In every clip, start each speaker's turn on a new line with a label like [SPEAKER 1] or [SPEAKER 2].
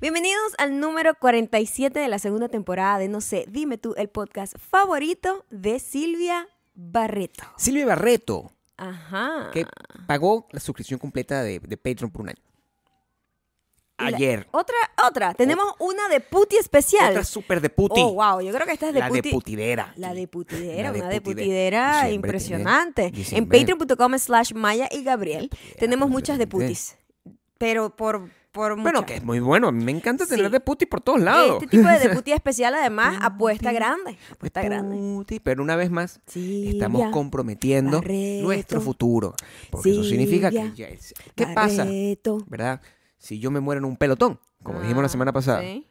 [SPEAKER 1] Bienvenidos al número 47 de la segunda temporada de No sé, dime tú, el podcast favorito de Silvia Barreto.
[SPEAKER 2] Silvia Barreto,
[SPEAKER 1] Ajá.
[SPEAKER 2] que pagó la suscripción completa de, de Patreon por un año.
[SPEAKER 1] Y la-
[SPEAKER 2] Ayer.
[SPEAKER 1] Otra, otra. Tenemos una de puti especial.
[SPEAKER 2] Otra súper de puti.
[SPEAKER 1] Oh, wow. Yo creo que esta es de
[SPEAKER 2] la
[SPEAKER 1] puti.
[SPEAKER 2] de putidera.
[SPEAKER 1] La de putidera,
[SPEAKER 2] La de
[SPEAKER 1] una de
[SPEAKER 2] putide-
[SPEAKER 1] putidera
[SPEAKER 2] Diciembre,
[SPEAKER 1] impresionante.
[SPEAKER 2] tiene-
[SPEAKER 1] En
[SPEAKER 2] diciembre.
[SPEAKER 1] patreon.com slash Maya y Gabriel tenemos muchas de putis. Pero por, por
[SPEAKER 2] Bueno,
[SPEAKER 1] mucha-
[SPEAKER 2] que es muy bueno. Me encanta
[SPEAKER 1] Sí.
[SPEAKER 2] tener de puti por todos lados.
[SPEAKER 1] Este tipo de de puti especial, además, apuesta grande.
[SPEAKER 2] De
[SPEAKER 1] Apuesta grande.
[SPEAKER 2] puti, pero una vez más,
[SPEAKER 1] Sí,
[SPEAKER 2] estamos
[SPEAKER 1] ya.
[SPEAKER 2] comprometiendo
[SPEAKER 1] Barreto.
[SPEAKER 2] nuestro futuro. Porque eso significa que...
[SPEAKER 1] Silvia
[SPEAKER 2] ya- ¿Qué pasa?
[SPEAKER 1] Barreto.
[SPEAKER 2] ¿Verdad? Si yo me muero en un pelotón, como dijimos la
[SPEAKER 1] Ah,
[SPEAKER 2] semana pasada,
[SPEAKER 1] sí,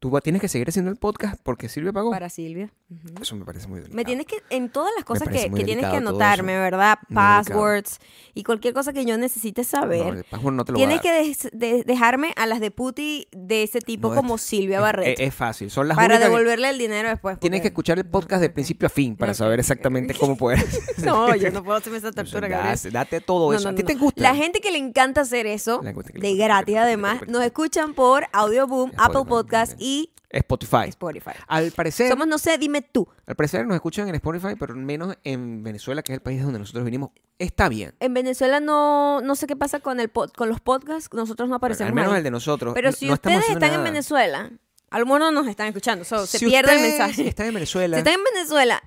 [SPEAKER 2] tú va- tienes que seguir haciendo el podcast porque Silvia pagó.
[SPEAKER 1] para Silvia. Ujú.
[SPEAKER 2] Eso me parece muy delicado.
[SPEAKER 1] Me tienes que, en todas las cosas
[SPEAKER 2] parece
[SPEAKER 1] que,
[SPEAKER 2] muy
[SPEAKER 1] que tienes que
[SPEAKER 2] delicado todo
[SPEAKER 1] anotarme,
[SPEAKER 2] eso.
[SPEAKER 1] ¿verdad?
[SPEAKER 2] Muy delicado.
[SPEAKER 1] Passwords y cualquier cosa que yo necesite
[SPEAKER 2] No,
[SPEAKER 1] saber.
[SPEAKER 2] el password no te lo va a
[SPEAKER 1] tienes
[SPEAKER 2] dar.
[SPEAKER 1] que des- de- dejarme a las de puti de ese tipo
[SPEAKER 2] No,
[SPEAKER 1] como
[SPEAKER 2] es-
[SPEAKER 1] Silvia
[SPEAKER 2] es-
[SPEAKER 1] Barreto.
[SPEAKER 2] Es, es fácil. Son las
[SPEAKER 1] para
[SPEAKER 2] únicas que-
[SPEAKER 1] devolverle el dinero después.
[SPEAKER 2] Tienes que
[SPEAKER 1] porque-
[SPEAKER 2] escuchar el podcast de principio a fin para
[SPEAKER 1] Ok.
[SPEAKER 2] saber exactamente cómo poder.
[SPEAKER 1] No, yo no puedo hacerme esa
[SPEAKER 2] Entonces,
[SPEAKER 1] tortura, Gabriel.
[SPEAKER 2] date, date Pues, todo
[SPEAKER 1] No,
[SPEAKER 2] eso.
[SPEAKER 1] no,
[SPEAKER 2] ¿A ti
[SPEAKER 1] no,
[SPEAKER 2] te
[SPEAKER 1] no.
[SPEAKER 2] gusta?
[SPEAKER 1] La gente que le encanta hacer eso,
[SPEAKER 2] Le gusta que le
[SPEAKER 1] de
[SPEAKER 2] gusta, que le
[SPEAKER 1] gratis
[SPEAKER 2] gusta, que le
[SPEAKER 1] además,
[SPEAKER 2] gusta.
[SPEAKER 1] nos escuchan por Audioboom,
[SPEAKER 2] Spotify,
[SPEAKER 1] Apple Podcast y
[SPEAKER 2] Spotify.
[SPEAKER 1] Spotify.
[SPEAKER 2] Al parecer,
[SPEAKER 1] Somos, no sé, dime tú.
[SPEAKER 2] al parecer nos escuchan en Spotify, pero menos en Venezuela, que es el país de donde nosotros venimos. Está bien.
[SPEAKER 1] En Venezuela no, no sé qué pasa con el pod- con los podcasts, nosotros no
[SPEAKER 2] Pero
[SPEAKER 1] aparecemos
[SPEAKER 2] al menos
[SPEAKER 1] ahí.
[SPEAKER 2] el de nosotros.
[SPEAKER 1] Pero
[SPEAKER 2] No-
[SPEAKER 1] si
[SPEAKER 2] no estamos
[SPEAKER 1] ustedes
[SPEAKER 2] haciendo
[SPEAKER 1] están en
[SPEAKER 2] nada.
[SPEAKER 1] Venezuela, algunos nos están escuchando, so, se
[SPEAKER 2] Si
[SPEAKER 1] pierde el
[SPEAKER 2] ustedes
[SPEAKER 1] mensaje.
[SPEAKER 2] están en Venezuela.
[SPEAKER 1] Si están en Venezuela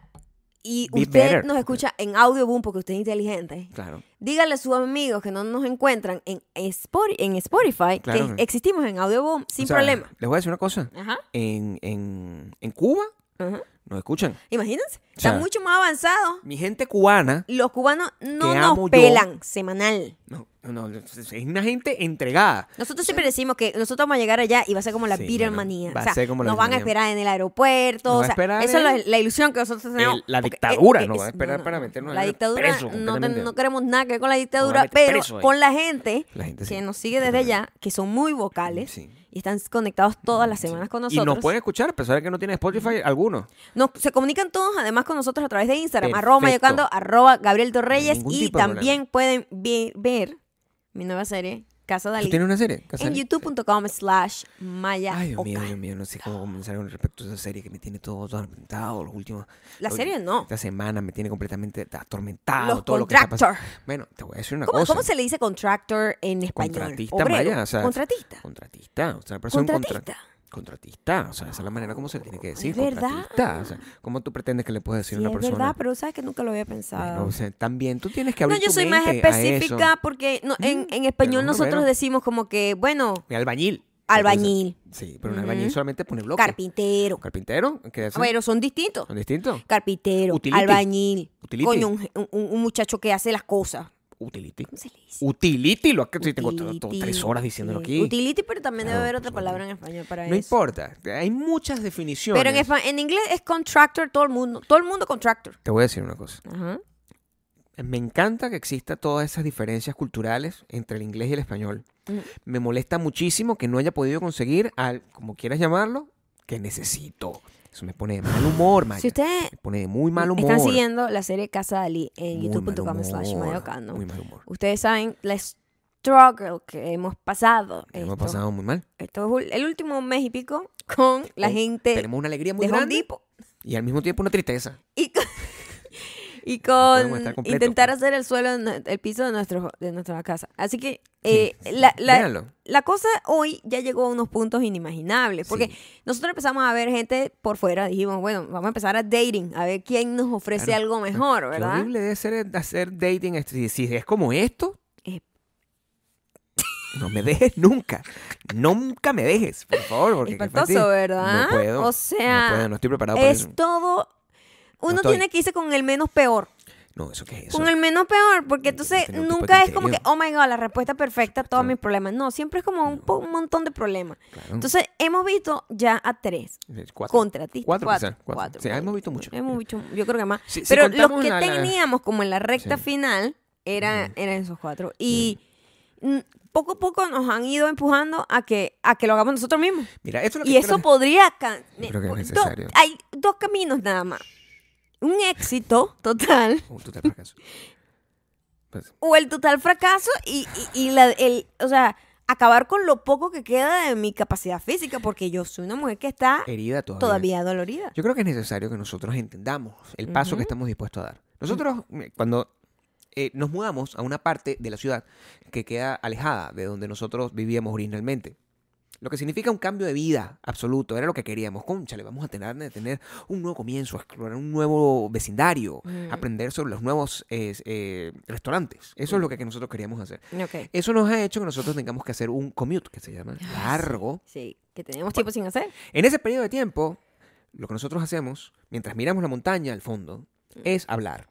[SPEAKER 1] y
[SPEAKER 2] Be
[SPEAKER 1] usted
[SPEAKER 2] better.
[SPEAKER 1] nos escucha en Audioboom porque usted es inteligente,
[SPEAKER 2] Claro.
[SPEAKER 1] dígale a sus amigos que no nos encuentran en, Spot- en Spotify
[SPEAKER 2] Claro.
[SPEAKER 1] que existimos en Audioboom sin
[SPEAKER 2] O sea,
[SPEAKER 1] problema.
[SPEAKER 2] Les voy a decir una cosa.
[SPEAKER 1] Ajá,
[SPEAKER 2] En, en, en Cuba
[SPEAKER 1] ajá.
[SPEAKER 2] nos escuchan.
[SPEAKER 1] Imagínense,
[SPEAKER 2] O sea,
[SPEAKER 1] están mucho más avanzados.
[SPEAKER 2] Mi gente cubana.
[SPEAKER 1] Los cubanos no
[SPEAKER 2] que
[SPEAKER 1] nos
[SPEAKER 2] amo yo.
[SPEAKER 1] pelan semanal.
[SPEAKER 2] No, no, es una gente entregada.
[SPEAKER 1] Nosotros siempre decimos que nosotros vamos a llegar allá y va a ser como la
[SPEAKER 2] Sí,
[SPEAKER 1] Beatlemanía.
[SPEAKER 2] bueno, va
[SPEAKER 1] o
[SPEAKER 2] a
[SPEAKER 1] sea,
[SPEAKER 2] ser como la
[SPEAKER 1] nos van a
[SPEAKER 2] Beatlemanía.
[SPEAKER 1] esperar en el aeropuerto.
[SPEAKER 2] Nos va
[SPEAKER 1] o
[SPEAKER 2] a
[SPEAKER 1] sea,
[SPEAKER 2] esperar
[SPEAKER 1] eso es
[SPEAKER 2] en
[SPEAKER 1] la, la ilusión que nosotros tenemos.
[SPEAKER 2] la
[SPEAKER 1] Porque-
[SPEAKER 2] dictadura
[SPEAKER 1] porque
[SPEAKER 2] nos va a
[SPEAKER 1] es-
[SPEAKER 2] esperar para meternos
[SPEAKER 1] La
[SPEAKER 2] allá
[SPEAKER 1] dictadura,
[SPEAKER 2] preso
[SPEAKER 1] no, te-
[SPEAKER 2] completamente.
[SPEAKER 1] no queremos nada que ver con la
[SPEAKER 2] a
[SPEAKER 1] dictadura,
[SPEAKER 2] meter
[SPEAKER 1] pero
[SPEAKER 2] preso ahí.
[SPEAKER 1] con la gente,
[SPEAKER 2] La gente,
[SPEAKER 1] que
[SPEAKER 2] sí,
[SPEAKER 1] nos sigue desde
[SPEAKER 2] totalmente.
[SPEAKER 1] allá, que son muy vocales
[SPEAKER 2] Sí.
[SPEAKER 1] y están conectados todas las semanas con
[SPEAKER 2] Y
[SPEAKER 1] nosotros.
[SPEAKER 2] nos pueden escuchar, a pesar de que no tienen Spotify, algunos.
[SPEAKER 1] Nos- se comunican todos además con nosotros a través de Instagram,
[SPEAKER 2] Perfecto.
[SPEAKER 1] arroba mayocando, arroba Gabriel Torreyes
[SPEAKER 2] Ningún
[SPEAKER 1] y
[SPEAKER 2] tipo de
[SPEAKER 1] también pueden vi- ver mi nueva serie, Casa
[SPEAKER 2] ¿Tú
[SPEAKER 1] Dalí,
[SPEAKER 2] tienes una serie?
[SPEAKER 1] en
[SPEAKER 2] Casale?
[SPEAKER 1] youtube.com slash maya
[SPEAKER 2] Ay, Dios mío,
[SPEAKER 1] Ocal.
[SPEAKER 2] Dios mío, no sé cómo comenzar con respecto a esa serie que me tiene todo atormentado los últimos...
[SPEAKER 1] La
[SPEAKER 2] los-
[SPEAKER 1] serie no.
[SPEAKER 2] Esta semana me tiene completamente atormentado
[SPEAKER 1] Los
[SPEAKER 2] todo lo que está
[SPEAKER 1] contractor.
[SPEAKER 2] pasando. Bueno, te voy a decir una
[SPEAKER 1] ¿Cómo,
[SPEAKER 2] cosa.
[SPEAKER 1] cómo se le dice contractor en español?
[SPEAKER 2] Contratista,
[SPEAKER 1] Obrero.
[SPEAKER 2] Maya, o sea,
[SPEAKER 1] contratista.
[SPEAKER 2] Contratista, o sea, una persona
[SPEAKER 1] Contratista.
[SPEAKER 2] Contra... Contratista, o sea, esa es la manera como se le tiene que decir.
[SPEAKER 1] Es verdad.
[SPEAKER 2] Contratista, o sea, ¿cómo tú pretendes que le puedes decir
[SPEAKER 1] Sí,
[SPEAKER 2] a
[SPEAKER 1] es
[SPEAKER 2] una persona?
[SPEAKER 1] verdad, pero sabes que nunca lo había pensado.
[SPEAKER 2] Bueno, o sea, también tú tienes que
[SPEAKER 1] Ah. no,
[SPEAKER 2] abrir
[SPEAKER 1] yo
[SPEAKER 2] tu
[SPEAKER 1] soy más
[SPEAKER 2] mente a eso. Mm,
[SPEAKER 1] específica porque no, en, en
[SPEAKER 2] pero
[SPEAKER 1] español
[SPEAKER 2] no,
[SPEAKER 1] nosotros
[SPEAKER 2] bueno.
[SPEAKER 1] decimos como que, bueno,
[SPEAKER 2] Mi albañil.
[SPEAKER 1] Albañil.
[SPEAKER 2] Entonces, sí, pero un
[SPEAKER 1] Ujú.
[SPEAKER 2] albañil solamente pone bloque.
[SPEAKER 1] carpintero.
[SPEAKER 2] Carpintero, ¿qué hace?
[SPEAKER 1] Bueno, son distintos.
[SPEAKER 2] ¿Son distintos?
[SPEAKER 1] Carpintero,
[SPEAKER 2] Utility.
[SPEAKER 1] albañil,
[SPEAKER 2] Utility.
[SPEAKER 1] coño, un, un- un muchacho que hace las cosas.
[SPEAKER 2] Utility.
[SPEAKER 1] ¿Cómo se le dice?
[SPEAKER 2] Utility, lo que sí, tengo to- to-
[SPEAKER 1] Utility.
[SPEAKER 2] tres horas diciéndolo
[SPEAKER 1] Sí.
[SPEAKER 2] aquí.
[SPEAKER 1] Utility, pero también debe
[SPEAKER 2] Claro,
[SPEAKER 1] haber otra
[SPEAKER 2] pues,
[SPEAKER 1] palabra en español para
[SPEAKER 2] No
[SPEAKER 1] eso.
[SPEAKER 2] importa, hay muchas definiciones.
[SPEAKER 1] Pero en, espa- en inglés es contractor todo el mundo. Todo el mundo contractor.
[SPEAKER 2] Te voy a decir una cosa.
[SPEAKER 1] Ajá.
[SPEAKER 2] Me encanta que exista todas esas diferencias culturales entre el inglés y el español.
[SPEAKER 1] Ujú.
[SPEAKER 2] Me molesta muchísimo que no haya podido conseguir al, como quieras llamarlo, que necesito. Eso me pone de mal humor, Maya.
[SPEAKER 1] Si ustedes
[SPEAKER 2] Me pone de muy mal humor.
[SPEAKER 1] están siguiendo la serie Casa Dalí en
[SPEAKER 2] Muy mal
[SPEAKER 1] youtube.com slash
[SPEAKER 2] humor,
[SPEAKER 1] mayocando,
[SPEAKER 2] Muy mal humor.
[SPEAKER 1] ustedes saben la struggle que hemos pasado.
[SPEAKER 2] Hemos
[SPEAKER 1] esto-
[SPEAKER 2] pasado muy mal.
[SPEAKER 1] esto es el último mes y pico con la
[SPEAKER 2] Oh,
[SPEAKER 1] gente
[SPEAKER 2] Tenemos una alegría muy
[SPEAKER 1] de Home
[SPEAKER 2] grande
[SPEAKER 1] Depot.
[SPEAKER 2] y al mismo tiempo una tristeza.
[SPEAKER 1] y con, y
[SPEAKER 2] podemos
[SPEAKER 1] con
[SPEAKER 2] estar completos,
[SPEAKER 1] intentar
[SPEAKER 2] pues.
[SPEAKER 1] hacer el suelo, en el piso de, nuestro, de nuestra casa. Así que eh, la, la,
[SPEAKER 2] Véanlo.
[SPEAKER 1] la cosa hoy ya llegó a unos puntos inimaginables, porque
[SPEAKER 2] Sí.
[SPEAKER 1] nosotros empezamos a ver gente por fuera, dijimos, bueno, vamos a empezar a dating, a ver quién nos ofrece
[SPEAKER 2] Claro.
[SPEAKER 1] algo mejor,
[SPEAKER 2] Qué
[SPEAKER 1] ¿verdad?
[SPEAKER 2] horrible debe ser hacer dating. este- Si, si es como esto,
[SPEAKER 1] Eh.
[SPEAKER 2] no me dejes nunca. Nunca me dejes, por favor. Porque qué
[SPEAKER 1] Espantoso,
[SPEAKER 2] fastidio.
[SPEAKER 1] ¿verdad?
[SPEAKER 2] No puedo.
[SPEAKER 1] o sea,
[SPEAKER 2] no puedo, no estoy preparado para
[SPEAKER 1] es
[SPEAKER 2] eso.
[SPEAKER 1] todo... Uno
[SPEAKER 2] estoy.
[SPEAKER 1] tiene que irse con el menos peor.
[SPEAKER 2] No, ¿eso qué es eso?
[SPEAKER 1] Con el menos peor, porque
[SPEAKER 2] No, no
[SPEAKER 1] entonces
[SPEAKER 2] tenía un tipo de
[SPEAKER 1] nunca es como que,
[SPEAKER 2] criterio.
[SPEAKER 1] oh my god, la respuesta perfecta a todos
[SPEAKER 2] No.
[SPEAKER 1] mis problemas. No, siempre es como un, po- un montón de problemas.
[SPEAKER 2] Claro.
[SPEAKER 1] Entonces, hemos visto ya a tres
[SPEAKER 2] Eh, cuatro.
[SPEAKER 1] contratistas.
[SPEAKER 2] Cuatro,
[SPEAKER 1] cuatro,
[SPEAKER 2] quizás, cuatro.
[SPEAKER 1] cuatro,
[SPEAKER 2] Sí,
[SPEAKER 1] cuatro.
[SPEAKER 2] hemos visto mucho.
[SPEAKER 1] Hemos visto- yo creo que más.
[SPEAKER 2] Si- si
[SPEAKER 1] Pero los
[SPEAKER 2] contamos
[SPEAKER 1] que
[SPEAKER 2] la- la-
[SPEAKER 1] teníamos como en la recta
[SPEAKER 2] Sí.
[SPEAKER 1] final era, eran esos cuatro. Y mm, poco a poco nos han ido empujando a que, a que lo hagamos nosotros mismos.
[SPEAKER 2] Mira, esto es lo que
[SPEAKER 1] Y eso
[SPEAKER 2] creo-
[SPEAKER 1] podría... ca-
[SPEAKER 2] Yo creo que es
[SPEAKER 1] do-
[SPEAKER 2] necesario.
[SPEAKER 1] hay dos caminos nada más. Un éxito total
[SPEAKER 2] Oh, tú te fracaso. Pues,
[SPEAKER 1] o el total fracaso y, y- y la, el, o sea, acabar con lo poco que queda de mi capacidad física, porque yo soy una mujer que está
[SPEAKER 2] Herida todavía.
[SPEAKER 1] todavía dolorida.
[SPEAKER 2] Yo creo que es necesario que nosotros entendamos el paso
[SPEAKER 1] Ujú.
[SPEAKER 2] que estamos dispuestos a dar. Nosotros, eh, cuando eh, nos mudamos a una parte de la ciudad que queda alejada de donde nosotros vivíamos originalmente, lo que significa un cambio de vida absoluto, era lo que queríamos. Conchale, vamos a tener de tener un nuevo comienzo, a explorar un nuevo vecindario,
[SPEAKER 1] Mm.
[SPEAKER 2] aprender sobre los nuevos eh, eh, restaurantes. Eso es lo que, que nosotros queríamos hacer.
[SPEAKER 1] Mm, Ok.
[SPEAKER 2] Eso nos ha hecho que nosotros tengamos que hacer un commute, que se llama largo,
[SPEAKER 1] Sí, que tenemos tiempo sin hacer.
[SPEAKER 2] en ese periodo de tiempo, lo que nosotros hacemos, mientras miramos la montaña al fondo,
[SPEAKER 1] Mm.
[SPEAKER 2] es hablar.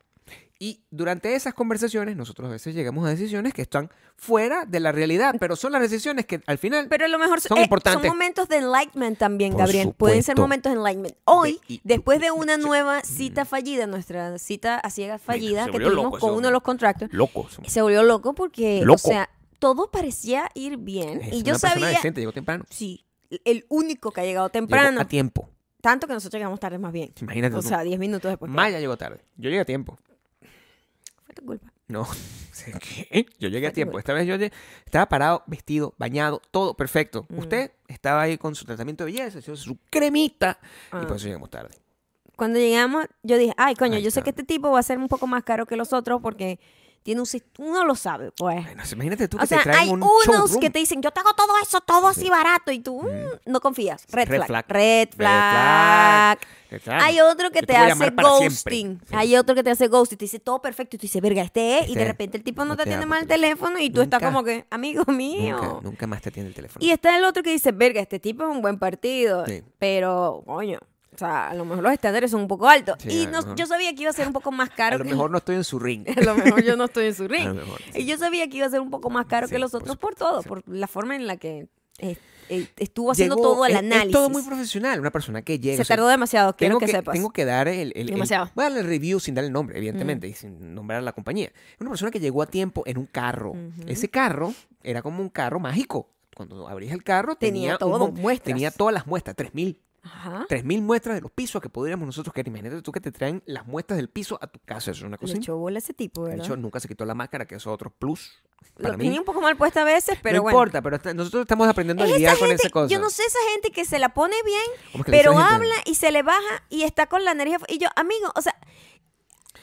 [SPEAKER 2] Y durante esas conversaciones, nosotros a veces llegamos a decisiones que están fuera de la realidad, pero son las decisiones que al final...
[SPEAKER 1] Pero a lo mejor
[SPEAKER 2] Son
[SPEAKER 1] eh,
[SPEAKER 2] importantes.
[SPEAKER 1] son momentos de enlightenment también,
[SPEAKER 2] Por
[SPEAKER 1] Gabriel. Pueden ser
[SPEAKER 2] supuesto.
[SPEAKER 1] momentos de enlightenment. Hoy,
[SPEAKER 2] De- y- Mm.
[SPEAKER 1] después de una nueva cita fallida, nuestra cita a ciegas fallida
[SPEAKER 2] se
[SPEAKER 1] que
[SPEAKER 2] volvió
[SPEAKER 1] tuvimos
[SPEAKER 2] loco ese
[SPEAKER 1] con uno de
[SPEAKER 2] hombre.
[SPEAKER 1] los contratos,
[SPEAKER 2] Locos.
[SPEAKER 1] se volvió loco porque, o
[SPEAKER 2] Loco.
[SPEAKER 1] sea, todo parecía ir bien. y
[SPEAKER 2] Es una
[SPEAKER 1] yo
[SPEAKER 2] persona
[SPEAKER 1] sabía,
[SPEAKER 2] decente, llegó temprano.
[SPEAKER 1] sí, el único que ha llegado
[SPEAKER 2] Llegó
[SPEAKER 1] temprano,
[SPEAKER 2] a tiempo.
[SPEAKER 1] tanto que nosotros llegamos tarde más bien.
[SPEAKER 2] Imagínate
[SPEAKER 1] O
[SPEAKER 2] tú.
[SPEAKER 1] sea, 10 minutos después. que-
[SPEAKER 2] Maya llegó tarde. Yo llegué a tiempo.
[SPEAKER 1] Fue tu culpa.
[SPEAKER 2] No, sé qué. Yo llegué a tiempo. Esta vez yo llegué- estaba parado, vestido, bañado, todo perfecto.
[SPEAKER 1] Mm.
[SPEAKER 2] Usted estaba ahí con su tratamiento de belleza, su- su cremita,
[SPEAKER 1] Ah.
[SPEAKER 2] y por eso llegamos tarde.
[SPEAKER 1] Cuando llegamos, yo dije, ay, coño,
[SPEAKER 2] Ahí
[SPEAKER 1] yo sé
[SPEAKER 2] está.
[SPEAKER 1] que este tipo va a ser un poco más caro que los otros porque tiene un sis- uno lo sabe, pues.
[SPEAKER 2] Ay, no sé, imagínate tú que
[SPEAKER 1] O sea,
[SPEAKER 2] te traen
[SPEAKER 1] hay
[SPEAKER 2] un
[SPEAKER 1] unos
[SPEAKER 2] showroom.
[SPEAKER 1] que te dicen, yo te hago todo eso, todo así barato, y tú mm, no confías. Red,
[SPEAKER 2] Red
[SPEAKER 1] flag.
[SPEAKER 2] flag.
[SPEAKER 1] Red
[SPEAKER 2] Red
[SPEAKER 1] flag.
[SPEAKER 2] flag. Eh, Claro.
[SPEAKER 1] Hay otro que
[SPEAKER 2] Yo
[SPEAKER 1] te,
[SPEAKER 2] voy a
[SPEAKER 1] hace
[SPEAKER 2] llamar para siempre.
[SPEAKER 1] ghosting.
[SPEAKER 2] Sí.
[SPEAKER 1] Hay otro que te hace ghosting. Te dice todo perfecto. Y tú dices, verga, este es. y de
[SPEAKER 2] Este es.
[SPEAKER 1] repente el tipo no,
[SPEAKER 2] No
[SPEAKER 1] te
[SPEAKER 2] te
[SPEAKER 1] atiende
[SPEAKER 2] amo
[SPEAKER 1] mal el
[SPEAKER 2] por
[SPEAKER 1] teléfono. Y tú estás
[SPEAKER 2] Nunca.
[SPEAKER 1] como que, amigo mío.
[SPEAKER 2] Nunca, nunca más te atiende el teléfono.
[SPEAKER 1] Y está el otro que dice, verga, este tipo es un buen partido.
[SPEAKER 2] Sí.
[SPEAKER 1] Pero, coño. O sea, a lo mejor los estándares son un poco altos.
[SPEAKER 2] Sí,
[SPEAKER 1] y
[SPEAKER 2] a lo
[SPEAKER 1] no-
[SPEAKER 2] mejor.
[SPEAKER 1] yo sabía que iba a ser un poco más caro.
[SPEAKER 2] a lo
[SPEAKER 1] que-
[SPEAKER 2] mejor no estoy en su ring.
[SPEAKER 1] a lo mejor yo no estoy en su ring.
[SPEAKER 2] A lo mejor,
[SPEAKER 1] Y yo sabía que iba a ser un poco más caro
[SPEAKER 2] Sí,
[SPEAKER 1] que los
[SPEAKER 2] por
[SPEAKER 1] otros por
[SPEAKER 2] supuesto,
[SPEAKER 1] todo,
[SPEAKER 2] sí.
[SPEAKER 1] por la forma en la que eh, eh, estuvo haciendo
[SPEAKER 2] Llegó-
[SPEAKER 1] todo el
[SPEAKER 2] es-
[SPEAKER 1] análisis.
[SPEAKER 2] Es todo muy profesional. Una persona que llega.
[SPEAKER 1] Se
[SPEAKER 2] o sea,
[SPEAKER 1] tardó demasiado, quiero
[SPEAKER 2] tengo
[SPEAKER 1] que, sepas.
[SPEAKER 2] Tengo que dar el, el- el-
[SPEAKER 1] Demasiado. Mm.
[SPEAKER 2] voy a darle review sin dar el nombre, evidentemente, y sin nombrar a la compañía. Una persona que llegó a tiempo en un carro. Ese carro era como un carro mágico. Cuando abrías el carro
[SPEAKER 1] Tenía
[SPEAKER 2] tenía,
[SPEAKER 1] todo,
[SPEAKER 2] un mon-
[SPEAKER 1] muestras.
[SPEAKER 2] tenía todas las muestras, 3000
[SPEAKER 1] Ajá.
[SPEAKER 2] 3000 muestras de los pisos que podríamos nosotros querer. Imagínate tú que te traen las muestras del piso a tu casa, eso es una
[SPEAKER 1] Le
[SPEAKER 2] cosa
[SPEAKER 1] echó bola ese tipo,
[SPEAKER 2] De
[SPEAKER 1] ¿verdad?
[SPEAKER 2] hecho, nunca se quitó la máscara, que eso es otro plus.
[SPEAKER 1] Lo
[SPEAKER 2] Para mí.
[SPEAKER 1] tenía un poco mal puesta a veces, pero
[SPEAKER 2] no
[SPEAKER 1] bueno.
[SPEAKER 2] importa, pero está- nosotros estamos aprendiendo
[SPEAKER 1] Es
[SPEAKER 2] a
[SPEAKER 1] esa
[SPEAKER 2] lidiar con
[SPEAKER 1] gente,
[SPEAKER 2] esa cosa.
[SPEAKER 1] yo no sé esa gente que se la pone bien,
[SPEAKER 2] ¿Cómo es que le
[SPEAKER 1] pero
[SPEAKER 2] dice a la gente?
[SPEAKER 1] habla y se le baja y está con la energía. fu- Y yo, amigo, o sea,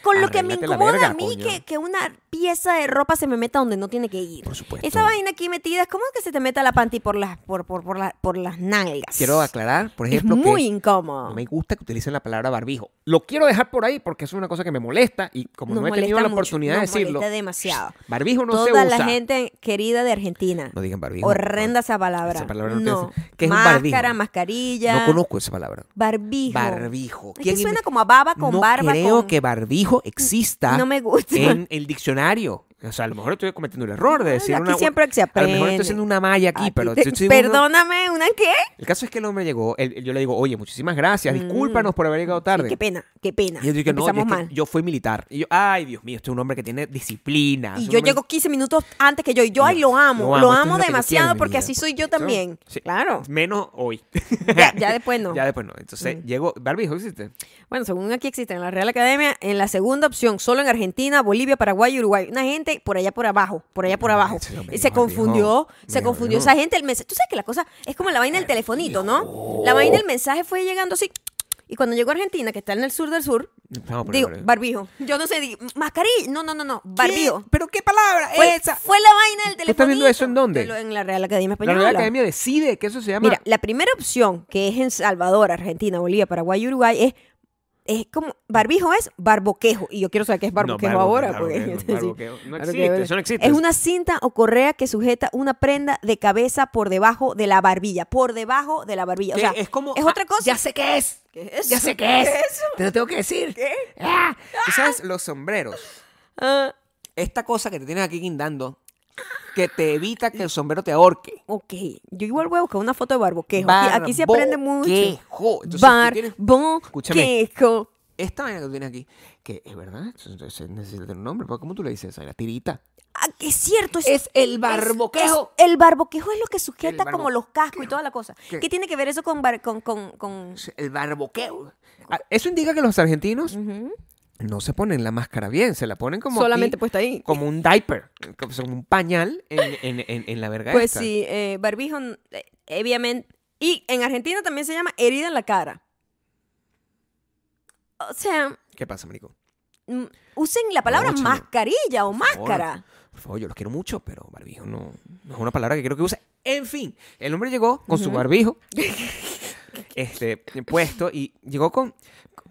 [SPEAKER 1] con lo que me
[SPEAKER 2] Arréglate la
[SPEAKER 1] incomoda a
[SPEAKER 2] verga,
[SPEAKER 1] mí
[SPEAKER 2] coño.
[SPEAKER 1] que, que una pieza de ropa se me meta donde no tiene que ir.
[SPEAKER 2] Por supuesto.
[SPEAKER 1] Esa vaina aquí metida es como que se te meta la panty por las, por, por, por, la- por las nalgas.
[SPEAKER 2] Quiero aclarar, por
[SPEAKER 1] Es
[SPEAKER 2] ejemplo,
[SPEAKER 1] muy
[SPEAKER 2] que
[SPEAKER 1] incómodo.
[SPEAKER 2] no me gusta que utilicen la palabra barbijo. Lo quiero dejar por ahí porque eso es una cosa que me molesta y como
[SPEAKER 1] Nos
[SPEAKER 2] no he tenido
[SPEAKER 1] molesta
[SPEAKER 2] la
[SPEAKER 1] mucho,
[SPEAKER 2] oportunidad de
[SPEAKER 1] nos
[SPEAKER 2] decirlo,
[SPEAKER 1] molesta demasiado.
[SPEAKER 2] barbijo no se
[SPEAKER 1] Toda
[SPEAKER 2] usa.
[SPEAKER 1] la gente querida de Argentina.
[SPEAKER 2] No digan barbijo.
[SPEAKER 1] Horrenda esa palabra.
[SPEAKER 2] Esa palabra no te
[SPEAKER 1] no.
[SPEAKER 2] dice- ¿Qué es un
[SPEAKER 1] Máscara,
[SPEAKER 2] barbijo?
[SPEAKER 1] mascarilla.
[SPEAKER 2] No conozco esa palabra.
[SPEAKER 1] Barbijo.
[SPEAKER 2] Barbijo.
[SPEAKER 1] Es que
[SPEAKER 2] ¿Quién
[SPEAKER 1] suena
[SPEAKER 2] inventó?
[SPEAKER 1] como a baba con
[SPEAKER 2] no
[SPEAKER 1] barba.
[SPEAKER 2] creo
[SPEAKER 1] con-
[SPEAKER 2] que barbijo exista
[SPEAKER 1] No me gusta.
[SPEAKER 2] en el diccionario. O sea, a lo mejor estoy cometiendo el error de decir
[SPEAKER 1] Aquí
[SPEAKER 2] una...
[SPEAKER 1] siempre se
[SPEAKER 2] A lo mejor
[SPEAKER 1] aprende.
[SPEAKER 2] estoy haciendo una malla aquí,
[SPEAKER 1] Aquí
[SPEAKER 2] pero...
[SPEAKER 1] te-
[SPEAKER 2] estoy haciendo una-
[SPEAKER 1] Perdóname, ¿una qué?
[SPEAKER 2] El caso es que el hombre llegó, él- él- yo le digo, oye, muchísimas gracias, discúlpanos por haber llegado tarde.
[SPEAKER 1] Mm. Qué pena, qué pena.
[SPEAKER 2] y él dice, no, es
[SPEAKER 1] Empezamos
[SPEAKER 2] que
[SPEAKER 1] mal.
[SPEAKER 2] yo fui militar. Y yo, ay, Dios mío, este es un hombre que tiene disciplina.
[SPEAKER 1] Y
[SPEAKER 2] Es un
[SPEAKER 1] yo
[SPEAKER 2] hombre-
[SPEAKER 1] llego 15 minutos antes que yo. Y yo, ay, lo amo. Lo
[SPEAKER 2] esto es
[SPEAKER 1] amo
[SPEAKER 2] lo que yo
[SPEAKER 1] demasiado
[SPEAKER 2] quiero en mi
[SPEAKER 1] porque
[SPEAKER 2] vida.
[SPEAKER 1] así soy yo
[SPEAKER 2] Sí,
[SPEAKER 1] también.
[SPEAKER 2] sí.
[SPEAKER 1] Claro.
[SPEAKER 2] Menos hoy.
[SPEAKER 1] Ya- ya después no. Mm.
[SPEAKER 2] Ya después no. Entonces, llegó, barbijo, ¿existe?
[SPEAKER 1] Bueno, según aquí existe en la Real Academia, en la segunda opción, solo en Argentina, Bolivia, Paraguay y Uruguay. Una gente por allá por abajo, por allá por
[SPEAKER 2] Ah,
[SPEAKER 1] abajo.
[SPEAKER 2] ese es lo
[SPEAKER 1] Y se
[SPEAKER 2] mejor,
[SPEAKER 1] confundió,
[SPEAKER 2] viejo.
[SPEAKER 1] se
[SPEAKER 2] Mejor,
[SPEAKER 1] confundió
[SPEAKER 2] viejo.
[SPEAKER 1] esa gente. El mensaje, tú sabes que la cosa es como la vaina del telefonito, ¿no? La vaina del mensaje fue llegando así. Y cuando llegó a Argentina, que está en el sur del sur,
[SPEAKER 2] Vamos a poner
[SPEAKER 1] digo,
[SPEAKER 2] barbijo.
[SPEAKER 1] barbijo. Yo no sé, di- mascarilla. No, no, no, no, barbijo.
[SPEAKER 2] ¿Qué? ¿Pero qué palabra
[SPEAKER 1] Fue,
[SPEAKER 2] esa?
[SPEAKER 1] fue la vaina del telefonito.
[SPEAKER 2] Eh, ¿Tú estás viendo eso en dónde?
[SPEAKER 1] Yo lo- En la Real Academia
[SPEAKER 2] La
[SPEAKER 1] Española.
[SPEAKER 2] Real Academia decide que eso se llama...
[SPEAKER 1] Mira, la primera opción, que es en Salvador, Argentina, Bolivia, Paraguay y Uruguay, es, es como, barbijo es barboquejo. Y yo quiero saber qué es barboquejo
[SPEAKER 2] barbo-
[SPEAKER 1] ahora.
[SPEAKER 2] barboquejo,
[SPEAKER 1] porque,
[SPEAKER 2] barboquejo. No
[SPEAKER 1] Barboquejo,
[SPEAKER 2] existe, eso no existe.
[SPEAKER 1] Es una cinta o correa que sujeta una prenda de cabeza por debajo de la barbilla. Por debajo de la barbilla. O
[SPEAKER 2] Que
[SPEAKER 1] sea,
[SPEAKER 2] es como...
[SPEAKER 1] Es otra
[SPEAKER 2] ah,
[SPEAKER 1] cosa.
[SPEAKER 2] Ya sé qué es.
[SPEAKER 1] ¿Qué es eso?
[SPEAKER 2] Ya sé qué es.
[SPEAKER 1] ¿Qué es eso?
[SPEAKER 2] Te lo tengo que decir.
[SPEAKER 1] ¿Qué?
[SPEAKER 2] Ah, ¿Tú sabes los sombreros?
[SPEAKER 1] Ah,
[SPEAKER 2] Esta cosa que te tienes aquí guindando que te evita que el sombrero te ahorque.
[SPEAKER 1] ok. Yo igual voy a buscar una foto de barboquejo. Aquí, aquí se aprende mucho.
[SPEAKER 2] Barboquejo. Entonces, tú tienes- Escúchame.
[SPEAKER 1] Barboquejo.
[SPEAKER 2] Esta vaina que tú tienes aquí, que es verdad, eso- eso- eso necesita tener un nombre, porque ¿cómo tú le dices esa? La tirita.
[SPEAKER 1] Ah, que es cierto. Es,
[SPEAKER 2] Es el
[SPEAKER 1] es-
[SPEAKER 2] barboquejo.
[SPEAKER 1] es- el barboquejo es lo que sujeta
[SPEAKER 2] El
[SPEAKER 1] como
[SPEAKER 2] barbo-
[SPEAKER 1] los cascos y toda la cosa. ¿Qué,
[SPEAKER 2] ¿Qué?
[SPEAKER 1] tiene que ver eso con... bar- con, con, con-
[SPEAKER 2] El barboqueo. Ah, Eso indica que los argentinos no se ponen la máscara bien, se la ponen como, aquí,
[SPEAKER 1] Solamente puesta ahí.
[SPEAKER 2] como un diaper, como como un pañal en, en- en- en la verga.
[SPEAKER 1] Pues
[SPEAKER 2] esta.
[SPEAKER 1] sí, eh, barbijo, eh, obviamente. Y en Argentina también se llama herida en la cara. O sea,
[SPEAKER 2] ¿Qué pasa, Marico?
[SPEAKER 1] mm, usen la palabra
[SPEAKER 2] chamo.
[SPEAKER 1] mascarilla o
[SPEAKER 2] Por favor.
[SPEAKER 1] máscara.
[SPEAKER 2] Por favor, yo los quiero mucho, pero barbijo no, no es una palabra que quiero que use. En fin, el hombre llegó con su
[SPEAKER 1] Ujú.
[SPEAKER 2] barbijo este, puesto y llegó con...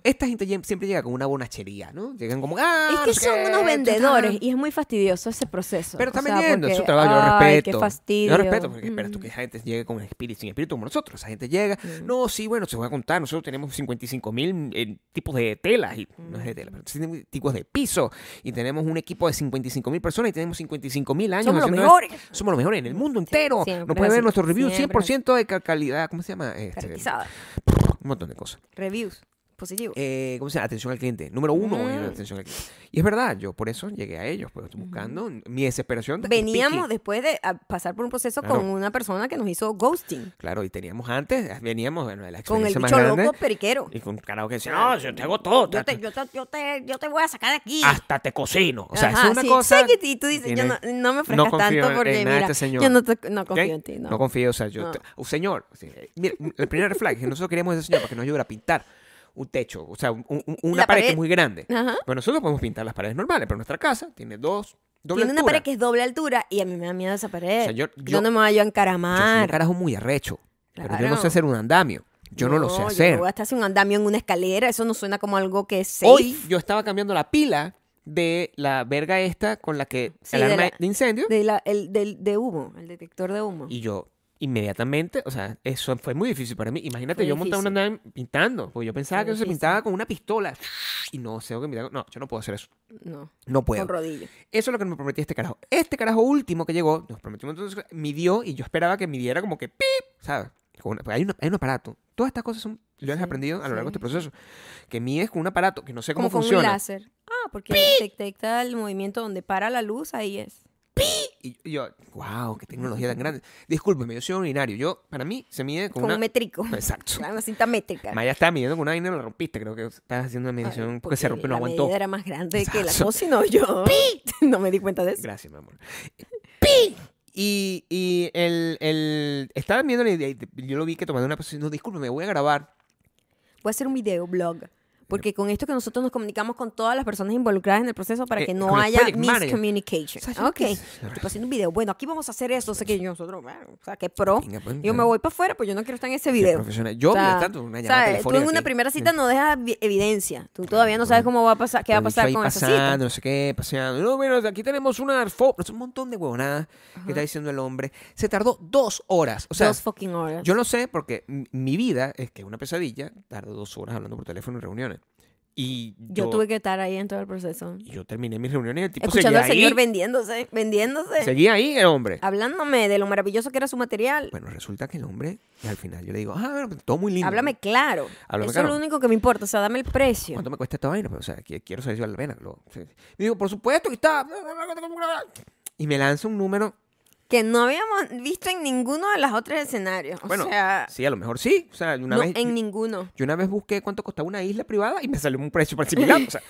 [SPEAKER 2] Esta gente lle- siempre llega con una bonachería, ¿no? Llegan como... "Ah,
[SPEAKER 1] Es
[SPEAKER 2] no
[SPEAKER 1] que
[SPEAKER 2] sé
[SPEAKER 1] son
[SPEAKER 2] qué,
[SPEAKER 1] unos
[SPEAKER 2] ta, ta".
[SPEAKER 1] vendedores y es muy fastidioso ese proceso.
[SPEAKER 2] Pero
[SPEAKER 1] O
[SPEAKER 2] están
[SPEAKER 1] sea,
[SPEAKER 2] vendiendo, es su
[SPEAKER 1] porque,
[SPEAKER 2] trabajo, yo
[SPEAKER 1] ay,
[SPEAKER 2] respeto.
[SPEAKER 1] Qué fastidio.
[SPEAKER 2] Yo respeto, porque
[SPEAKER 1] Mm.
[SPEAKER 2] espero tú que esa gente llegue con espíritu, sin espíritu como nosotros. Esa gente llega,
[SPEAKER 1] Mm.
[SPEAKER 2] no, sí, bueno, se va a contar, nosotros tenemos 55 mil eh, tipos de telas, y, no es de
[SPEAKER 1] Mm.
[SPEAKER 2] tela, pero sí tenemos tipos de piso, y tenemos un equipo de 55 mil personas y tenemos 55 mil años.
[SPEAKER 1] Somos los
[SPEAKER 2] haciendo-
[SPEAKER 1] mejores.
[SPEAKER 2] Somos los mejores en el mundo entero.
[SPEAKER 1] siempre
[SPEAKER 2] no puede
[SPEAKER 1] es
[SPEAKER 2] ver
[SPEAKER 1] así,
[SPEAKER 2] nuestro review
[SPEAKER 1] siempre es
[SPEAKER 2] 100% de ca- calidad, ¿cómo se llama? Este,
[SPEAKER 1] Caracterizada.
[SPEAKER 2] un montón de cosas.
[SPEAKER 1] Reviews. Positivo.
[SPEAKER 2] Eh, ¿Cómo se llama? Atención al cliente. Número uno,
[SPEAKER 1] Mm.
[SPEAKER 2] en atención al cliente. Y es verdad, yo por eso llegué a ellos, porque estoy buscando mi desesperación.
[SPEAKER 1] Mm.
[SPEAKER 2] de-
[SPEAKER 1] Veníamos después de ah, pasar por un proceso
[SPEAKER 2] Claro.
[SPEAKER 1] con una persona que nos hizo ghosting.
[SPEAKER 2] Claro, y teníamos antes, eh, veníamos, bueno, de la
[SPEAKER 1] Con el
[SPEAKER 2] experiencia más
[SPEAKER 1] bicho
[SPEAKER 2] grande.
[SPEAKER 1] loco periquero.
[SPEAKER 2] Y con un carajo que decía, no, yo te hago todo.
[SPEAKER 1] Yo
[SPEAKER 2] te-
[SPEAKER 1] te, yo, te, yo, te, yo te voy a sacar de aquí.
[SPEAKER 2] Hasta te cocino. O sea,
[SPEAKER 1] Ajá,
[SPEAKER 2] es una
[SPEAKER 1] sí,
[SPEAKER 2] cosa...
[SPEAKER 1] sé que t- y tú dices,
[SPEAKER 2] tiene-
[SPEAKER 1] yo no, no me
[SPEAKER 2] no
[SPEAKER 1] ofrezcas
[SPEAKER 2] confío
[SPEAKER 1] tanto
[SPEAKER 2] en-
[SPEAKER 1] porque,
[SPEAKER 2] en nada de
[SPEAKER 1] mira,
[SPEAKER 2] este señor.
[SPEAKER 1] yo no, te- no confío
[SPEAKER 2] ¿ok?
[SPEAKER 1] en ti, no.
[SPEAKER 2] No confío, o sea, yo...
[SPEAKER 1] No.
[SPEAKER 2] te- un señor, sí, eh, mira, el primer reflex que nosotros queríamos ese señor para que nos ayudara a pintar un techo, o sea, un- un- una
[SPEAKER 1] La
[SPEAKER 2] pared, que
[SPEAKER 1] pared.
[SPEAKER 2] es muy grande.
[SPEAKER 1] Ajá.
[SPEAKER 2] Pero nosotros podemos pintar las paredes normales, pero nuestra casa tiene dos... Doble
[SPEAKER 1] Tiene una pared que es doble altura y a mí me da miedo esa pared.
[SPEAKER 2] O sea, yo- yo-
[SPEAKER 1] ¿Dónde me voy yo a
[SPEAKER 2] Yo soy un
[SPEAKER 1] encaramar?
[SPEAKER 2] carajo muy arrecho, pero yo no
[SPEAKER 1] Claro.
[SPEAKER 2] sé hacer un andamio. Yo no, lo sé
[SPEAKER 1] yo
[SPEAKER 2] hacer.
[SPEAKER 1] voy a estar haciendo un andamio en una escalera. Eso no suena como algo que es safe.
[SPEAKER 2] Hoy yo estaba cambiando la pila de la verga esta con la que
[SPEAKER 1] Sí,
[SPEAKER 2] el
[SPEAKER 1] de
[SPEAKER 2] arma
[SPEAKER 1] la-
[SPEAKER 2] de incendio
[SPEAKER 1] De, la- el, del- de humo, el detector de humo.
[SPEAKER 2] y yo inmediatamente, o sea, eso fue muy difícil para mí. Imagínate
[SPEAKER 1] Fue
[SPEAKER 2] yo montar una
[SPEAKER 1] difícil.
[SPEAKER 2] nave pintando, porque yo pensaba
[SPEAKER 1] Fue
[SPEAKER 2] que eso se
[SPEAKER 1] difícil.
[SPEAKER 2] pintaba con una pistola y no sé, que no, yo no puedo hacer eso.
[SPEAKER 1] no,
[SPEAKER 2] No
[SPEAKER 1] con
[SPEAKER 2] puedo.
[SPEAKER 1] rodillo.
[SPEAKER 2] Eso es lo que me prometía este carajo. Este carajo último que llegó, nos prometió entonces, midió y yo esperaba que midiera como que pip, ¿sabes? Con una- porque hay, una- hay un aparato. Todas estas cosas son, yo las he
[SPEAKER 1] Sí,
[SPEAKER 2] aprendido a lo largo
[SPEAKER 1] sí.
[SPEAKER 2] de este proceso, que mides con un aparato que no sé cómo
[SPEAKER 1] Como con un
[SPEAKER 2] funciona.
[SPEAKER 1] láser. Ah, porque detecta el movimiento donde para la luz, ahí es.
[SPEAKER 2] Y y yo, wow, qué tecnología tan grande. Discúlpeme, yo soy un urinario. Yo, para mí, se mide con,
[SPEAKER 1] Con
[SPEAKER 2] una... Pues,
[SPEAKER 1] un métrico.
[SPEAKER 2] Exacto.
[SPEAKER 1] Una cinta métrica.
[SPEAKER 2] Maya estaba midiendo con una vaina y la rompiste. Creo que estabas haciendo una
[SPEAKER 1] Ay,
[SPEAKER 2] medición porque se rompió, no
[SPEAKER 1] la
[SPEAKER 2] aguantó.
[SPEAKER 1] medida era más grande que la
[SPEAKER 2] Exacto.
[SPEAKER 1] cosa y no yo. No me di cuenta de eso.
[SPEAKER 2] Gracias, mi amor. Y, y el, el... Estaba midiendo y yo lo vi que tomando una posición. No, discúlpeme, voy a grabar.
[SPEAKER 1] Voy a hacer un videoblog. Porque con esto que nosotros nos comunicamos con todas las personas involucradas en el proceso para
[SPEAKER 2] Eh,
[SPEAKER 1] que no
[SPEAKER 2] con el
[SPEAKER 1] haya
[SPEAKER 2] project manager.
[SPEAKER 1] miscommunication.
[SPEAKER 2] ¿Sabes
[SPEAKER 1] Ok.
[SPEAKER 2] qué?
[SPEAKER 1] Tipo haciendo un video. Bueno, aquí vamos a hacer eso. Sé que yo- nosotros, bueno, o sea, que pro.
[SPEAKER 2] Venga, pues,
[SPEAKER 1] Yo me voy para afuera, pues yo no quiero estar en ese
[SPEAKER 2] qué
[SPEAKER 1] video.
[SPEAKER 2] profesional. Yo,
[SPEAKER 1] O sea,
[SPEAKER 2] mientras tanto, una llamada
[SPEAKER 1] ¿sabes? Tú
[SPEAKER 2] telefónica
[SPEAKER 1] en una
[SPEAKER 2] aquí.
[SPEAKER 1] primera cita no dejas vi- evidencia. Tú todavía no sabes cómo va a pasar, qué va a
[SPEAKER 2] Pero
[SPEAKER 1] pasar
[SPEAKER 2] dicho ahí
[SPEAKER 1] con esa
[SPEAKER 2] pasando,
[SPEAKER 1] cita.
[SPEAKER 2] no sé qué, paseando. No, bueno, aquí tenemos una foto. Es un montón de huevonadas que está diciendo el hombre. Se tardó dos horas. O sea,
[SPEAKER 1] Dos fucking horas.
[SPEAKER 2] Yo no sé porque m- mi vida es que es una pesadilla, tardo dos horas hablando por teléfono en reuniones. Y yo,
[SPEAKER 1] Yo tuve que estar ahí en todo el proceso.
[SPEAKER 2] y yo terminé mis reuniones y el tipo
[SPEAKER 1] Escuchando
[SPEAKER 2] seguía
[SPEAKER 1] al señor Ah.
[SPEAKER 2] ahí.
[SPEAKER 1] vendiéndose, vendiéndose.
[SPEAKER 2] Seguía ahí el hombre.
[SPEAKER 1] Hablándome de lo maravilloso que era su material.
[SPEAKER 2] Bueno, resulta que el hombre, al final yo le digo, ah, bueno, todo muy lindo.
[SPEAKER 1] Háblame claro.
[SPEAKER 2] Háblame
[SPEAKER 1] Eso
[SPEAKER 2] claro.
[SPEAKER 1] es lo único que me importa. O sea, dame el precio.
[SPEAKER 2] ¿Cuánto me cuesta esta vaina? Pero, o sea, qui- quiero saber si vale la pena. Lo- sí. Y digo, por supuesto que está. Y me lanza un número.
[SPEAKER 1] Que no habíamos visto en ninguno de los otros escenarios. O
[SPEAKER 2] Bueno,
[SPEAKER 1] sea,
[SPEAKER 2] sí, a lo mejor sí. O sea, una
[SPEAKER 1] no,
[SPEAKER 2] vez.
[SPEAKER 1] en ninguno.
[SPEAKER 2] Yo una vez busqué cuánto costaba una isla privada y me salió un precio para similar. O sea,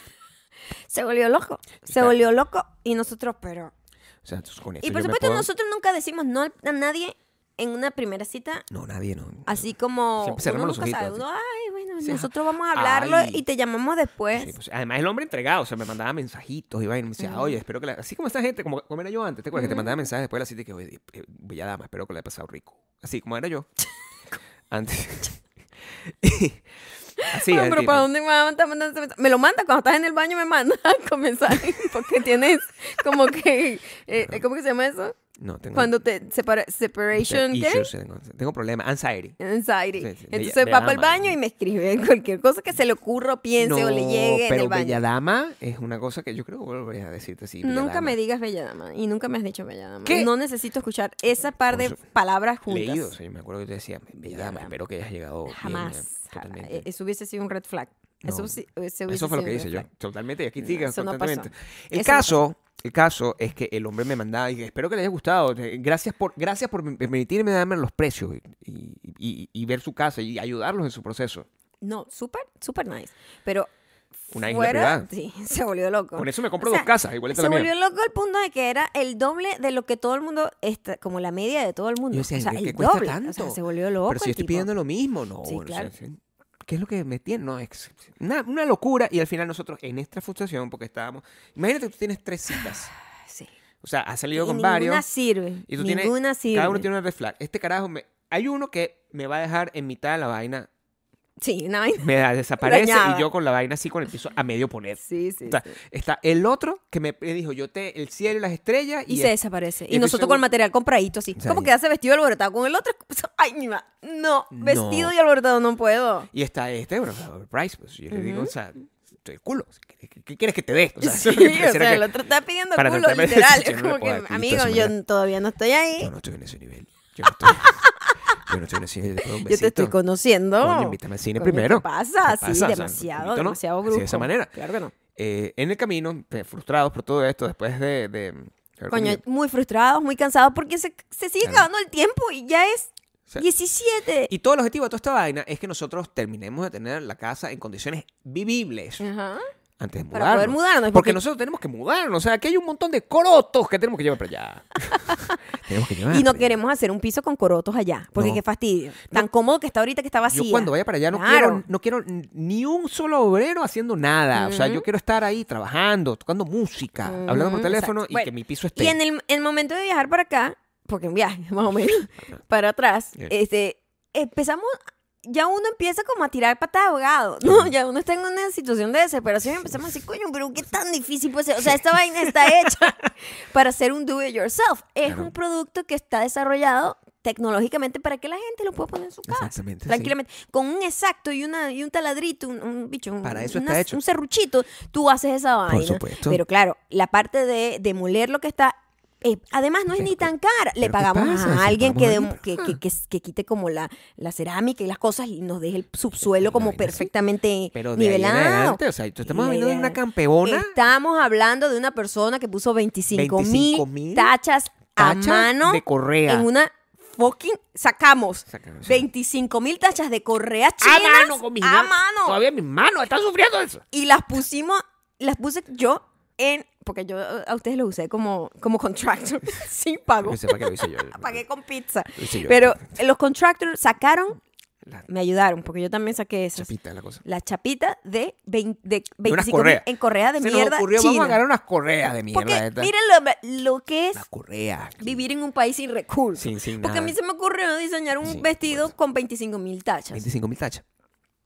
[SPEAKER 1] Se volvió loco. Se
[SPEAKER 2] Está-
[SPEAKER 1] volvió loco y nosotros, pero...
[SPEAKER 2] o sea, entonces, con eso
[SPEAKER 1] Y
[SPEAKER 2] yo
[SPEAKER 1] por
[SPEAKER 2] me
[SPEAKER 1] supuesto,
[SPEAKER 2] puedo-
[SPEAKER 1] nosotros nunca decimos no al- a nadie en una primera cita.
[SPEAKER 2] No, nadie, no.
[SPEAKER 1] Así como...
[SPEAKER 2] Siempre
[SPEAKER 1] uno
[SPEAKER 2] cerramos los
[SPEAKER 1] nunca sabe.
[SPEAKER 2] ojitos,
[SPEAKER 1] Uno, ay, bueno,
[SPEAKER 2] Sí, ajá.
[SPEAKER 1] nosotros vamos a hablarlo
[SPEAKER 2] Ay.
[SPEAKER 1] y te llamamos después.
[SPEAKER 2] Sí, pues, además, el hombre entregado, o sea, me mandaba mensajitos y vaina, me decía, oye, espero que la... Así como esta gente, como, como era yo antes, ¿te acuerdas? Que te mandaba mensajes después de la cita y que, oye, eh, bella dama, espero que la haya pasado rico. Así como era yo. antes. Así
[SPEAKER 1] Bueno,
[SPEAKER 2] es el
[SPEAKER 1] pero
[SPEAKER 2] tipo.
[SPEAKER 1] ¿para dónde me va a mandar ese mensaje? Me lo manda cuando estás en el baño, me manda con mensaje. Porque tienes como que. eh, ¿Cómo que se llama eso?
[SPEAKER 2] No, tengo...
[SPEAKER 1] Cuando te. separa- separation.
[SPEAKER 2] tengo
[SPEAKER 1] ¿Qué?
[SPEAKER 2] issues, tengo, tengo problemas. Anxiety.
[SPEAKER 1] Anxiety.
[SPEAKER 2] Sí, sí,
[SPEAKER 1] Entonces va
[SPEAKER 2] bella- bella
[SPEAKER 1] para el
[SPEAKER 2] dama.
[SPEAKER 1] baño y me escribe cualquier cosa que se le ocurra, o piense o le
[SPEAKER 2] No,
[SPEAKER 1] llegue en
[SPEAKER 2] pero
[SPEAKER 1] el baño.
[SPEAKER 2] bella dama es una cosa que yo creo que volveré a decirte así. bella
[SPEAKER 1] Nunca
[SPEAKER 2] dama.
[SPEAKER 1] me digas bella dama y nunca me has dicho bella dama.
[SPEAKER 2] ¿Qué?
[SPEAKER 1] No necesito escuchar esa par de
[SPEAKER 2] Por
[SPEAKER 1] palabras juntas.
[SPEAKER 2] Leído, o sea, yo me acuerdo que te decía, bella dama, espero que hayas llegado bien, eh,
[SPEAKER 1] Jamás. Ja-
[SPEAKER 2] totalmente.
[SPEAKER 1] Eso hubiese sido un red flag. Eso,
[SPEAKER 2] No.
[SPEAKER 1] sí- eso hubiese
[SPEAKER 2] Eso fue lo
[SPEAKER 1] sido
[SPEAKER 2] que
[SPEAKER 1] un
[SPEAKER 2] hice
[SPEAKER 1] red
[SPEAKER 2] yo.
[SPEAKER 1] flag.
[SPEAKER 2] Totalmente. Y aquí
[SPEAKER 1] No,
[SPEAKER 2] sigas
[SPEAKER 1] eso no
[SPEAKER 2] constantemente. el
[SPEAKER 1] Eso no
[SPEAKER 2] caso, el caso es que el hombre me mandaba y que, espero que le haya gustado. eh, Gracias por, gracias por me- permitirme darme los precios y, y- y- y ver su casa y ayudarlos en su proceso.
[SPEAKER 1] No, súper, súper nice. Pero
[SPEAKER 2] Una isla
[SPEAKER 1] fuera,
[SPEAKER 2] privada.
[SPEAKER 1] sí, se volvió loco.
[SPEAKER 2] Con eso me compro
[SPEAKER 1] O sea,
[SPEAKER 2] dos casas, igual
[SPEAKER 1] Se
[SPEAKER 2] la mía.
[SPEAKER 1] volvió loco al punto de que era el doble de lo que todo el mundo, está, como la media de todo el mundo.
[SPEAKER 2] Yo decía,
[SPEAKER 1] o sea,
[SPEAKER 2] ¿qué-
[SPEAKER 1] el
[SPEAKER 2] qué cuesta
[SPEAKER 1] doble. O sea,
[SPEAKER 2] tanto?
[SPEAKER 1] se volvió loco.
[SPEAKER 2] Pero si
[SPEAKER 1] el
[SPEAKER 2] yo estoy
[SPEAKER 1] tipo.
[SPEAKER 2] pidiendo lo mismo, no.
[SPEAKER 1] Sí,
[SPEAKER 2] bueno, o
[SPEAKER 1] claro.
[SPEAKER 2] sea, ¿Qué es lo que me tiene? No, es una, una locura. Y al final nosotros, en esta frustración, porque estábamos... Imagínate, tú tienes tres citas.
[SPEAKER 1] Sí.
[SPEAKER 2] O sea, has
[SPEAKER 1] Y
[SPEAKER 2] salido con
[SPEAKER 1] ninguna
[SPEAKER 2] varios.
[SPEAKER 1] sirve.
[SPEAKER 2] Y tú tienes-
[SPEAKER 1] ninguna sirve.
[SPEAKER 2] Cada uno tiene una red flag. Este carajo, me, hay uno que me va a dejar en mitad de la vaina.
[SPEAKER 1] Sí, una vaina.
[SPEAKER 2] Me da- desaparece
[SPEAKER 1] Dañada.
[SPEAKER 2] y yo con la vaina así con el piso a medio poner.
[SPEAKER 1] Sí, sí.
[SPEAKER 2] O sea,
[SPEAKER 1] sí.
[SPEAKER 2] Está el otro que me me dijo, yo te... El cielo y las estrellas.
[SPEAKER 1] Y,
[SPEAKER 2] Y,
[SPEAKER 1] se
[SPEAKER 2] es-
[SPEAKER 1] desaparece.
[SPEAKER 2] y
[SPEAKER 1] Y
[SPEAKER 2] estoy
[SPEAKER 1] nosotros
[SPEAKER 2] seguro-
[SPEAKER 1] con el material compradito así.
[SPEAKER 2] O sea,
[SPEAKER 1] como
[SPEAKER 2] y-
[SPEAKER 1] que hace vestido alborotado con el otro. Ay, mi ma. No,
[SPEAKER 2] No.
[SPEAKER 1] vestido y alborotado no puedo.
[SPEAKER 2] y está este, bueno, Price. Pues yo le digo, o sea, estoy el culo. ¿Qué, qué- qué quieres que te dé? O sea,
[SPEAKER 1] sí, o
[SPEAKER 2] pareciera
[SPEAKER 1] sea,
[SPEAKER 2] que-
[SPEAKER 1] el otro está pidiendo
[SPEAKER 2] para
[SPEAKER 1] culo,
[SPEAKER 2] tratarme de
[SPEAKER 1] literal.
[SPEAKER 2] decir, pues,
[SPEAKER 1] Es
[SPEAKER 2] yo no le
[SPEAKER 1] como
[SPEAKER 2] puedo
[SPEAKER 1] que,
[SPEAKER 2] dar culito a
[SPEAKER 1] amigo,
[SPEAKER 2] esa
[SPEAKER 1] yo
[SPEAKER 2] manera".
[SPEAKER 1] todavía no estoy ahí.
[SPEAKER 2] Yo no estoy en ese nivel. Yo no estoy, yo no estoy en ese nivel. Después de un
[SPEAKER 1] Yo te
[SPEAKER 2] besito.
[SPEAKER 1] estoy conociendo.
[SPEAKER 2] Coño, invítame al cine
[SPEAKER 1] Coño,
[SPEAKER 2] primero.
[SPEAKER 1] ¿Qué pasa?
[SPEAKER 2] ¿Qué
[SPEAKER 1] sí,
[SPEAKER 2] pasa? O sea,
[SPEAKER 1] demasiado,
[SPEAKER 2] invito, ¿no?
[SPEAKER 1] demasiado
[SPEAKER 2] Así
[SPEAKER 1] brusco.
[SPEAKER 2] de esa manera.
[SPEAKER 1] Claro que no.
[SPEAKER 2] Eh, en el camino, eh, frustrados por todo esto, después de... de haber
[SPEAKER 1] Coño,
[SPEAKER 2] comido.
[SPEAKER 1] muy frustrados, muy cansados porque se, se sigue
[SPEAKER 2] Claro.
[SPEAKER 1] acabando el tiempo y ya es
[SPEAKER 2] O sea,
[SPEAKER 1] 17.
[SPEAKER 2] y todo el objetivo de toda esta vaina es que nosotros terminemos de tener la casa en condiciones vivibles
[SPEAKER 1] Ajá.
[SPEAKER 2] antes de mudarnos.
[SPEAKER 1] Mm, Para poder mudarnos.
[SPEAKER 2] Porque nosotros tenemos que mudarnos. O sea, aquí hay un montón de corotos que tenemos que llevar para allá. tenemos que llevar.
[SPEAKER 1] Y no
[SPEAKER 2] para allá.
[SPEAKER 1] queremos hacer un piso con corotos allá, porque
[SPEAKER 2] No.
[SPEAKER 1] qué fastidio. Tan cómodo que está ahorita que está vacía.
[SPEAKER 2] Yo cuando vaya para allá no,
[SPEAKER 1] Claro.
[SPEAKER 2] quiero, no quiero ni un solo obrero haciendo nada. O sea, yo quiero estar ahí trabajando, tocando música, hablando por
[SPEAKER 1] Ujú,
[SPEAKER 2] teléfono
[SPEAKER 1] exacto.
[SPEAKER 2] y que
[SPEAKER 1] Bueno,
[SPEAKER 2] mi piso esté.
[SPEAKER 1] Y en el, el momento de viajar para acá, porque un viaje más o menos, para atrás,
[SPEAKER 2] Bien.
[SPEAKER 1] este, empezamos, ya uno empieza como a tirar pata de abogado, ¿no? Ya uno está en una situación de desesperación y empezamos a decir, coño, pero qué tan difícil puede ser. O sea, esta vaina está hecha para hacer un do it yourself. Es
[SPEAKER 2] Claro.
[SPEAKER 1] un producto que está desarrollado tecnológicamente para que la gente lo pueda poner en su casa.
[SPEAKER 2] Exactamente, sí.
[SPEAKER 1] Tranquilamente. Con un exacto y, una, y un taladrito, un, un bicho, un,
[SPEAKER 2] Para eso
[SPEAKER 1] una-
[SPEAKER 2] está hecho.
[SPEAKER 1] un serruchito, tú haces esa vaina.
[SPEAKER 2] supuesto.
[SPEAKER 1] Pero claro, la parte de demoler lo que está. eh, además, no es ni
[SPEAKER 2] Pero qué-
[SPEAKER 1] tan cara. Le
[SPEAKER 2] pero qué
[SPEAKER 1] pagamos
[SPEAKER 2] pasa, si
[SPEAKER 1] a alguien que,
[SPEAKER 2] pagamos Ah. a
[SPEAKER 1] demo- que,
[SPEAKER 2] alguien,
[SPEAKER 1] que- que- que quite como la, la cerámica y las cosas y nos deje el subsuelo como
[SPEAKER 2] vaina, sí.
[SPEAKER 1] perfectamente
[SPEAKER 2] Pero de ahí en
[SPEAKER 1] nivelado.
[SPEAKER 2] adelante, o sea, tú
[SPEAKER 1] La
[SPEAKER 2] estamos hablando de
[SPEAKER 1] idea-
[SPEAKER 2] una campeona.
[SPEAKER 1] Estamos hablando de una persona que puso 25 mil
[SPEAKER 2] 25.000
[SPEAKER 1] tachas a
[SPEAKER 2] tacha
[SPEAKER 1] mano
[SPEAKER 2] de correa.
[SPEAKER 1] en una fucking. Sacamos
[SPEAKER 2] Saca- o sea,
[SPEAKER 1] 25 mil tachas de correa
[SPEAKER 2] a
[SPEAKER 1] chinas
[SPEAKER 2] mano con mis
[SPEAKER 1] a
[SPEAKER 2] manos.
[SPEAKER 1] mano
[SPEAKER 2] Todavía mis manos están sufriendo eso.
[SPEAKER 1] y las pusimos, las puse yo en, porque yo eh, a ustedes los usé como, como contractor, sin pago.
[SPEAKER 2] No sé para qué lo hice yo.
[SPEAKER 1] Pagué con pizza.
[SPEAKER 2] Lo hice yo.
[SPEAKER 1] Pero los contractors sacaron,
[SPEAKER 2] La
[SPEAKER 1] me ayudaron, porque yo también saqué esas.
[SPEAKER 2] chapita, la cosa.
[SPEAKER 1] La chapita de, 20 de
[SPEAKER 2] De unas
[SPEAKER 1] 25
[SPEAKER 2] correas.
[SPEAKER 1] en correa de
[SPEAKER 2] Se nos
[SPEAKER 1] mierda
[SPEAKER 2] ocurrió, vamos a
[SPEAKER 1] china.
[SPEAKER 2] agarrar unas correas de mierda.
[SPEAKER 1] porque
[SPEAKER 2] estas.
[SPEAKER 1] miren lo, lo que es
[SPEAKER 2] Las correas.
[SPEAKER 1] vivir en un país sin recursos.
[SPEAKER 2] Sin- sin
[SPEAKER 1] porque a
[SPEAKER 2] nada.
[SPEAKER 1] mí se me ocurrió diseñar un
[SPEAKER 2] Sí,
[SPEAKER 1] vestido con 25 mil tachas.
[SPEAKER 2] 25 mil tachas.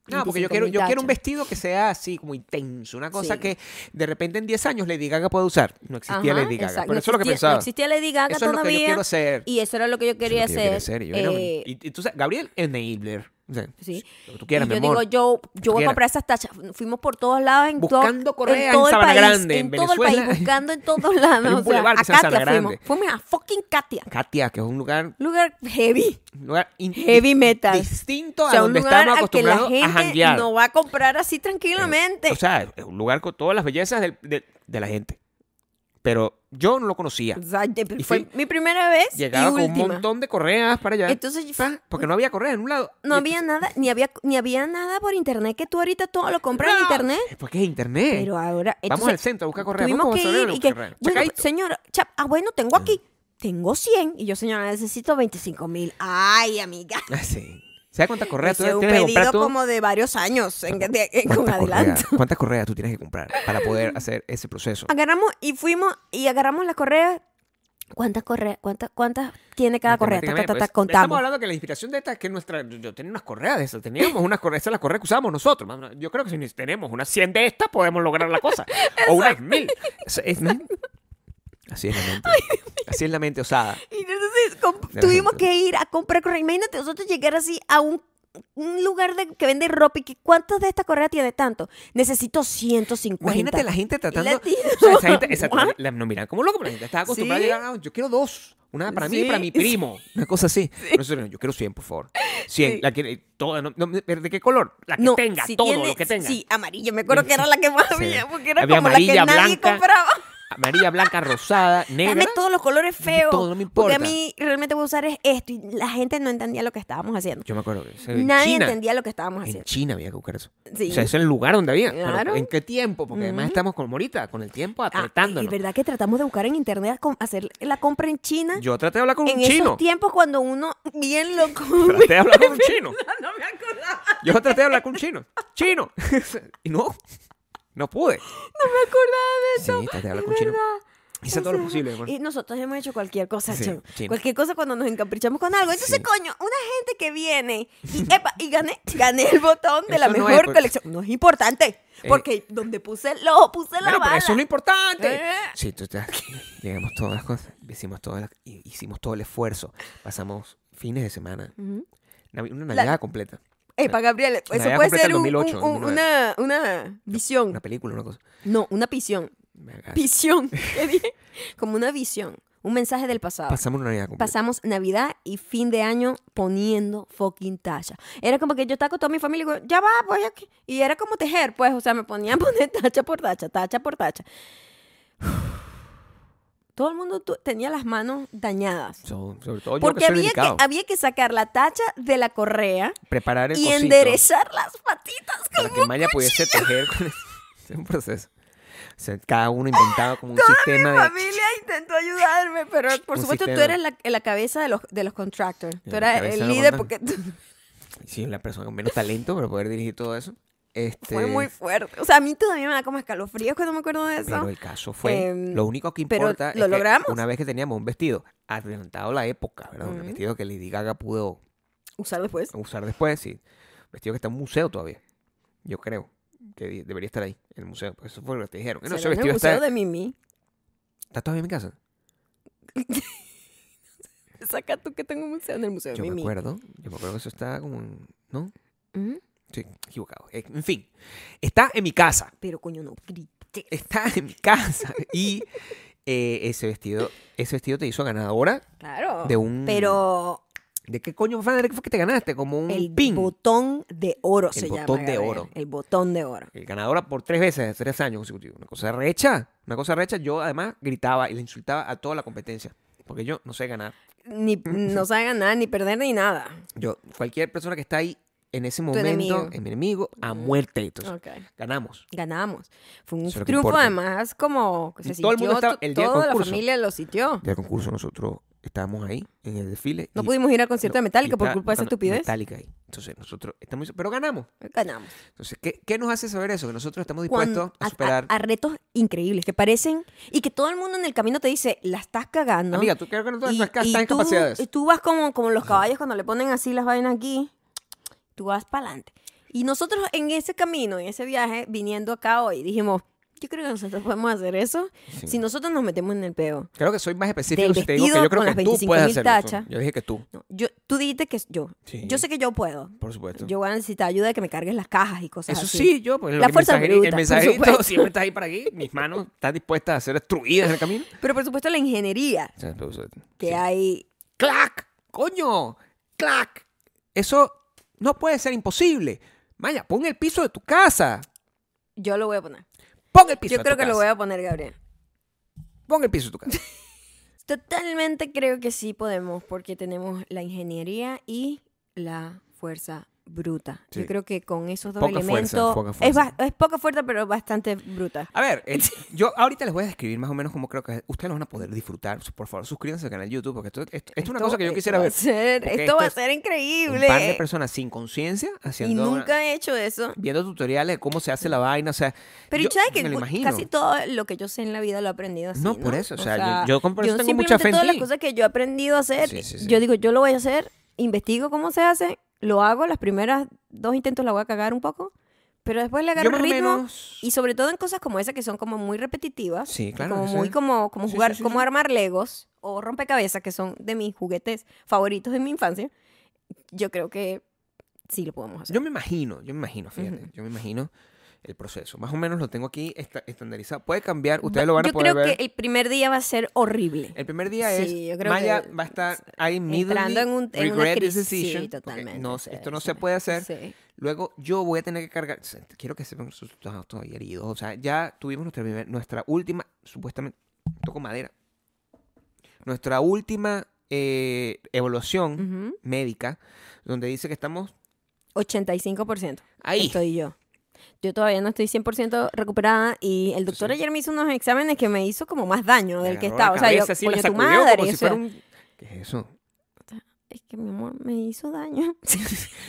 [SPEAKER 2] No, porque
[SPEAKER 1] 25.000
[SPEAKER 2] yo quiero, yo quiero
[SPEAKER 1] tachas.
[SPEAKER 2] un vestido que sea así, como intenso. Una cosa
[SPEAKER 1] Sí.
[SPEAKER 2] que de repente en 10 años Lady Gaga puede usar. No existía
[SPEAKER 1] Ajá,
[SPEAKER 2] Lady Gaga.
[SPEAKER 1] exacto.
[SPEAKER 2] Pero
[SPEAKER 1] No
[SPEAKER 2] eso es lo que
[SPEAKER 1] existía-
[SPEAKER 2] pensaba.
[SPEAKER 1] No existía Lady Gaga
[SPEAKER 2] eso es lo
[SPEAKER 1] todavía.
[SPEAKER 2] que yo quiero hacer.
[SPEAKER 1] Y eso era lo que yo
[SPEAKER 2] Eso
[SPEAKER 1] quería
[SPEAKER 2] es lo que yo
[SPEAKER 1] hacer.
[SPEAKER 2] quiero hacer. Y yo, bueno,
[SPEAKER 1] eh,
[SPEAKER 2] y- y tú sabes, Gabriel Enabler. O sea,
[SPEAKER 1] sí.
[SPEAKER 2] Lo que tú quieras,
[SPEAKER 1] Y
[SPEAKER 2] mi
[SPEAKER 1] yo
[SPEAKER 2] amor.
[SPEAKER 1] digo, yo, yo voy a
[SPEAKER 2] quieras.
[SPEAKER 1] comprar esas tachas. Fuimos por todos lados en todo-
[SPEAKER 2] Buscando correa
[SPEAKER 1] todo
[SPEAKER 2] en
[SPEAKER 1] el
[SPEAKER 2] Sabana
[SPEAKER 1] país,
[SPEAKER 2] Grande, en
[SPEAKER 1] todo el país,
[SPEAKER 2] Venezuela.
[SPEAKER 1] buscando en todos lados.
[SPEAKER 2] Hay un
[SPEAKER 1] o sea,
[SPEAKER 2] bulevar
[SPEAKER 1] a
[SPEAKER 2] que se llama
[SPEAKER 1] Katia
[SPEAKER 2] Sabana
[SPEAKER 1] fuimos.
[SPEAKER 2] Grande.
[SPEAKER 1] Fuimos a fucking Katia.
[SPEAKER 2] Katia, que es un lugar,
[SPEAKER 1] Lugar heavy.
[SPEAKER 2] un lugar in-
[SPEAKER 1] Heavy metal.
[SPEAKER 2] distinto
[SPEAKER 1] o sea,
[SPEAKER 2] a
[SPEAKER 1] un
[SPEAKER 2] donde
[SPEAKER 1] lugar
[SPEAKER 2] estamos
[SPEAKER 1] al que la
[SPEAKER 2] acostumbrados
[SPEAKER 1] gente
[SPEAKER 2] a janguear. Eh,
[SPEAKER 1] no va a comprar así tranquilamente.
[SPEAKER 2] o sea, es un lugar con todas las bellezas del- de, de la gente. Pero yo no lo conocía.
[SPEAKER 1] O sea, de-
[SPEAKER 2] y
[SPEAKER 1] fue
[SPEAKER 2] fui-
[SPEAKER 1] mi primera vez
[SPEAKER 2] Llegaba
[SPEAKER 1] y
[SPEAKER 2] con un
[SPEAKER 1] última.
[SPEAKER 2] montón de correas para allá.
[SPEAKER 1] Entonces,
[SPEAKER 2] pa, porque no había correas en un lado.
[SPEAKER 1] no
[SPEAKER 2] Y-
[SPEAKER 1] había nada, ni había, ni había nada por internet que tú ahorita todo lo compras en
[SPEAKER 2] No,
[SPEAKER 1] internet.
[SPEAKER 2] ¡Ah! es Porque es internet.
[SPEAKER 1] Pero ahora.
[SPEAKER 2] Vamos al centro a buscar correas.
[SPEAKER 1] Tuvimos
[SPEAKER 2] Vamos a
[SPEAKER 1] que ir
[SPEAKER 2] Barcelona a
[SPEAKER 1] y que.
[SPEAKER 2] buscar correas.
[SPEAKER 1] Bueno,
[SPEAKER 2] Chacaito.
[SPEAKER 1] señora, chap, ah, bueno, tengo aquí.
[SPEAKER 2] Mm.
[SPEAKER 1] Tengo 100. Y yo, señora, necesito 25 mil. Ay, amiga.
[SPEAKER 2] Ah, sí. ¿Sabes cuántas correas tú
[SPEAKER 1] Hice
[SPEAKER 2] tienes
[SPEAKER 1] un
[SPEAKER 2] que comprar
[SPEAKER 1] pedido
[SPEAKER 2] tú?
[SPEAKER 1] como de varios años en, de- en- con
[SPEAKER 2] ¿Cuántas
[SPEAKER 1] adelanto. Ah,
[SPEAKER 2] correas, ¿Cuántas correas tú tienes que comprar para poder hacer ese proceso?
[SPEAKER 1] Agarramos y fuimos y agarramos las correas. ¿Cuántas correas? ¿Cuántas, cuántas tiene cada correa? Ta, ta, ta, ta,
[SPEAKER 2] Matemáticamente, pues, Estamos
[SPEAKER 1] contamos.
[SPEAKER 2] hablando que la inspiración de esta es que nuestra. Yo, yo tenía unas correas de esas. Teníamos unas correas. Esas las correas que usábamos nosotros. Mamá, Yo creo que si tenemos unas 100 de estas, podemos lograr la cosa. o unas 1000. Es- es- ¿no? Así es la mente. Así es la mente osada.
[SPEAKER 1] Y entonces com-
[SPEAKER 2] Ajá.
[SPEAKER 1] tuvimos que ir a comprar correas. Imagínate nosotros llegar así a un, un lugar de, que vende ropa y que ¿cuántas de estas correas tiene tanto? Necesito 150.
[SPEAKER 2] Imagínate la gente tratando.
[SPEAKER 1] la
[SPEAKER 2] o
[SPEAKER 1] tía-
[SPEAKER 2] sea, esa gente, esa- la- no, mira, como loco, pero la gente estaba acostumbrada
[SPEAKER 1] Sí.
[SPEAKER 2] a llegar. "Ah, yo quiero dos. Una para mí y para
[SPEAKER 1] Sí,
[SPEAKER 2] mi primo. Una cosa así. Nosotros, yo quiero 100, por favor. 100.
[SPEAKER 1] Sí.
[SPEAKER 2] La que, toda, no- no, ¿pero ¿De qué color? La que tenga,
[SPEAKER 1] si
[SPEAKER 2] todo
[SPEAKER 1] tiene-
[SPEAKER 2] lo que tenga.
[SPEAKER 1] Sí, amarilla. Me acuerdo que era la que más
[SPEAKER 2] Sí.
[SPEAKER 1] había, porque era
[SPEAKER 2] Había
[SPEAKER 1] como
[SPEAKER 2] amarilla,
[SPEAKER 1] la que nadie
[SPEAKER 2] blanca.
[SPEAKER 1] compraba.
[SPEAKER 2] amarilla, Ah, blanca, rosada, negra.
[SPEAKER 1] Dame todos los colores feos.
[SPEAKER 2] Todo, no me
[SPEAKER 1] Porque
[SPEAKER 2] importa.
[SPEAKER 1] a mí realmente voy a usar es esto. Y la gente no entendía lo que estábamos haciendo.
[SPEAKER 2] Yo me acuerdo que eso en
[SPEAKER 1] Nadie
[SPEAKER 2] Eh, China,
[SPEAKER 1] entendía lo que estábamos
[SPEAKER 2] En
[SPEAKER 1] haciendo.
[SPEAKER 2] China había que buscar eso.
[SPEAKER 1] Sí.
[SPEAKER 2] O sea, es el lugar donde había. Pero
[SPEAKER 1] Claro.
[SPEAKER 2] ¿En qué tiempo? Porque además estamos como ahorita, con el tiempo
[SPEAKER 1] Ah, es
[SPEAKER 2] apretándonos.
[SPEAKER 1] verdad que tratamos de buscar en internet com- hacer la compra en China.
[SPEAKER 2] Yo traté de hablar con
[SPEAKER 1] en
[SPEAKER 2] un
[SPEAKER 1] esos
[SPEAKER 2] chino.
[SPEAKER 1] tiempos cuando uno bien loco.
[SPEAKER 2] Traté de hablar con un chino.
[SPEAKER 1] no me acordaba.
[SPEAKER 2] Yo traté de hablar con un chino. ¡Chino! y no, no pude.
[SPEAKER 1] No me acordaba de
[SPEAKER 2] Sí,
[SPEAKER 1] eso.
[SPEAKER 2] traté de
[SPEAKER 1] Es
[SPEAKER 2] hablar con un chino.
[SPEAKER 1] verdad.
[SPEAKER 2] Hice
[SPEAKER 1] Es
[SPEAKER 2] todo lo
[SPEAKER 1] verdad.
[SPEAKER 2] posible. hermano.
[SPEAKER 1] Y nosotros hemos hecho cualquier cosa,
[SPEAKER 2] Sí,
[SPEAKER 1] chamo.
[SPEAKER 2] sí.
[SPEAKER 1] Cualquier cosa cuando nos encaprichamos con algo. Entonces,
[SPEAKER 2] Sí.
[SPEAKER 1] coño, una gente que viene y, epa, y gané, gané el botón de la
[SPEAKER 2] Eso no
[SPEAKER 1] mejor
[SPEAKER 2] es, pues.
[SPEAKER 1] colección. No es importante. Porque donde puse el ojo, puse la
[SPEAKER 2] Eh. Bueno, pero
[SPEAKER 1] bala.
[SPEAKER 2] eso es lo importante.
[SPEAKER 1] Eh.
[SPEAKER 2] Sí, tú estás- llegamos todas las cosas, hicimos, todas las- hi- hicimos todo el esfuerzo. Pasamos fines de semana,
[SPEAKER 1] Ujú.
[SPEAKER 2] Navi- una Navidad completa,
[SPEAKER 1] Epa, Gabriel, eso
[SPEAKER 2] Navidad
[SPEAKER 1] puede
[SPEAKER 2] completa
[SPEAKER 1] ser
[SPEAKER 2] en
[SPEAKER 1] un- un-
[SPEAKER 2] 2008,
[SPEAKER 1] un- una, una visión.
[SPEAKER 2] una película, una cosa.
[SPEAKER 1] No, una visión.
[SPEAKER 2] Me hagas-
[SPEAKER 1] Visión. ¿Qué dije? Como una visión. Un mensaje del pasado.
[SPEAKER 2] Pasamos una Navidad completa.
[SPEAKER 1] pasamos Navidad y fin de año poniendo fucking tacha. Era como que yo estaba con toda mi familia y digo, ya va, voy aquí. Y era como tejer, pues, o sea, me ponían a poner tacha por tacha, tacha por tacha. Todo el mundo tu- tenía las manos dañadas.
[SPEAKER 2] So- sobre todo yo
[SPEAKER 1] Porque
[SPEAKER 2] que soy
[SPEAKER 1] había que,
[SPEAKER 2] delicado.
[SPEAKER 1] había que sacar la tacha de la correa
[SPEAKER 2] Preparar el
[SPEAKER 1] y
[SPEAKER 2] cosito
[SPEAKER 1] enderezar las patitas
[SPEAKER 2] para
[SPEAKER 1] como
[SPEAKER 2] que Maya pudiese tejer. con- es un proceso. O sea, cada uno inventaba como un sistema
[SPEAKER 1] mi
[SPEAKER 2] de...
[SPEAKER 1] familia intentó ayudarme, pero por
[SPEAKER 2] Un
[SPEAKER 1] supuesto tú
[SPEAKER 2] sistema.
[SPEAKER 1] eres la, la cabeza de los, de los contractors. Tú
[SPEAKER 2] la
[SPEAKER 1] eras
[SPEAKER 2] cabeza de
[SPEAKER 1] el
[SPEAKER 2] los
[SPEAKER 1] líder porque
[SPEAKER 2] contractors. Sí, la persona con menos talento para poder dirigir todo eso. Este,
[SPEAKER 1] Fue muy fuerte. O sea, a mí todavía me da como escalofríos cuando me acuerdo de eso.
[SPEAKER 2] Pero el caso fue,
[SPEAKER 1] Em,
[SPEAKER 2] lo único que
[SPEAKER 1] pero
[SPEAKER 2] importa
[SPEAKER 1] ¿lo
[SPEAKER 2] es que
[SPEAKER 1] logramos?
[SPEAKER 2] una vez que teníamos un vestido adelantado a la época, ¿verdad? Un
[SPEAKER 1] Ujú.
[SPEAKER 2] vestido que Lady Gaga pudo
[SPEAKER 1] Usar después.
[SPEAKER 2] usar después, sí. Un vestido que está en un museo todavía, yo creo, que di- debería estar ahí, en el museo. Pues eso fue lo que te dijeron. No,
[SPEAKER 1] Será
[SPEAKER 2] ese
[SPEAKER 1] en el
[SPEAKER 2] vestido
[SPEAKER 1] museo
[SPEAKER 2] está,
[SPEAKER 1] de Mimi.
[SPEAKER 2] está todavía en mi casa.
[SPEAKER 1] Saca tú que tengo un museo en el museo de
[SPEAKER 2] Yo me
[SPEAKER 1] Mimi.
[SPEAKER 2] acuerdo, yo me acuerdo que eso está como, en- ¿no?
[SPEAKER 1] Ujú.
[SPEAKER 2] Sí, equivocado. Eh, En fin, está en mi casa.
[SPEAKER 1] Pero coño, no grité.
[SPEAKER 2] Está en mi casa. y eh, ese vestido, ese vestido te hizo ganadora
[SPEAKER 1] Claro.
[SPEAKER 2] de un...
[SPEAKER 1] Oh, Pero
[SPEAKER 2] ¿De qué coño fue fue que te ganaste? Como un
[SPEAKER 1] el
[SPEAKER 2] pin.
[SPEAKER 1] botón de oro se llama.
[SPEAKER 2] botón de
[SPEAKER 1] Gabriel.
[SPEAKER 2] oro.
[SPEAKER 1] El botón de oro.
[SPEAKER 2] El ganadora por tres veces, tres años consecutivos. Una cosa recha. Una cosa recha. Yo además gritaba y le insultaba a toda la competencia. Porque yo no sé ganar.
[SPEAKER 1] Ni, no sabe ganar, ni perder, ni nada.
[SPEAKER 2] Yo, cualquier persona que está ahí en ese momento,
[SPEAKER 1] enemigo.
[SPEAKER 2] en mi enemigo, a muerte. Entonces,
[SPEAKER 1] Ok.
[SPEAKER 2] ganamos.
[SPEAKER 1] Ganamos. Fue un
[SPEAKER 2] Eso es lo que
[SPEAKER 1] triunfo,
[SPEAKER 2] importa.
[SPEAKER 1] además, como que se
[SPEAKER 2] Y todo el mundo
[SPEAKER 1] sintió,
[SPEAKER 2] estaba-
[SPEAKER 1] to-
[SPEAKER 2] el día del
[SPEAKER 1] toda la
[SPEAKER 2] concurso.
[SPEAKER 1] familia lo sintió.
[SPEAKER 2] Ya el concurso nosotros estábamos ahí en el desfile.
[SPEAKER 1] No
[SPEAKER 2] y-
[SPEAKER 1] pudimos ir al concierto de
[SPEAKER 2] y
[SPEAKER 1] Metallica por
[SPEAKER 2] estaba
[SPEAKER 1] culpa de esa
[SPEAKER 2] tocando
[SPEAKER 1] estupidez.
[SPEAKER 2] Metallica ahí. Entonces nosotros estamos... Pero ganamos.
[SPEAKER 1] Ganamos.
[SPEAKER 2] Entonces, ¿qué, qué nos hace saber eso? Que nosotros estamos
[SPEAKER 1] cuan-
[SPEAKER 2] dispuestos
[SPEAKER 1] a,
[SPEAKER 2] a
[SPEAKER 1] a-
[SPEAKER 2] superar...
[SPEAKER 1] a retos increíbles que parecen y que todo el mundo en el camino te dice, la estás cagando.
[SPEAKER 2] Amiga, tú creo que no
[SPEAKER 1] y,
[SPEAKER 2] estás
[SPEAKER 1] y
[SPEAKER 2] en
[SPEAKER 1] tú,
[SPEAKER 2] capacidades.
[SPEAKER 1] y tú vas como, como los caballos cuando le ponen así las vainas aquí, tú vas para adelante. Y nosotros en ese camino, en ese viaje, viniendo acá hoy, dijimos, yo creo que nosotros podemos hacer eso
[SPEAKER 2] Sí.
[SPEAKER 1] si nosotros nos metemos en el peo.
[SPEAKER 2] Creo que soy más específico
[SPEAKER 1] Del
[SPEAKER 2] si te digo que
[SPEAKER 1] vestido
[SPEAKER 2] yo creo
[SPEAKER 1] con
[SPEAKER 2] que
[SPEAKER 1] las
[SPEAKER 2] tú puedes
[SPEAKER 1] 25.000
[SPEAKER 2] hacerlo. pues.
[SPEAKER 1] tachas.
[SPEAKER 2] Yo dije que tú,
[SPEAKER 1] No, yo, tú dijiste que yo.
[SPEAKER 2] Sí.
[SPEAKER 1] Yo sé que yo puedo.
[SPEAKER 2] por supuesto.
[SPEAKER 1] Yo voy a necesitar ayuda de que me cargues las cajas y cosas
[SPEAKER 2] Eso
[SPEAKER 1] así.
[SPEAKER 2] sí, yo, porque
[SPEAKER 1] La
[SPEAKER 2] el
[SPEAKER 1] fuerza
[SPEAKER 2] mensajero-
[SPEAKER 1] bruta,
[SPEAKER 2] el
[SPEAKER 1] por
[SPEAKER 2] mensajito
[SPEAKER 1] supuesto.
[SPEAKER 2] siempre está ahí para aquí. Mis manos están dispuestas a ser destruidas en el camino.
[SPEAKER 1] Pero por supuesto la ingeniería
[SPEAKER 2] O sea, pero eso-
[SPEAKER 1] que
[SPEAKER 2] sí.
[SPEAKER 1] hay
[SPEAKER 2] ¡Clac! ¡Coño! ¡Clac! Eso no puede ser imposible. Maya, pon el piso de tu casa.
[SPEAKER 1] Yo lo voy a poner.
[SPEAKER 2] Pon el piso
[SPEAKER 1] Yo
[SPEAKER 2] de
[SPEAKER 1] creo
[SPEAKER 2] tu
[SPEAKER 1] que lo
[SPEAKER 2] casa.
[SPEAKER 1] voy a poner, Gabriel.
[SPEAKER 2] Pon el piso de tu casa.
[SPEAKER 1] Totalmente creo que sí podemos, porque tenemos la ingeniería y la fuerza bruta.
[SPEAKER 2] Sí.
[SPEAKER 1] Yo creo que con esos dos
[SPEAKER 2] Poca
[SPEAKER 1] elementos
[SPEAKER 2] fuerza, poca
[SPEAKER 1] Es,
[SPEAKER 2] fuerza.
[SPEAKER 1] ba- es poca fuerza, pero bastante bruta.
[SPEAKER 2] A ver, eh, yo ahorita les voy a describir más o menos cómo creo que es. ustedes lo van a poder disfrutar. Por favor, suscríbanse al canal de YouTube, porque esto, esto- esto es una
[SPEAKER 1] Esto-
[SPEAKER 2] cosa que yo
[SPEAKER 1] esto
[SPEAKER 2] quisiera
[SPEAKER 1] va a
[SPEAKER 2] ver.
[SPEAKER 1] ser-
[SPEAKER 2] porque
[SPEAKER 1] esto,
[SPEAKER 2] esto
[SPEAKER 1] va a
[SPEAKER 2] es
[SPEAKER 1] ser increíble.
[SPEAKER 2] Un par de personas sin conciencia
[SPEAKER 1] y
[SPEAKER 2] haciendo una-
[SPEAKER 1] nunca he hecho eso.
[SPEAKER 2] viendo tutoriales de cómo se hace la vaina, o sea,
[SPEAKER 1] Pero
[SPEAKER 2] yo
[SPEAKER 1] ¿sabes que
[SPEAKER 2] me lo
[SPEAKER 1] cu-
[SPEAKER 2] imagino.
[SPEAKER 1] casi todo lo que yo sé en la vida lo he aprendido así?
[SPEAKER 2] No,
[SPEAKER 1] No,
[SPEAKER 2] por eso, o sea, yo- yo con- por eso tengo
[SPEAKER 1] simplemente
[SPEAKER 2] mucha fe en
[SPEAKER 1] todas las
[SPEAKER 2] ti.
[SPEAKER 1] cosas que yo he aprendido a hacer,
[SPEAKER 2] Sí, sí, sí.
[SPEAKER 1] yo digo, yo lo voy a hacer, investigo cómo se hace, lo hago, las primeras dos intentos la voy a cagar un poco, pero después le agarro
[SPEAKER 2] más o
[SPEAKER 1] ritmo.
[SPEAKER 2] menos-
[SPEAKER 1] Y sobre todo en cosas como esa que son como muy repetitivas.
[SPEAKER 2] Sí,
[SPEAKER 1] y
[SPEAKER 2] claro,
[SPEAKER 1] Como
[SPEAKER 2] sí.
[SPEAKER 1] muy como, como
[SPEAKER 2] Sí,
[SPEAKER 1] jugar,
[SPEAKER 2] sí, sí,
[SPEAKER 1] como
[SPEAKER 2] sí.
[SPEAKER 1] armar legos o rompecabezas, que son de mis juguetes favoritos de mi infancia. Yo creo que sí lo podemos hacer.
[SPEAKER 2] Yo me imagino, yo me imagino, fíjate, yo me imagino el proceso. Más o menos lo tengo aquí esta- estandarizado. Puede cambiar, ustedes lo van a
[SPEAKER 1] yo
[SPEAKER 2] poder
[SPEAKER 1] creo
[SPEAKER 2] ver.
[SPEAKER 1] que el primer día va a ser horrible.
[SPEAKER 2] El primer día
[SPEAKER 1] Sí, yo
[SPEAKER 2] es
[SPEAKER 1] creo
[SPEAKER 2] Maya
[SPEAKER 1] que
[SPEAKER 2] va a estar I immediately
[SPEAKER 1] entrando en un- en una
[SPEAKER 2] regret this
[SPEAKER 1] crisis. Sí,
[SPEAKER 2] decision. porque
[SPEAKER 1] totalmente,
[SPEAKER 2] no,
[SPEAKER 1] sí,
[SPEAKER 2] esto no
[SPEAKER 1] sí.
[SPEAKER 2] se puede hacer.
[SPEAKER 1] Sí.
[SPEAKER 2] Luego yo voy a tener que cargar. se- Quiero que sepan sus- ah, todavía heridos. O sea, ya tuvimos nuestra, primer- nuestra última, supuestamente, toco madera. Nuestra última eh, evaluación
[SPEAKER 1] Ujú.
[SPEAKER 2] médica, donde dice que estamos
[SPEAKER 1] 85%.
[SPEAKER 2] ahí.
[SPEAKER 1] Estoy yo. Yo todavía no estoy 100% recuperada y el doctor
[SPEAKER 2] Sí.
[SPEAKER 1] ayer me hizo unos exámenes que me hizo como más daño del
[SPEAKER 2] Me
[SPEAKER 1] que estaba.
[SPEAKER 2] agarró la
[SPEAKER 1] O sea, yo,
[SPEAKER 2] cabeza así, la
[SPEAKER 1] coño, tu
[SPEAKER 2] sacudió
[SPEAKER 1] madre.
[SPEAKER 2] como si
[SPEAKER 1] o sea,
[SPEAKER 2] fuera un- ¿Qué es eso?
[SPEAKER 1] Es que mi amor me hizo daño.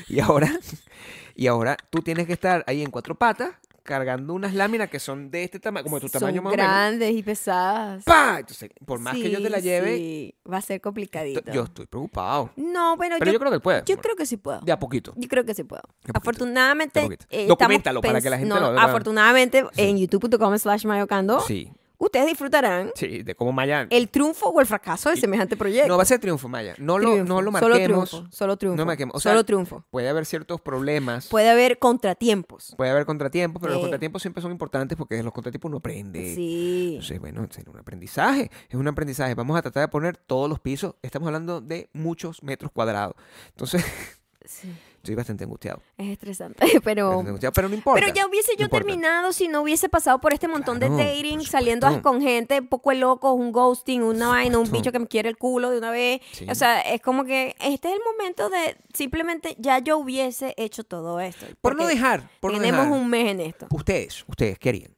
[SPEAKER 2] Y ahora, y ahora tú tienes que estar ahí en cuatro patas cargando unas láminas que son de este tamaño, como de tu tamaño
[SPEAKER 1] Son
[SPEAKER 2] más o menos.
[SPEAKER 1] grandes y pesadas.
[SPEAKER 2] ¡Pah! Entonces, por más que yo te la
[SPEAKER 1] Sí,
[SPEAKER 2] lleve,
[SPEAKER 1] sí, va a ser complicadito.
[SPEAKER 2] yo estoy preocupado.
[SPEAKER 1] no, pero,
[SPEAKER 2] Pero
[SPEAKER 1] yo,
[SPEAKER 2] yo, creo que puedes.
[SPEAKER 1] yo creo que sí puedo.
[SPEAKER 2] De a poquito.
[SPEAKER 1] Yo creo que sí puedo.
[SPEAKER 2] poquito,
[SPEAKER 1] Afortunadamente.
[SPEAKER 2] de poquito.
[SPEAKER 1] eh,
[SPEAKER 2] Documentalo
[SPEAKER 1] estamos
[SPEAKER 2] para que la gente
[SPEAKER 1] pens-
[SPEAKER 2] lo
[SPEAKER 1] no, no,
[SPEAKER 2] vea.
[SPEAKER 1] Afortunadamente,
[SPEAKER 2] Sí.
[SPEAKER 1] en youtube.com slash mayocando,
[SPEAKER 2] Sí,
[SPEAKER 1] ustedes disfrutarán
[SPEAKER 2] sí, de cómo Maya.
[SPEAKER 1] el triunfo o el fracaso de
[SPEAKER 2] Y-
[SPEAKER 1] semejante proyecto.
[SPEAKER 2] No va a ser triunfo, Maya. No lo,
[SPEAKER 1] eh, Triunfo,
[SPEAKER 2] no lo
[SPEAKER 1] Solo
[SPEAKER 2] marquemos.
[SPEAKER 1] triunfo. Solo triunfo.
[SPEAKER 2] No marquemos. O sea,
[SPEAKER 1] solo triunfo.
[SPEAKER 2] Puede haber ciertos problemas. Puede,
[SPEAKER 1] Puede haber contratiempos.
[SPEAKER 2] haber contratiempos, pero los
[SPEAKER 1] Eh.
[SPEAKER 2] contratiempos siempre son importantes porque de los contratiempos uno aprende.
[SPEAKER 1] Sí.
[SPEAKER 2] Entonces, bueno, es un aprendizaje, es un aprendizaje. Vamos a tratar de poner todos los pisos. Estamos hablando de muchos metros cuadrados. Entonces,
[SPEAKER 1] Sí.
[SPEAKER 2] estoy bastante angustiado.
[SPEAKER 1] Es estresante, pero.
[SPEAKER 2] bastante angustiado, pero no importa.
[SPEAKER 1] Pero ya hubiese yo
[SPEAKER 2] importa.
[SPEAKER 1] terminado si no hubiese pasado por este montón de
[SPEAKER 2] Claro,
[SPEAKER 1] dating,
[SPEAKER 2] por
[SPEAKER 1] saliendo
[SPEAKER 2] supuesto.
[SPEAKER 1] con gente poco de locos, un ghosting, una vaina, un
[SPEAKER 2] supuesto.
[SPEAKER 1] bicho que me quiere el culo de una vez.
[SPEAKER 2] Sí.
[SPEAKER 1] O sea, es como que este es el momento de simplemente ya yo hubiese hecho todo esto.
[SPEAKER 2] Por no
[SPEAKER 1] Porque
[SPEAKER 2] dejar, por no
[SPEAKER 1] tenemos
[SPEAKER 2] dejar.
[SPEAKER 1] un mes en esto.
[SPEAKER 2] Ustedes, ustedes, ¿qué harían?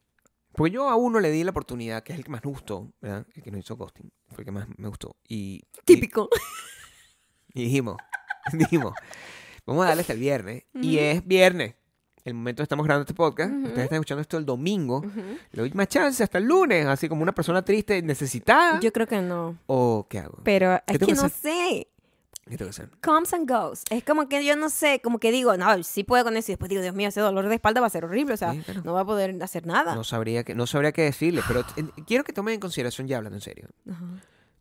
[SPEAKER 2] Porque yo a uno le di la oportunidad, que es el que más me gustó, ¿verdad? El que no hizo ghosting, fue el que más me gustó. Y, y-
[SPEAKER 1] Típico.
[SPEAKER 2] Y, dijimos, dijimos, vamos a darle hasta el viernes. Y es viernes. El momento que estamos grabando este podcast,
[SPEAKER 1] Ujú.
[SPEAKER 2] ustedes están escuchando esto el domingo.
[SPEAKER 1] Ujú.
[SPEAKER 2] Le doy más chance hasta el lunes, así como una persona triste, necesitada.
[SPEAKER 1] Yo creo que no.
[SPEAKER 2] ¿O qué hago?
[SPEAKER 1] Pero
[SPEAKER 2] ¿Qué
[SPEAKER 1] es
[SPEAKER 2] tengo
[SPEAKER 1] que
[SPEAKER 2] que
[SPEAKER 1] no
[SPEAKER 2] hacer?
[SPEAKER 1] sé.
[SPEAKER 2] ¿Qué tengo que hacer?
[SPEAKER 1] comes and goes. Es como que yo no sé, como que digo, no, sí puedo con eso. Y después digo, Dios mío, ese dolor de espalda va a ser horrible. O sea,
[SPEAKER 2] Sí, claro.
[SPEAKER 1] no va a poder hacer nada.
[SPEAKER 2] No sabría, que, no sabría qué decirle, pero eh, quiero que tomen en consideración, ya hablando en serio,
[SPEAKER 1] Ah. Ajá.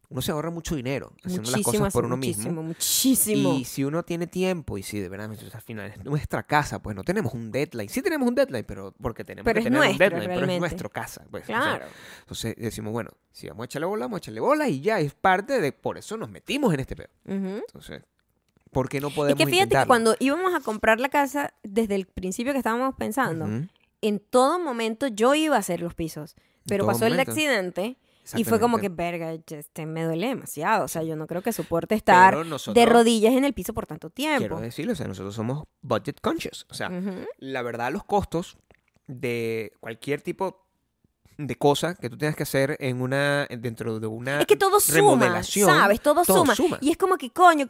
[SPEAKER 2] uno se ahorra mucho dinero haciendo las
[SPEAKER 1] Muchísimo,
[SPEAKER 2] cosas por
[SPEAKER 1] así,
[SPEAKER 2] uno
[SPEAKER 1] muchísimo,
[SPEAKER 2] mismo.
[SPEAKER 1] Muchísimo.
[SPEAKER 2] Y si uno tiene tiempo, y si de verdad, entonces, al final es nuestra casa, pues no tenemos un deadline. Sí tenemos un deadline, pero porque tenemos
[SPEAKER 1] Pero
[SPEAKER 2] que
[SPEAKER 1] es
[SPEAKER 2] tener un
[SPEAKER 1] nuestro,
[SPEAKER 2] deadline, pero es
[SPEAKER 1] realmente.
[SPEAKER 2] nuestra casa. Pues, o sea,
[SPEAKER 1] Claro.
[SPEAKER 2] entonces decimos, bueno, si vamos a echarle bola, vamos a echarle bola y ya es parte de, por eso nos metimos en este pedo.
[SPEAKER 1] Ujú.
[SPEAKER 2] Entonces, ¿por qué no
[SPEAKER 1] Y
[SPEAKER 2] podemos
[SPEAKER 1] que fíjate que
[SPEAKER 2] intentarlo?
[SPEAKER 1] cuando íbamos a comprar la casa, desde el principio que estábamos pensando,
[SPEAKER 2] Ujú,
[SPEAKER 1] en todo momento yo iba a hacer los pisos. Pero
[SPEAKER 2] todo
[SPEAKER 1] pasó el
[SPEAKER 2] momento.
[SPEAKER 1] accidente y fue como que,
[SPEAKER 2] Exactamente.
[SPEAKER 1] verga, este, me duele demasiado. O sea, yo no creo que soporte estar
[SPEAKER 2] Pero nosotros-
[SPEAKER 1] de rodillas en el piso por tanto tiempo.
[SPEAKER 2] Quiero decirlo, o sea, nosotros somos budget conscious. O sea,
[SPEAKER 1] Ujú.
[SPEAKER 2] la verdad, los costos de cualquier tipo de cosa que tú tengas que hacer en una dentro de una
[SPEAKER 1] Es que todo suma,
[SPEAKER 2] remodelación,
[SPEAKER 1] ¿sabes? Todo,
[SPEAKER 2] todo
[SPEAKER 1] suma.
[SPEAKER 2] suma.
[SPEAKER 1] Y es como que, coño,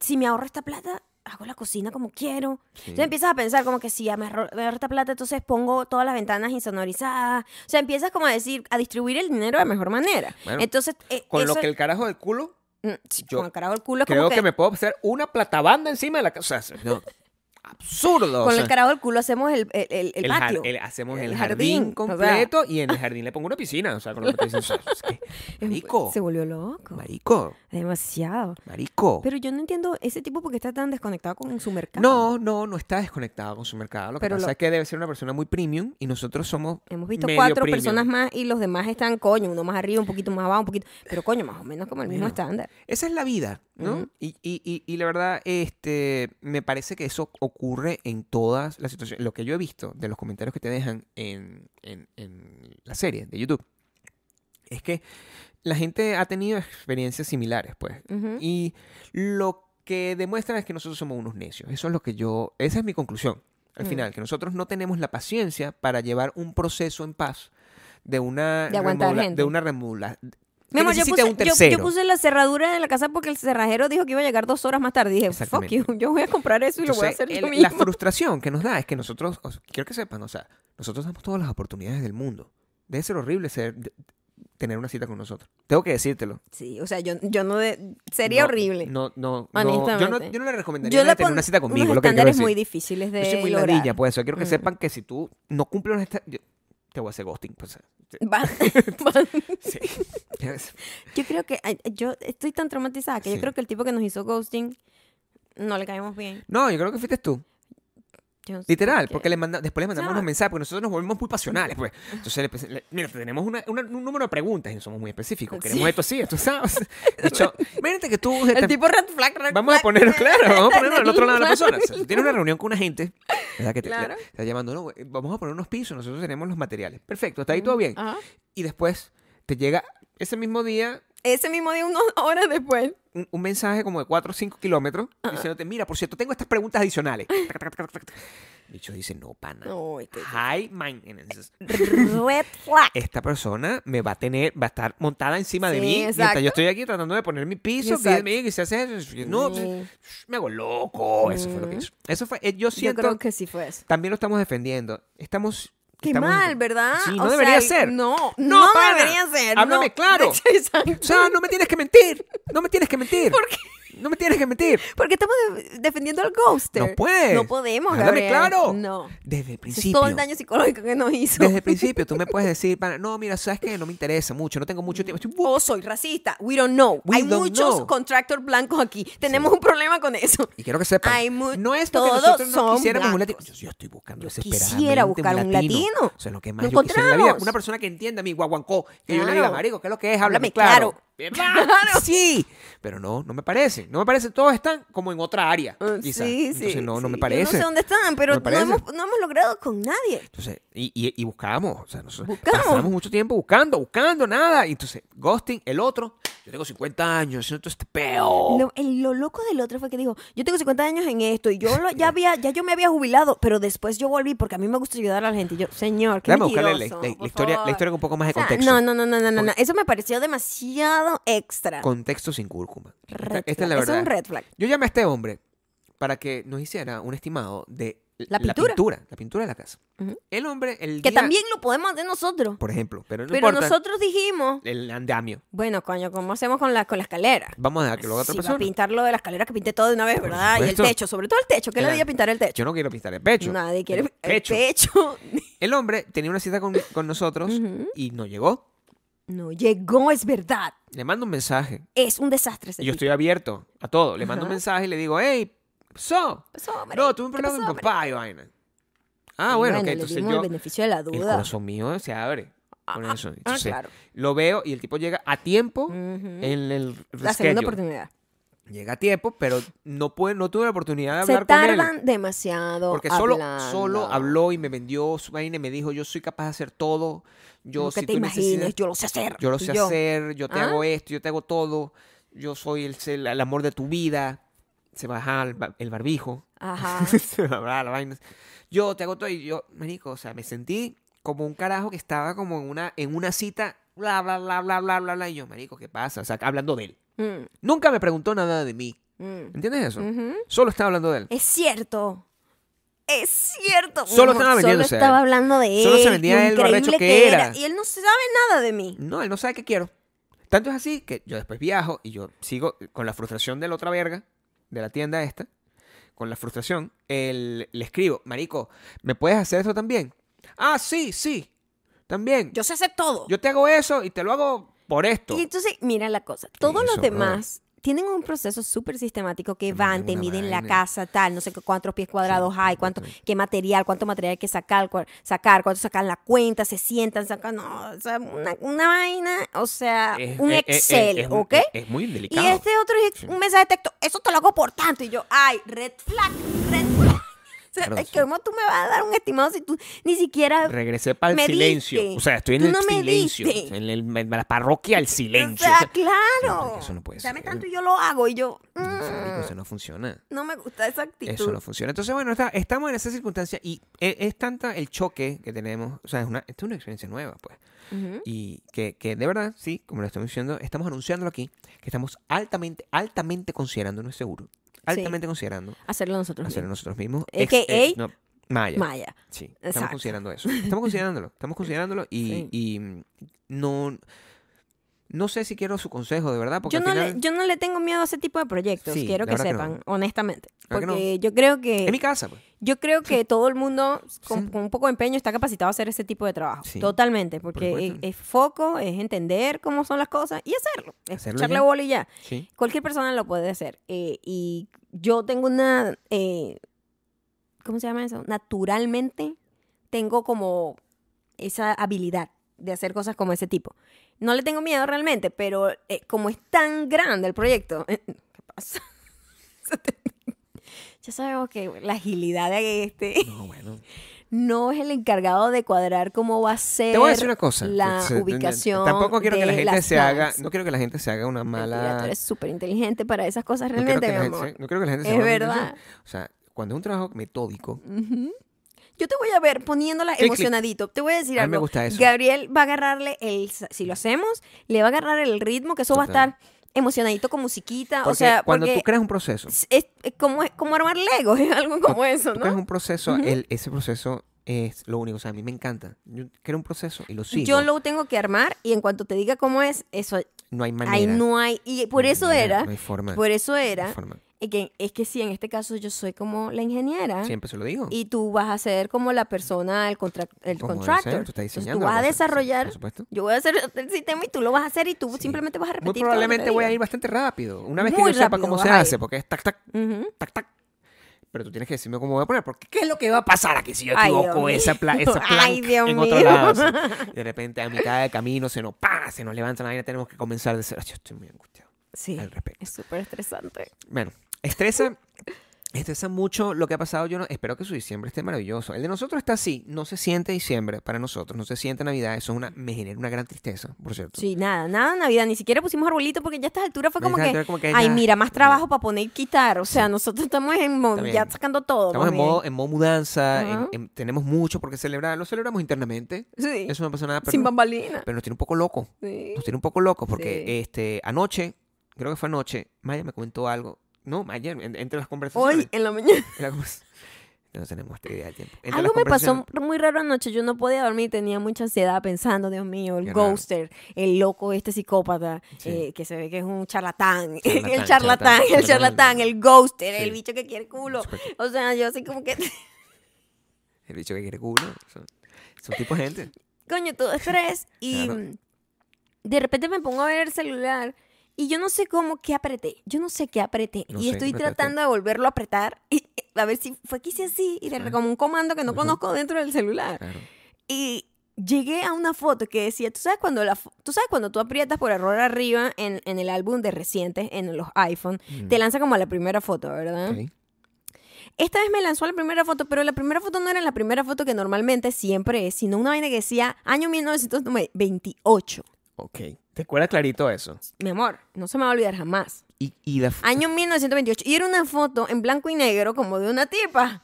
[SPEAKER 1] si me ahorro esta plata, hago la cocina como quiero.
[SPEAKER 2] Sí.
[SPEAKER 1] Entonces empiezas a pensar como que si ya me ahorro me ahorro esta plata, entonces pongo todas las ventanas insonorizadas. O sea, empiezas como a decir, a distribuir el dinero de mejor manera.
[SPEAKER 2] Bueno,
[SPEAKER 1] entonces, eh,
[SPEAKER 2] con
[SPEAKER 1] eso-
[SPEAKER 2] lo que el carajo del culo
[SPEAKER 1] Mm, sí,
[SPEAKER 2] yo
[SPEAKER 1] con el carajo el culo es
[SPEAKER 2] creo
[SPEAKER 1] como
[SPEAKER 2] que...
[SPEAKER 1] que,
[SPEAKER 2] me puedo hacer una platabanda encima de la casa. O sea, no, absurdo. o
[SPEAKER 1] con
[SPEAKER 2] sea,
[SPEAKER 1] el carajo el culo hacemos el, el, el- el
[SPEAKER 2] el jar-
[SPEAKER 1] patio.
[SPEAKER 2] el- hacemos el,
[SPEAKER 1] el jardín,
[SPEAKER 2] jardín,
[SPEAKER 1] o sea.
[SPEAKER 2] completo y en el jardín le pongo una piscina. O sea, con lo que te dicen, o sea, es que,
[SPEAKER 1] Es-
[SPEAKER 2] marico,
[SPEAKER 1] Se volvió loco.
[SPEAKER 2] marico,
[SPEAKER 1] Demasiado.
[SPEAKER 2] marico.
[SPEAKER 1] Pero yo no entiendo ese tipo porque está tan desconectado con su mercado.
[SPEAKER 2] No, no, no está desconectado con su mercado. Lo que
[SPEAKER 1] Pero
[SPEAKER 2] pasa
[SPEAKER 1] lo-
[SPEAKER 2] es que debe ser una persona muy premium y nosotros somos.
[SPEAKER 1] Hemos visto
[SPEAKER 2] medio
[SPEAKER 1] cuatro
[SPEAKER 2] premium.
[SPEAKER 1] personas más y los demás están, coño, uno más arriba, un poquito más abajo, un poquito. Pero coño, más o menos como el mismo
[SPEAKER 2] Bueno.
[SPEAKER 1] estándar.
[SPEAKER 2] Esa es la vida, ¿no?
[SPEAKER 1] Ujú.
[SPEAKER 2] y, y- y- y la verdad, este, me parece que eso ocurre en todas las situaciones. Lo que yo he visto de los comentarios que te dejan en, en- en la serie de YouTube es que la gente ha tenido experiencias similares, pues.
[SPEAKER 1] Ujú.
[SPEAKER 2] Y lo que demuestran es que nosotros somos unos necios. Eso es lo que yo. Esa es mi conclusión. Al
[SPEAKER 1] Mm.
[SPEAKER 2] final, que nosotros no tenemos la paciencia para llevar un proceso en paz de una.
[SPEAKER 1] De aguantar
[SPEAKER 2] remodela-
[SPEAKER 1] gente.
[SPEAKER 2] De una remodela- que
[SPEAKER 1] Mi amor, yo
[SPEAKER 2] necesita
[SPEAKER 1] puse,
[SPEAKER 2] un
[SPEAKER 1] yo- yo
[SPEAKER 2] tercero.
[SPEAKER 1] puse la cerradura de la casa porque el cerrajero dijo que iba a llegar dos horas más tarde. Dije, fuck
[SPEAKER 2] Exactamente.
[SPEAKER 1] you, yo voy a comprar eso y lo voy a
[SPEAKER 2] Entonces,
[SPEAKER 1] hacer yo
[SPEAKER 2] el- La
[SPEAKER 1] mismo.
[SPEAKER 2] frustración que nos da es que nosotros, o sea, quiero que sepan, o sea, nosotros damos todas las oportunidades del mundo. Debe ser horrible ser, de- tener una cita con nosotros. Tengo que decírtelo.
[SPEAKER 1] Sí, o sea, yo, yo no. de- sería
[SPEAKER 2] No,
[SPEAKER 1] horrible.
[SPEAKER 2] No, no, no, yo no.
[SPEAKER 1] Honestamente.
[SPEAKER 2] Yo no le recomendaría
[SPEAKER 1] yo
[SPEAKER 2] a nadie
[SPEAKER 1] le
[SPEAKER 2] tener
[SPEAKER 1] pongo
[SPEAKER 2] una cita conmigo.
[SPEAKER 1] unos
[SPEAKER 2] lo que quiero
[SPEAKER 1] estándares
[SPEAKER 2] decir.
[SPEAKER 1] muy difíciles de
[SPEAKER 2] Yo soy muy
[SPEAKER 1] lograr.
[SPEAKER 2] ladilla, por eso. Quiero que
[SPEAKER 1] Mm.
[SPEAKER 2] sepan que si tú no cumples esta... yo- Te voy a hacer ghosting, pues.
[SPEAKER 1] Va- va-
[SPEAKER 2] Sí. Es-
[SPEAKER 1] yo creo que ay, yo estoy tan traumatizada que
[SPEAKER 2] Sí.
[SPEAKER 1] yo creo que el tipo que nos hizo ghosting no le caemos bien.
[SPEAKER 2] No, yo creo que fuiste tú.
[SPEAKER 1] Yo no sé
[SPEAKER 2] Literal,
[SPEAKER 1] por qué.
[SPEAKER 2] porque le manda, después le mandamos
[SPEAKER 1] No.
[SPEAKER 2] unos mensajes, porque nosotros nos volvemos muy pasionales, pues. Entonces, le pens- le- mira, tenemos una- una- un número de preguntas y somos muy específicos. Queremos
[SPEAKER 1] Sí.
[SPEAKER 2] esto así, tú sabes. De hecho, imagínate que tú... este,
[SPEAKER 1] El tipo red flag, red
[SPEAKER 2] Vamos a
[SPEAKER 1] flag.
[SPEAKER 2] ponerlo claro, vamos a ponerlo al otro lado de la persona.
[SPEAKER 1] Claro.
[SPEAKER 2] O sea, si tienes una reunión con una gente, ¿verdad? Que te
[SPEAKER 1] Claro.
[SPEAKER 2] te está llamando, no, eh, vamos a poner unos pisos, nosotros tenemos los materiales. Perfecto, está ahí todo bien.
[SPEAKER 1] Ajá.
[SPEAKER 2] Y después te llega ese mismo día
[SPEAKER 1] Ese mismo día, unas horas después.
[SPEAKER 2] un, un mensaje como de 4 o 5 kilómetros diciéndote, mira, por cierto, tengo estas preguntas adicionales. Tac, tac,
[SPEAKER 1] Ah.
[SPEAKER 2] tac, tac, tac. Bicho dice, no, pana.
[SPEAKER 1] Uy, qué-
[SPEAKER 2] High maintenance.
[SPEAKER 1] Red flag.
[SPEAKER 2] Esta persona me va a tener, va a estar montada encima de
[SPEAKER 1] Sí,
[SPEAKER 2] mí.
[SPEAKER 1] exacto.
[SPEAKER 2] Mientras yo estoy aquí tratando de poner mi piso,
[SPEAKER 1] Exacto.
[SPEAKER 2] pídeme que se hace eso. Yo, No,
[SPEAKER 1] Sí.
[SPEAKER 2] me hago loco. Eso fue lo que
[SPEAKER 1] Mm.
[SPEAKER 2] hizo. Eso fue, eh, yo
[SPEAKER 1] Yo
[SPEAKER 2] siento,
[SPEAKER 1] creo que sí fue eso.
[SPEAKER 2] también lo estamos defendiendo. Estamos...
[SPEAKER 1] Qué
[SPEAKER 2] estamos-
[SPEAKER 1] mal, ¿verdad?
[SPEAKER 2] Sí, no debería ser.
[SPEAKER 1] No,
[SPEAKER 2] No,
[SPEAKER 1] no,
[SPEAKER 2] pana.
[SPEAKER 1] debería ser.
[SPEAKER 2] Háblame
[SPEAKER 1] no.
[SPEAKER 2] claro.
[SPEAKER 1] Exacto.
[SPEAKER 2] O sea, no me tienes que mentir. No me tienes que mentir.
[SPEAKER 1] ¿Por qué?
[SPEAKER 2] No me tienes que mentir.
[SPEAKER 1] Porque estamos de- defendiendo al ghoster.
[SPEAKER 2] No puedes.
[SPEAKER 1] No podemos, Gabriel.
[SPEAKER 2] Háblame claro.
[SPEAKER 1] No.
[SPEAKER 2] Desde el
[SPEAKER 1] Ese es
[SPEAKER 2] principio.
[SPEAKER 1] todo el daño psicológico que nos hizo.
[SPEAKER 2] Desde el principio tú me puedes decir, pana, no, mira, sabes que no me interesa mucho, no tengo mucho tiempo. Estoy bu-
[SPEAKER 1] O Oh, soy racista. We don't know.
[SPEAKER 2] We
[SPEAKER 1] Hay
[SPEAKER 2] don't
[SPEAKER 1] muchos
[SPEAKER 2] know.
[SPEAKER 1] contractors blancos aquí. Tenemos un problema con eso.
[SPEAKER 2] Y quiero que sepan,
[SPEAKER 1] Hay mu-
[SPEAKER 2] no es porque
[SPEAKER 1] todos
[SPEAKER 2] nosotros no
[SPEAKER 1] son
[SPEAKER 2] quisiéramos un latino.
[SPEAKER 1] blancos.
[SPEAKER 2] Yo, yo estoy buscando
[SPEAKER 1] Yo
[SPEAKER 2] desesperadamente
[SPEAKER 1] quisiera buscar un latino.
[SPEAKER 2] Eso es lo que
[SPEAKER 1] Lo
[SPEAKER 2] más yo quisiera en la vida.
[SPEAKER 1] encontramos.
[SPEAKER 2] Una persona que entienda mi guaguancó, que yo le
[SPEAKER 1] Claro.
[SPEAKER 2] diga, marico, ¿qué es lo que es? Háblame
[SPEAKER 1] Háblame
[SPEAKER 2] claro.
[SPEAKER 1] claro.
[SPEAKER 2] ¿Verdad? Sí, pero no, no me parece. No me parece. Todos están como en otra área.
[SPEAKER 1] Ah,
[SPEAKER 2] quizá.
[SPEAKER 1] Sí, sí.
[SPEAKER 2] Entonces no, no me
[SPEAKER 1] sí. Yo
[SPEAKER 2] parece.
[SPEAKER 1] no sé dónde están, pero no,
[SPEAKER 2] No me parece.
[SPEAKER 1] hemos, no hemos logrado con nadie.
[SPEAKER 2] Entonces, y, y, y buscamos, o sea, nosotros
[SPEAKER 1] Buscamos.
[SPEAKER 2] pasamos mucho tiempo buscando, buscando, nada. Y entonces, Ghosting, el otro, yo tengo 50 años, siento este peo.
[SPEAKER 1] Lo, el- lo loco del otro fue que dijo, yo tengo 50 años en esto y yo lo- ya había, ya yo me había jubilado, pero después yo volví porque a mí me gusta ayudar a la gente. Y yo, señor, qué
[SPEAKER 2] Déjame buscarle la,
[SPEAKER 1] mentiroso,
[SPEAKER 2] la- la
[SPEAKER 1] por
[SPEAKER 2] historia, la
[SPEAKER 1] favor".
[SPEAKER 2] historia con un poco más de
[SPEAKER 1] O sea,
[SPEAKER 2] contexto.
[SPEAKER 1] no, no, no, no, no, no, no. Eso me pareció demasiado extra.
[SPEAKER 2] Contexto sin cúrcuma. Esta,
[SPEAKER 1] Ah. Red
[SPEAKER 2] esta es la
[SPEAKER 1] flag. Eso
[SPEAKER 2] verdad.
[SPEAKER 1] es un red flag.
[SPEAKER 2] Yo llamé a este hombre para que nos hiciera un estimado de
[SPEAKER 1] La pintura.
[SPEAKER 2] la pintura, la pintura de la casa.
[SPEAKER 1] Ujú.
[SPEAKER 2] El hombre, el
[SPEAKER 1] Que
[SPEAKER 2] día-
[SPEAKER 1] también lo podemos hacer nosotros.
[SPEAKER 2] por ejemplo, pero no
[SPEAKER 1] pero
[SPEAKER 2] importa,
[SPEAKER 1] nosotros dijimos,
[SPEAKER 2] el andamio.
[SPEAKER 1] bueno, coño, ¿cómo hacemos con la, con la escalera?
[SPEAKER 2] Vamos a dejar que lo haga otra
[SPEAKER 1] Si va a
[SPEAKER 2] persona.
[SPEAKER 1] pintar lo de la escalera que pinté todo de una vez,
[SPEAKER 2] Por
[SPEAKER 1] ¿verdad? Y el
[SPEAKER 2] supuesto.
[SPEAKER 1] techo, sobre todo el techo. ¿Qué le
[SPEAKER 2] Claro.
[SPEAKER 1] voy a pintar el techo?
[SPEAKER 2] Yo no quiero pintar el pecho.
[SPEAKER 1] Nadie quiere
[SPEAKER 2] El
[SPEAKER 1] el
[SPEAKER 2] pecho.
[SPEAKER 1] techo.
[SPEAKER 2] El hombre tenía una cita con, con nosotros
[SPEAKER 1] Ujú.
[SPEAKER 2] y no llegó.
[SPEAKER 1] No llegó, es verdad.
[SPEAKER 2] Le mando un mensaje.
[SPEAKER 1] Es un desastre ese
[SPEAKER 2] Y yo
[SPEAKER 1] tipo.
[SPEAKER 2] estoy abierto a todo. Le mando un
[SPEAKER 1] Ajá.
[SPEAKER 2] mensaje y le digo, hey, so.
[SPEAKER 1] ¿Qué pasó, hombre?
[SPEAKER 2] No, tuve un
[SPEAKER 1] ¿Qué
[SPEAKER 2] problema con mi
[SPEAKER 1] pasó,
[SPEAKER 2] papá y vaina. Ah,
[SPEAKER 1] hombre?
[SPEAKER 2] bueno,
[SPEAKER 1] Y
[SPEAKER 2] ok,
[SPEAKER 1] le
[SPEAKER 2] entonces
[SPEAKER 1] dimos
[SPEAKER 2] yo.
[SPEAKER 1] el beneficio de la
[SPEAKER 2] El
[SPEAKER 1] duda.
[SPEAKER 2] corazón mío se abre con eso.
[SPEAKER 1] Ah,
[SPEAKER 2] Entonces,
[SPEAKER 1] claro.
[SPEAKER 2] lo veo y el tipo llega a tiempo
[SPEAKER 1] Ujú.
[SPEAKER 2] en el
[SPEAKER 1] La segunda
[SPEAKER 2] reschedule.
[SPEAKER 1] oportunidad.
[SPEAKER 2] Llega a tiempo, pero no, puede, no tuve la oportunidad de
[SPEAKER 1] Se
[SPEAKER 2] hablar con él.
[SPEAKER 1] tardan demasiado.
[SPEAKER 2] Porque solo,
[SPEAKER 1] hablando.
[SPEAKER 2] solo habló y me vendió su vaina y me dijo, yo soy capaz de hacer todo. Yo,
[SPEAKER 1] Lo que
[SPEAKER 2] si
[SPEAKER 1] te
[SPEAKER 2] tú
[SPEAKER 1] imagines,
[SPEAKER 2] necesitas-
[SPEAKER 1] yo lo sé hacer.
[SPEAKER 2] yo lo
[SPEAKER 1] Y
[SPEAKER 2] sé hacer, yo te
[SPEAKER 1] ¿Ah?
[SPEAKER 2] hago esto, yo te hago todo, yo soy el, el- el amor de tu vida, se baja el, ba- el barbijo,
[SPEAKER 1] Ajá.
[SPEAKER 2] se baja la vaina, yo te hago todo y yo, marico, o sea, me sentí como un carajo que estaba como en una, en una cita, bla, bla, bla, bla, bla, bla, bla, y yo, marico, ¿qué pasa? O sea, hablando de él.
[SPEAKER 1] Mm,
[SPEAKER 2] Nunca me preguntó nada de mí,
[SPEAKER 1] mm.
[SPEAKER 2] ¿entiendes eso?
[SPEAKER 1] Ujú. Eh.
[SPEAKER 2] Solo estaba hablando de él.
[SPEAKER 1] Es cierto. Es cierto.
[SPEAKER 2] Solo
[SPEAKER 1] Mi
[SPEAKER 2] estaba
[SPEAKER 1] amor, Solo
[SPEAKER 2] vendiéndose a él.
[SPEAKER 1] estaba hablando de él.
[SPEAKER 2] Solo se vendía
[SPEAKER 1] lo
[SPEAKER 2] él lo arrecho
[SPEAKER 1] increíble
[SPEAKER 2] que
[SPEAKER 1] que,
[SPEAKER 2] era.
[SPEAKER 1] era. Y él no sabe nada de mí.
[SPEAKER 2] No, él no sabe qué quiero. Tanto es así que yo después viajo y yo sigo con la frustración de la otra verga, de la tienda esta, con la frustración, el- le escribo, marico, ¿me puedes hacer eso también? Ah, sí, sí, también. Yo,
[SPEAKER 1] Yo sé hacer todo.
[SPEAKER 2] te hago eso y te lo hago por esto.
[SPEAKER 1] y entonces, mira la cosa. Todos
[SPEAKER 2] eso,
[SPEAKER 1] los
[SPEAKER 2] brother?
[SPEAKER 1] demás tienen un proceso súper sistemático que
[SPEAKER 2] Te
[SPEAKER 1] van, te
[SPEAKER 2] mandan una
[SPEAKER 1] miden la
[SPEAKER 2] vaina.
[SPEAKER 1] casa, tal, no sé qué- cuántos pies cuadrados
[SPEAKER 2] Sí,
[SPEAKER 1] hay, cuánto,
[SPEAKER 2] exactamente.
[SPEAKER 1] qué material, cuánto material hay que sacar, cua- sacar, cuánto sacan la cuenta, se sientan, sacan, no, o sea, una, una vaina, o sea,
[SPEAKER 2] Es-
[SPEAKER 1] un
[SPEAKER 2] es- es-
[SPEAKER 1] Excel,
[SPEAKER 2] es- es-
[SPEAKER 1] ¿ok?
[SPEAKER 2] Es, es muy
[SPEAKER 1] Y
[SPEAKER 2] delicado.
[SPEAKER 1] este otro es
[SPEAKER 2] Sí.
[SPEAKER 1] un mensaje de texto, eso te lo hago por tanto. Y yo, ay, red flag, red flag. O sea,
[SPEAKER 2] Claro,
[SPEAKER 1] ay,
[SPEAKER 2] sí.
[SPEAKER 1] ¿Cómo tú me vas a dar un estimado si tú ni siquiera...
[SPEAKER 2] Regresé para el
[SPEAKER 1] me
[SPEAKER 2] silencio.
[SPEAKER 1] diste.
[SPEAKER 2] O sea, estoy en
[SPEAKER 1] Tú
[SPEAKER 2] el
[SPEAKER 1] no me
[SPEAKER 2] silencio.
[SPEAKER 1] diste.
[SPEAKER 2] En, el- en la parroquia, el
[SPEAKER 1] O
[SPEAKER 2] silencio. O
[SPEAKER 1] sea,
[SPEAKER 2] sea,
[SPEAKER 1] claro.
[SPEAKER 2] eso no puede
[SPEAKER 1] Dame
[SPEAKER 2] ser.
[SPEAKER 1] tanto y yo lo hago. Y yo,
[SPEAKER 2] no, o sea, marico,
[SPEAKER 1] mm,
[SPEAKER 2] eso no funciona.
[SPEAKER 1] no me gusta esa actitud.
[SPEAKER 2] Eso no funciona. Entonces, bueno, está- estamos en esa circunstancia y e- es, tanta el choque que tenemos. O sea, es una, esta es una experiencia nueva, pues.
[SPEAKER 1] Ujú.
[SPEAKER 2] Y que, que de verdad, sí, como lo estamos diciendo, estamos anunciándolo aquí, que estamos altamente, altamente considerando, no es seguro, altamente considerando
[SPEAKER 1] Hacerlo nosotros
[SPEAKER 2] hacerlo
[SPEAKER 1] mismos.
[SPEAKER 2] nosotros mismos. eh,
[SPEAKER 1] AKA,
[SPEAKER 2] no, Maya.
[SPEAKER 1] Maya.
[SPEAKER 2] Sí, estamos
[SPEAKER 1] Exacto.
[SPEAKER 2] considerando eso. Estamos considerándolo, estamos considerándolo y,
[SPEAKER 1] Sí.
[SPEAKER 2] y, mm, no, no sé si quiero su consejo, de verdad, porque
[SPEAKER 1] Yo
[SPEAKER 2] al
[SPEAKER 1] no,
[SPEAKER 2] final,
[SPEAKER 1] le, yo no le tengo miedo a ese tipo de proyectos,
[SPEAKER 2] Sí,
[SPEAKER 1] quiero
[SPEAKER 2] la
[SPEAKER 1] que
[SPEAKER 2] verdad que no.
[SPEAKER 1] sepan, honestamente.
[SPEAKER 2] La verdad que
[SPEAKER 1] Porque yo creo
[SPEAKER 2] es
[SPEAKER 1] que
[SPEAKER 2] mi casa, pues.
[SPEAKER 1] yo creo que todo el mundo con,
[SPEAKER 2] Sí.
[SPEAKER 1] con un poco de empeño está capacitado a hacer ese tipo de trabajo.
[SPEAKER 2] Sí.
[SPEAKER 1] Totalmente, porque es,
[SPEAKER 2] supuesto.
[SPEAKER 1] es foco, es entender cómo son las cosas y hacerlo. Es
[SPEAKER 2] Hacerlo
[SPEAKER 1] echarle
[SPEAKER 2] ya.
[SPEAKER 1] bola y ya.
[SPEAKER 2] Sí.
[SPEAKER 1] Cualquier persona lo puede hacer. Eh, y yo tengo una eh, ¿cómo se llama eso? Naturalmente tengo como esa habilidad de hacer cosas como ese tipo. No le tengo miedo realmente, pero eh, como es tan grande el proyecto, eh, ¿qué pasa? ya sabemos que la agilidad de este
[SPEAKER 2] No, bueno.
[SPEAKER 1] no es el encargado de cuadrar cómo va a ser
[SPEAKER 2] Te voy a decir una cosa.
[SPEAKER 1] la
[SPEAKER 2] Se-
[SPEAKER 1] ubicación.
[SPEAKER 2] Tampoco quiero que la
[SPEAKER 1] de
[SPEAKER 2] gente
[SPEAKER 1] las
[SPEAKER 2] se haga.
[SPEAKER 1] naves.
[SPEAKER 2] No quiero que la gente se haga una
[SPEAKER 1] Mentira, Tú
[SPEAKER 2] mala.
[SPEAKER 1] eres súper inteligente para esas cosas
[SPEAKER 2] no quiero
[SPEAKER 1] realmente, mi
[SPEAKER 2] que la gente
[SPEAKER 1] amor.
[SPEAKER 2] se- no quiero que la gente se
[SPEAKER 1] Es
[SPEAKER 2] haga una
[SPEAKER 1] verdad.
[SPEAKER 2] mala impresión. O sea, cuando es un trabajo metódico,
[SPEAKER 1] Yo te voy a ver poniéndola
[SPEAKER 2] Clic, clic.
[SPEAKER 1] emocionadito. Te voy a decir
[SPEAKER 2] A mí
[SPEAKER 1] algo.
[SPEAKER 2] me gusta eso.
[SPEAKER 1] Gabriel va a agarrarle el. Si lo hacemos, le va a agarrar el ritmo, que eso va a
[SPEAKER 2] Total.
[SPEAKER 1] estar emocionadito con musiquita.
[SPEAKER 2] porque
[SPEAKER 1] o sea,
[SPEAKER 2] cuando
[SPEAKER 1] porque
[SPEAKER 2] tú creas un proceso,
[SPEAKER 1] es, es- es como, es como armar Lego, es algo como eso,
[SPEAKER 2] tú creas
[SPEAKER 1] ¿no?
[SPEAKER 2] un proceso, el- ese proceso es lo único. O sea, a mí me encanta. Yo creo un proceso y lo sigo.
[SPEAKER 1] Yo lo tengo que armar y en cuanto te diga cómo es, eso
[SPEAKER 2] No hay manera.
[SPEAKER 1] ahí no hay. Y por
[SPEAKER 2] No hay
[SPEAKER 1] eso
[SPEAKER 2] manera,
[SPEAKER 1] era.
[SPEAKER 2] No hay forma.
[SPEAKER 1] Por eso
[SPEAKER 2] no hay
[SPEAKER 1] era.
[SPEAKER 2] forma.
[SPEAKER 1] Es que, es que sí, en este caso yo soy como la ingeniera.
[SPEAKER 2] Siempre se lo digo.
[SPEAKER 1] Y tú vas a ser como la persona, el, contra- el
[SPEAKER 2] Como debe
[SPEAKER 1] contractor.
[SPEAKER 2] ser, tú estás
[SPEAKER 1] Entonces,
[SPEAKER 2] diseñando
[SPEAKER 1] vas a
[SPEAKER 2] algo, sí, sí,
[SPEAKER 1] desarrollar
[SPEAKER 2] Por supuesto.
[SPEAKER 1] Yo voy a hacer el sistema y tú lo vas a hacer y tú
[SPEAKER 2] Sí.
[SPEAKER 1] simplemente vas a repetir.
[SPEAKER 2] Muy
[SPEAKER 1] todo lo que
[SPEAKER 2] probablemente
[SPEAKER 1] te
[SPEAKER 2] voy a ir
[SPEAKER 1] digan.
[SPEAKER 2] bastante rápido. Una vez
[SPEAKER 1] Muy
[SPEAKER 2] que yo sepa
[SPEAKER 1] rápido
[SPEAKER 2] cómo
[SPEAKER 1] vas
[SPEAKER 2] se
[SPEAKER 1] a ir.
[SPEAKER 2] hace, porque es tac, tac,
[SPEAKER 1] Ujú.
[SPEAKER 2] tac, tac. Pero tú tienes que decirme cómo voy a poner, porque ¿qué es lo que va a pasar aquí si yo
[SPEAKER 1] Ay,
[SPEAKER 2] equivoco
[SPEAKER 1] Dios
[SPEAKER 2] esa, pla
[SPEAKER 1] mío.
[SPEAKER 2] esa plank
[SPEAKER 1] Ay, Dios
[SPEAKER 2] en otro
[SPEAKER 1] mío.
[SPEAKER 2] lado? O sea, de repente a mitad de camino se nos pa, se nos levanta la vaina, tenemos que comenzar de cero. Yo estoy muy angustiado
[SPEAKER 1] Sí.
[SPEAKER 2] al respecto.
[SPEAKER 1] Es súper estresante.
[SPEAKER 2] Bueno, estresa, estresa mucho lo que ha pasado. Yo no, espero que su diciembre esté maravilloso. El de nosotros está así, no se siente diciembre para nosotros, no se siente Navidad. Eso es una, me genera una gran tristeza, por cierto.
[SPEAKER 1] Sí, nada, nada, Navidad. Ni siquiera pusimos arbolito porque ya a estas alturas fue
[SPEAKER 2] Me
[SPEAKER 1] como
[SPEAKER 2] deja
[SPEAKER 1] que.
[SPEAKER 2] ver como que
[SPEAKER 1] Ay,
[SPEAKER 2] ya-
[SPEAKER 1] mira, más trabajo para poner y quitar. O sea, nosotros estamos en mo-
[SPEAKER 2] Está
[SPEAKER 1] ya
[SPEAKER 2] bien.
[SPEAKER 1] sacando todo.
[SPEAKER 2] Estamos en
[SPEAKER 1] mami.
[SPEAKER 2] modo, en modo mudanza, en-
[SPEAKER 1] Ajá.
[SPEAKER 2] en- tenemos mucho por qué celebrar, lo celebramos internamente,
[SPEAKER 1] Sí.
[SPEAKER 2] eso no pasa nada, pero,
[SPEAKER 1] Sin
[SPEAKER 2] no-
[SPEAKER 1] bambalina.
[SPEAKER 2] pero nos tiene un poco loco,
[SPEAKER 1] Sí.
[SPEAKER 2] nos tiene un poco locos porque
[SPEAKER 1] Sí.
[SPEAKER 2] este, anoche, creo que fue anoche, Maya me comentó algo, no, ayer, en- entre las conversaciones,
[SPEAKER 1] Hoy en la mañana.
[SPEAKER 2] era como- no tenemos esta idea de tiempo. Entre
[SPEAKER 1] Algo
[SPEAKER 2] las
[SPEAKER 1] me pasó
[SPEAKER 2] conversaciones-
[SPEAKER 1] muy raro anoche. Yo no podía dormir, tenía mucha ansiedad pensando, Dios mío, el
[SPEAKER 2] Qué raro.
[SPEAKER 1] ghoster, el loco, este psicópata,
[SPEAKER 2] Sí.
[SPEAKER 1] eh, que se ve que es un charlatán, el
[SPEAKER 2] Charlatán,
[SPEAKER 1] charlatán,
[SPEAKER 2] charlatán,
[SPEAKER 1] el charlatán,
[SPEAKER 2] charlatán.
[SPEAKER 1] el ghoster,
[SPEAKER 2] Sí.
[SPEAKER 1] el bicho que quiere culo.
[SPEAKER 2] Súper-
[SPEAKER 1] O sea, yo así como que,
[SPEAKER 2] El bicho que quiere culo, son, son tipo de gente.
[SPEAKER 1] coño, todo estrés. Y
[SPEAKER 2] Claro.
[SPEAKER 1] mm, de repente me pongo a ver el celular y yo no sé cómo que apreté. Yo no sé qué apreté.
[SPEAKER 2] No
[SPEAKER 1] y
[SPEAKER 2] sé qué
[SPEAKER 1] estoy
[SPEAKER 2] apretaste.
[SPEAKER 1] tratando de volverlo a apretar. y- a ver si fue que hice así y de
[SPEAKER 2] Ajá.
[SPEAKER 1] como un comando que no
[SPEAKER 2] Ajá.
[SPEAKER 1] conozco dentro del celular.
[SPEAKER 2] Claro.
[SPEAKER 1] Y llegué a una foto que decía, tú sabes cuando la fo- tú sabes cuando tú aprietas por error arriba en, en el álbum de recientes en los iPhone,
[SPEAKER 2] Mm,
[SPEAKER 1] te lanza como a la primera foto, ¿verdad?
[SPEAKER 2] ok.
[SPEAKER 1] Esta vez me lanzó a la primera foto, pero la primera foto no era la primera foto que normalmente siempre es, sino una vaina que decía año 1928.
[SPEAKER 2] Ok. ¿Te acuerdas clarito eso?
[SPEAKER 1] Mi amor, no se me va a olvidar jamás.
[SPEAKER 2] Y, y la, f-
[SPEAKER 1] Año 1928. Y era una foto en blanco y negro como de una tipa.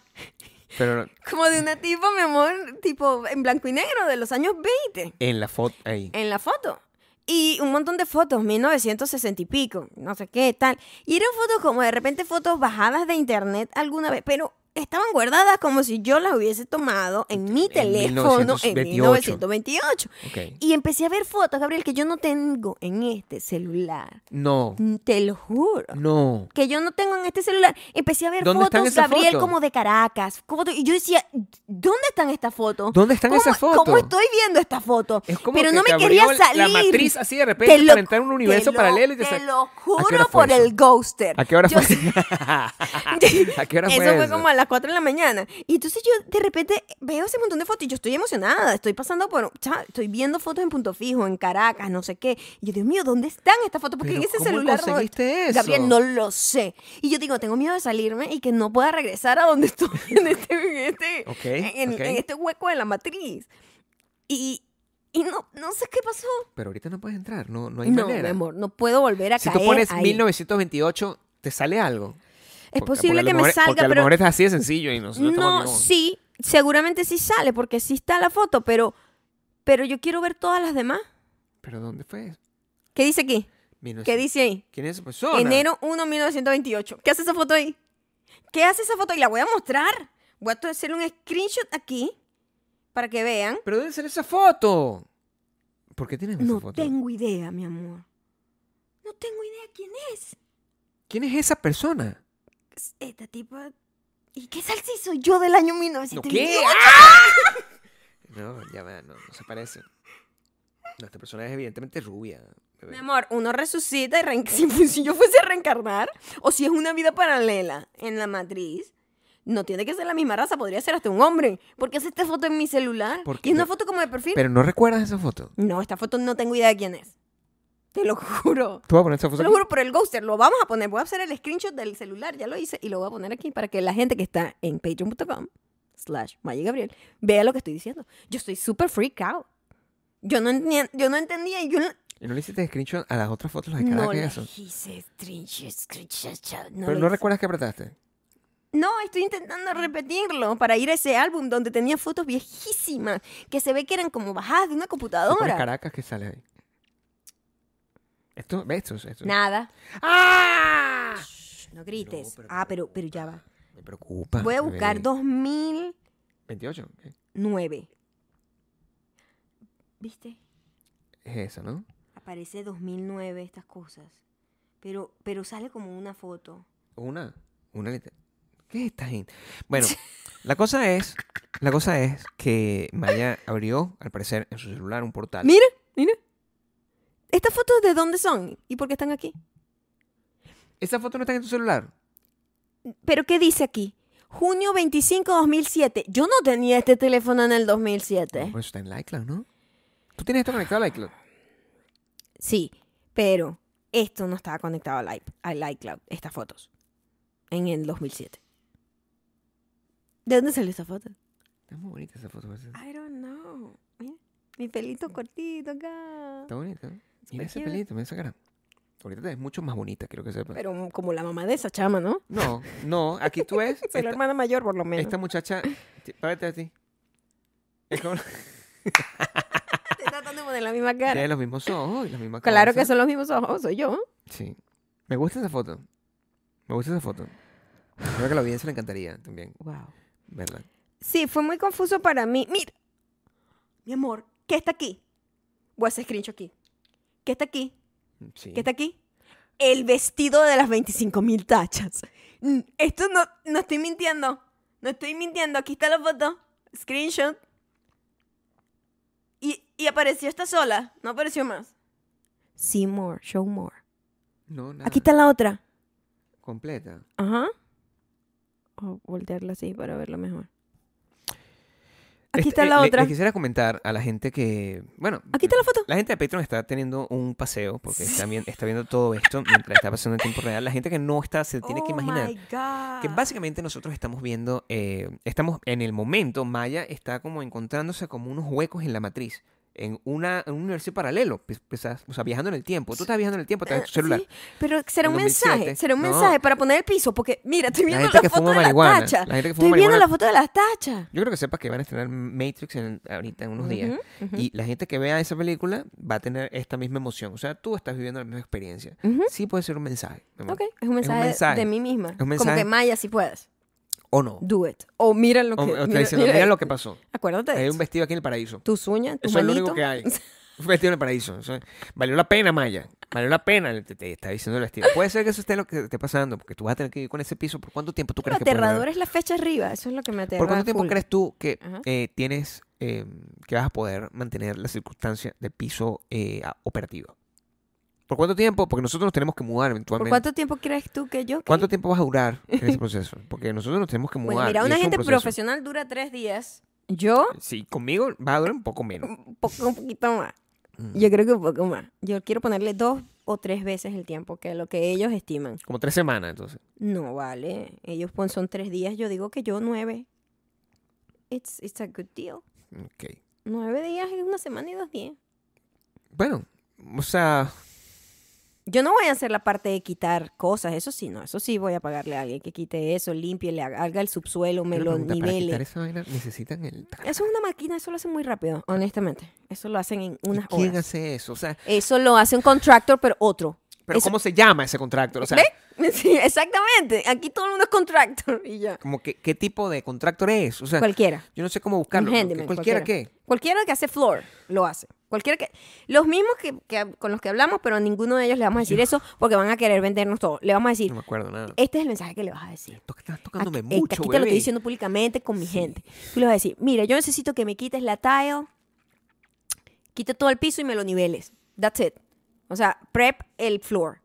[SPEAKER 2] pero
[SPEAKER 1] Como de una tipa, mi amor, tipo en blanco y negro de los años 20.
[SPEAKER 2] en la foto, ahí.
[SPEAKER 1] en la foto. Y un montón de fotos, 1960 y pico, no sé qué, tal. Y eran fotos como de repente fotos bajadas de internet alguna vez, pero estaban guardadas como si yo las hubiese tomado en mi
[SPEAKER 2] En
[SPEAKER 1] teléfono en
[SPEAKER 2] 1928.
[SPEAKER 1] 1928.
[SPEAKER 2] Ok.
[SPEAKER 1] Y empecé a ver fotos, Gabriel, que yo no tengo en este celular.
[SPEAKER 2] No,
[SPEAKER 1] Mm, Te lo juro.
[SPEAKER 2] no.
[SPEAKER 1] Que yo no tengo en este celular. Empecé a ver
[SPEAKER 2] ¿Dónde están
[SPEAKER 1] fotos,
[SPEAKER 2] esas
[SPEAKER 1] Gabriel,
[SPEAKER 2] fotos?
[SPEAKER 1] como de Caracas. foto- y yo decía, ¿dónde están estas fotos?
[SPEAKER 2] ¿Dónde están
[SPEAKER 1] ¿Cómo-
[SPEAKER 2] esas fotos?
[SPEAKER 1] ¿Cómo estoy viendo esta foto?
[SPEAKER 2] Es como
[SPEAKER 1] Pero
[SPEAKER 2] que
[SPEAKER 1] no
[SPEAKER 2] te
[SPEAKER 1] me
[SPEAKER 2] abrió
[SPEAKER 1] quería
[SPEAKER 2] el-
[SPEAKER 1] salir.
[SPEAKER 2] La matriz así de repente
[SPEAKER 1] Te lo-
[SPEAKER 2] para entrar en un universo
[SPEAKER 1] te lo-
[SPEAKER 2] paralelo y te
[SPEAKER 1] Te
[SPEAKER 2] sac-
[SPEAKER 1] lo
[SPEAKER 2] hora
[SPEAKER 1] juro
[SPEAKER 2] fue
[SPEAKER 1] por
[SPEAKER 2] eso?
[SPEAKER 1] el ghoster.
[SPEAKER 2] ¿A qué hora
[SPEAKER 1] Yo
[SPEAKER 2] fue?
[SPEAKER 1] sé-
[SPEAKER 2] ¿A qué hora
[SPEAKER 1] eso
[SPEAKER 2] fue
[SPEAKER 1] fue
[SPEAKER 2] eso?
[SPEAKER 1] como a las 4 de la mañana. Y entonces yo de repente veo ese montón de fotos y yo estoy emocionada. Estoy pasando por. cha, estoy viendo fotos en Punto Fijo, en Caracas, no sé qué. Y yo, Dios mío, ¿dónde están estas fotos? Porque
[SPEAKER 2] Pero
[SPEAKER 1] en ese
[SPEAKER 2] ¿cómo
[SPEAKER 1] celular. no-
[SPEAKER 2] conseguiste eso?
[SPEAKER 1] Gabriel, no lo sé. Y yo digo, tengo miedo de salirme y que no pueda regresar a donde estoy en este, en este-
[SPEAKER 2] Ok,
[SPEAKER 1] en-
[SPEAKER 2] ok.
[SPEAKER 1] en este hueco de la matriz. Y, y no, no sé qué pasó.
[SPEAKER 2] Pero ahorita no puedes entrar, no, no hay
[SPEAKER 1] no, mi
[SPEAKER 2] manera.
[SPEAKER 1] amor, no puedo volver a
[SPEAKER 2] si
[SPEAKER 1] caer
[SPEAKER 2] tú pones
[SPEAKER 1] ahí.
[SPEAKER 2] 1928, te sale algo.
[SPEAKER 1] Es
[SPEAKER 2] Porque- porque
[SPEAKER 1] posible
[SPEAKER 2] a lo
[SPEAKER 1] que me
[SPEAKER 2] mejor- porque
[SPEAKER 1] salga,
[SPEAKER 2] a lo
[SPEAKER 1] pero
[SPEAKER 2] mejor es así de sencillo y nosotros
[SPEAKER 1] no,
[SPEAKER 2] estamos aquí,
[SPEAKER 1] sí, seguramente sí sale porque sí está la foto, pero pero yo quiero ver todas las demás.
[SPEAKER 2] ¿Pero dónde fue? eso?
[SPEAKER 1] ¿Qué dice aquí?
[SPEAKER 2] 1900.
[SPEAKER 1] ¿Qué dice ahí?
[SPEAKER 2] ¿Quién es esa persona?
[SPEAKER 1] Enero 1, 1928. ¿Qué hace esa foto ahí? ¿Qué hace esa foto? Y la voy a mostrar. Voy a hacer un screenshot aquí para que vean.
[SPEAKER 2] ¿Pero dónde sale esa foto? ¿Por qué tienes esa
[SPEAKER 1] No
[SPEAKER 2] foto?
[SPEAKER 1] tengo idea, mi amor. No tengo idea quién es.
[SPEAKER 2] ¿Quién es esa persona?
[SPEAKER 1] Es Esta tipa. este ¿Y qué tal si soy yo del año
[SPEAKER 2] ¿No
[SPEAKER 1] 1928?
[SPEAKER 2] qué? ¡Ah!
[SPEAKER 1] ¡ah!
[SPEAKER 2] No, ya va, no, no se parece. No, esta persona es evidentemente rubia. bebé.
[SPEAKER 1] Mi amor, uno resucita y reen- si, fu- si yo fuese a reencarnar, o si es una vida paralela en la matriz, No tiene que ser la misma raza, podría ser hasta un hombre. ¿Por qué hace esta foto en mi celular?
[SPEAKER 2] ¿Por qué?
[SPEAKER 1] Y es una foto como de perfil.
[SPEAKER 2] Pero no recuerdas esa foto.
[SPEAKER 1] No, esta foto no tengo idea de quién es. Te lo juro.
[SPEAKER 2] Tú vas a poner esa foto.
[SPEAKER 1] Te lo
[SPEAKER 2] aquí?
[SPEAKER 1] juro por el ghoster. Lo vamos a poner. Voy a hacer el screenshot del celular. Ya lo hice. Y lo voy a poner aquí para que la gente que está en patreon.com slash Maya Gabriel vea lo que estoy diciendo. Yo estoy súper freak out. Yo no, entendía- yo no entendía. Y yo no,
[SPEAKER 2] ¿Y no le hiciste screenshot a las otras fotos las de cada
[SPEAKER 1] no
[SPEAKER 2] que
[SPEAKER 1] le
[SPEAKER 2] eso?
[SPEAKER 1] hice screenshot. screenshot no
[SPEAKER 2] Pero
[SPEAKER 1] le
[SPEAKER 2] no
[SPEAKER 1] hice.
[SPEAKER 2] recuerdas que apretaste.
[SPEAKER 1] No, estoy intentando repetirlo para ir a ese álbum donde tenía fotos viejísimas que se ve que eran como bajadas de una
[SPEAKER 2] Tú pones
[SPEAKER 1] computadora.
[SPEAKER 2] Caracas que sale ahí. Esto, ¿ves esto? esto.
[SPEAKER 1] Nada.
[SPEAKER 2] ¡Ah!
[SPEAKER 1] Shh, No grites.
[SPEAKER 2] No, pero-
[SPEAKER 1] ah, pero, pero ya va.
[SPEAKER 2] Me preocupa.
[SPEAKER 1] Voy a buscar
[SPEAKER 2] bebé.
[SPEAKER 1] 2009.
[SPEAKER 2] 28. ok.
[SPEAKER 1] ¿Viste?
[SPEAKER 2] Es esa, ¿no?
[SPEAKER 1] Aparece 2009 estas cosas. Pero, pero sale como una foto.
[SPEAKER 2] Una. Una liter- ¿Qué es esta gente? Bueno, la cosa es. La cosa es que Maya abrió, al parecer, en su celular un portal.
[SPEAKER 1] Mira, mira. ¿Estas fotos de dónde son? ¿Y por qué están aquí?
[SPEAKER 2] ¿Esa foto no está en tu celular?
[SPEAKER 1] ¿Pero qué dice aquí? Junio 25, 2007. Yo no tenía este teléfono en el 2007.
[SPEAKER 2] Por eso está en la iCloud, ¿no? Tú tienes esto conectado a la iCloud.
[SPEAKER 1] Sí, pero esto no estaba conectado al, i- al iCloud, estas fotos, en el 2007. ¿De dónde salió esa foto?
[SPEAKER 2] Está muy bonita esa foto. parece.
[SPEAKER 1] I don't know. Mira, mi pelito cortito acá.
[SPEAKER 2] Está bonita. ¿no? Mira
[SPEAKER 1] Súper
[SPEAKER 2] ese
[SPEAKER 1] cute.
[SPEAKER 2] pelito, mira esa cara. Ahorita te ves mucho más bonita, quiero que sepas.
[SPEAKER 1] Pero como la mamá de esa chama, ¿no?
[SPEAKER 2] No, no, aquí tú ves.
[SPEAKER 1] Soy la
[SPEAKER 2] esta-
[SPEAKER 1] hermana mayor, por lo menos.
[SPEAKER 2] Esta muchacha, ti- párate así. Es como
[SPEAKER 1] Te tratan de poner la misma cara.
[SPEAKER 2] tiene los mismos ojos y las mismas
[SPEAKER 1] Claro que
[SPEAKER 2] cabezas.
[SPEAKER 1] son los mismos ojos, soy yo.
[SPEAKER 2] Sí. Me gusta esa foto. Me gusta esa foto. Creo que a la audiencia le encantaría también
[SPEAKER 1] Wow.
[SPEAKER 2] verla.
[SPEAKER 1] Sí, fue muy confuso para mí. Mira, mi amor, ¿qué está aquí? Voy a hacer screenshot aquí. ¿Qué está aquí?
[SPEAKER 2] Sí.
[SPEAKER 1] ¿Qué está aquí? El vestido de las 25 mil tachas. Mm, Esto no, no estoy mintiendo. No estoy mintiendo. Aquí está la foto. Screenshot. Y, y apareció esta sola. No apareció más. See more, show more.
[SPEAKER 2] No, nada.
[SPEAKER 1] Aquí está la otra.
[SPEAKER 2] Completa.
[SPEAKER 1] Ajá. O voltearla así para verla mejor.
[SPEAKER 2] Este,
[SPEAKER 1] Aquí está
[SPEAKER 2] eh,
[SPEAKER 1] la
[SPEAKER 2] le-
[SPEAKER 1] otra.
[SPEAKER 2] les quisiera comentar a la gente que, bueno,
[SPEAKER 1] Aquí está la foto.
[SPEAKER 2] La gente de Patreon está teniendo un paseo porque está, vi- está viendo todo esto mientras está pasando en tiempo real. La gente que no está se tiene
[SPEAKER 1] Oh
[SPEAKER 2] que imaginar que
[SPEAKER 1] Ah.
[SPEAKER 2] básicamente nosotros estamos viendo, eh, estamos en el momento, Maya está como encontrándose como unos huecos en la matriz, en, una, en un universo paralelo, pi- quizás, o sea, viajando en el tiempo. Tú estás viajando en el tiempo, estás en tu celular.
[SPEAKER 1] eh, Sí, pero será
[SPEAKER 2] En
[SPEAKER 1] un
[SPEAKER 2] 2007.
[SPEAKER 1] mensaje, será un
[SPEAKER 2] No.
[SPEAKER 1] mensaje para poner el piso, porque mira, estoy
[SPEAKER 2] La
[SPEAKER 1] viendo
[SPEAKER 2] gente
[SPEAKER 1] la,
[SPEAKER 2] que
[SPEAKER 1] foto
[SPEAKER 2] fuma
[SPEAKER 1] de la
[SPEAKER 2] marihuana.
[SPEAKER 1] tacha.
[SPEAKER 2] La gente que fuma
[SPEAKER 1] Estoy viendo
[SPEAKER 2] marihuana.
[SPEAKER 1] la foto de las tachas.
[SPEAKER 2] Yo creo que sepas que van a estrenar Matrix en- ahorita en unos días.
[SPEAKER 1] Ujú, ujú.
[SPEAKER 2] Y la gente que vea esa película va a tener esta misma emoción. O sea, tú estás viviendo la misma experiencia.
[SPEAKER 1] Ujú.
[SPEAKER 2] Sí puede ser un mensaje. mi amor.
[SPEAKER 1] Ok, es un mensaje,
[SPEAKER 2] mensaje.
[SPEAKER 1] de mí misma.
[SPEAKER 2] un
[SPEAKER 1] Como
[SPEAKER 2] mensaje.
[SPEAKER 1] que Maya, si puedes,
[SPEAKER 2] O no.
[SPEAKER 1] do it. O mira lo que.
[SPEAKER 2] O- o está
[SPEAKER 1] mira,
[SPEAKER 2] diciendo,
[SPEAKER 1] mira eh,
[SPEAKER 2] mira lo
[SPEAKER 1] esto".
[SPEAKER 2] que pasó.
[SPEAKER 1] Acuérdate de
[SPEAKER 2] Hay un
[SPEAKER 1] eso.
[SPEAKER 2] vestido aquí en el paraíso.
[SPEAKER 1] Tus uñas, tus
[SPEAKER 2] Eso es lo único
[SPEAKER 1] manitos.
[SPEAKER 2] que hay. Un vestido en el paraíso. Eso es- valió la pena, Maya. Valió la pena. Te, te está diciendo el vestido. Puede ser que eso esté lo que esté pasando, porque tú vas a tener que ir con ese piso. ¿Por cuánto tiempo tú
[SPEAKER 1] Lo
[SPEAKER 2] crees que puedes
[SPEAKER 1] aterrador
[SPEAKER 2] durar?
[SPEAKER 1] es la fecha arriba, eso es lo que me aterra.
[SPEAKER 2] ¿Por cuánto tiempo
[SPEAKER 1] full.
[SPEAKER 2] crees tú que
[SPEAKER 1] Ajá.
[SPEAKER 2] eh, tienes eh, que vas a poder mantener la circunstancia del piso eh, a- operativo? ¿Por cuánto tiempo? Porque nosotros nos tenemos que mudar
[SPEAKER 1] ¿Por
[SPEAKER 2] eventualmente.
[SPEAKER 1] cuánto tiempo crees tú que yo? que-
[SPEAKER 2] ¿Cuánto tiempo vas a durar en ese proceso? Porque nosotros nos tenemos que mudar.
[SPEAKER 1] Bueno, mira,
[SPEAKER 2] y
[SPEAKER 1] una
[SPEAKER 2] eso es un
[SPEAKER 1] gente
[SPEAKER 2] proceso.
[SPEAKER 1] profesional dura tres días. Yo,
[SPEAKER 2] Sí, conmigo va a durar un poco menos.
[SPEAKER 1] un poco- un poquito más.
[SPEAKER 2] Mm.
[SPEAKER 1] Yo creo que un poco más. Yo quiero ponerle dos o tres veces el tiempo que lo que ellos estiman.
[SPEAKER 2] Como tres semanas, entonces.
[SPEAKER 1] No vale. Ellos pon- son tres días. Yo digo que yo nueve. It's, it's a good deal.
[SPEAKER 2] Ok.
[SPEAKER 1] Nueve días en una semana y dos días.
[SPEAKER 2] Bueno, o sea,
[SPEAKER 1] Yo no voy a hacer la parte de quitar cosas. Eso sí, no. Eso sí voy a pagarle a alguien que quite eso, limpie, le haga haga el subsuelo, me
[SPEAKER 2] una
[SPEAKER 1] lo
[SPEAKER 2] pregunta, para quitar
[SPEAKER 1] nivele.
[SPEAKER 2] esa vaina necesitan el...
[SPEAKER 1] Eso es una máquina. Eso lo hacen muy rápido, honestamente. Eso lo hacen en unas
[SPEAKER 2] ¿Quién
[SPEAKER 1] horas.
[SPEAKER 2] hace eso? O sea,
[SPEAKER 1] Eso lo hace un contractor, pero otro.
[SPEAKER 2] pero
[SPEAKER 1] Eso-
[SPEAKER 2] ¿cómo se llama ese contractor? O sea,
[SPEAKER 1] ¿Ve? Sí, exactamente. Aquí todo el mundo es contractor y ya.
[SPEAKER 2] como que, ¿qué tipo de contractor es? O sea,
[SPEAKER 1] Cualquiera.
[SPEAKER 2] yo no sé cómo buscarlo.
[SPEAKER 1] Un handyman,
[SPEAKER 2] cualquiera, que
[SPEAKER 1] Cualquiera que hace floor lo hace. Cualquiera que. Los mismos que, que- con los que hablamos, pero a ninguno de ellos le vamos a decir eso porque van a querer vendernos todo. Le vamos a
[SPEAKER 2] No
[SPEAKER 1] decir,
[SPEAKER 2] me acuerdo nada.
[SPEAKER 1] este es el mensaje que le vas a decir.
[SPEAKER 2] Tú que estás
[SPEAKER 1] Aquí,
[SPEAKER 2] tocándome
[SPEAKER 1] eh,
[SPEAKER 2] mucho,
[SPEAKER 1] aquí te lo
[SPEAKER 2] bebé.
[SPEAKER 1] estoy diciendo públicamente con mi gente. Tú le vas a decir, mira, yo necesito que me quites la tile, quita todo el piso y me lo niveles. That's it. O sea, prep el floor.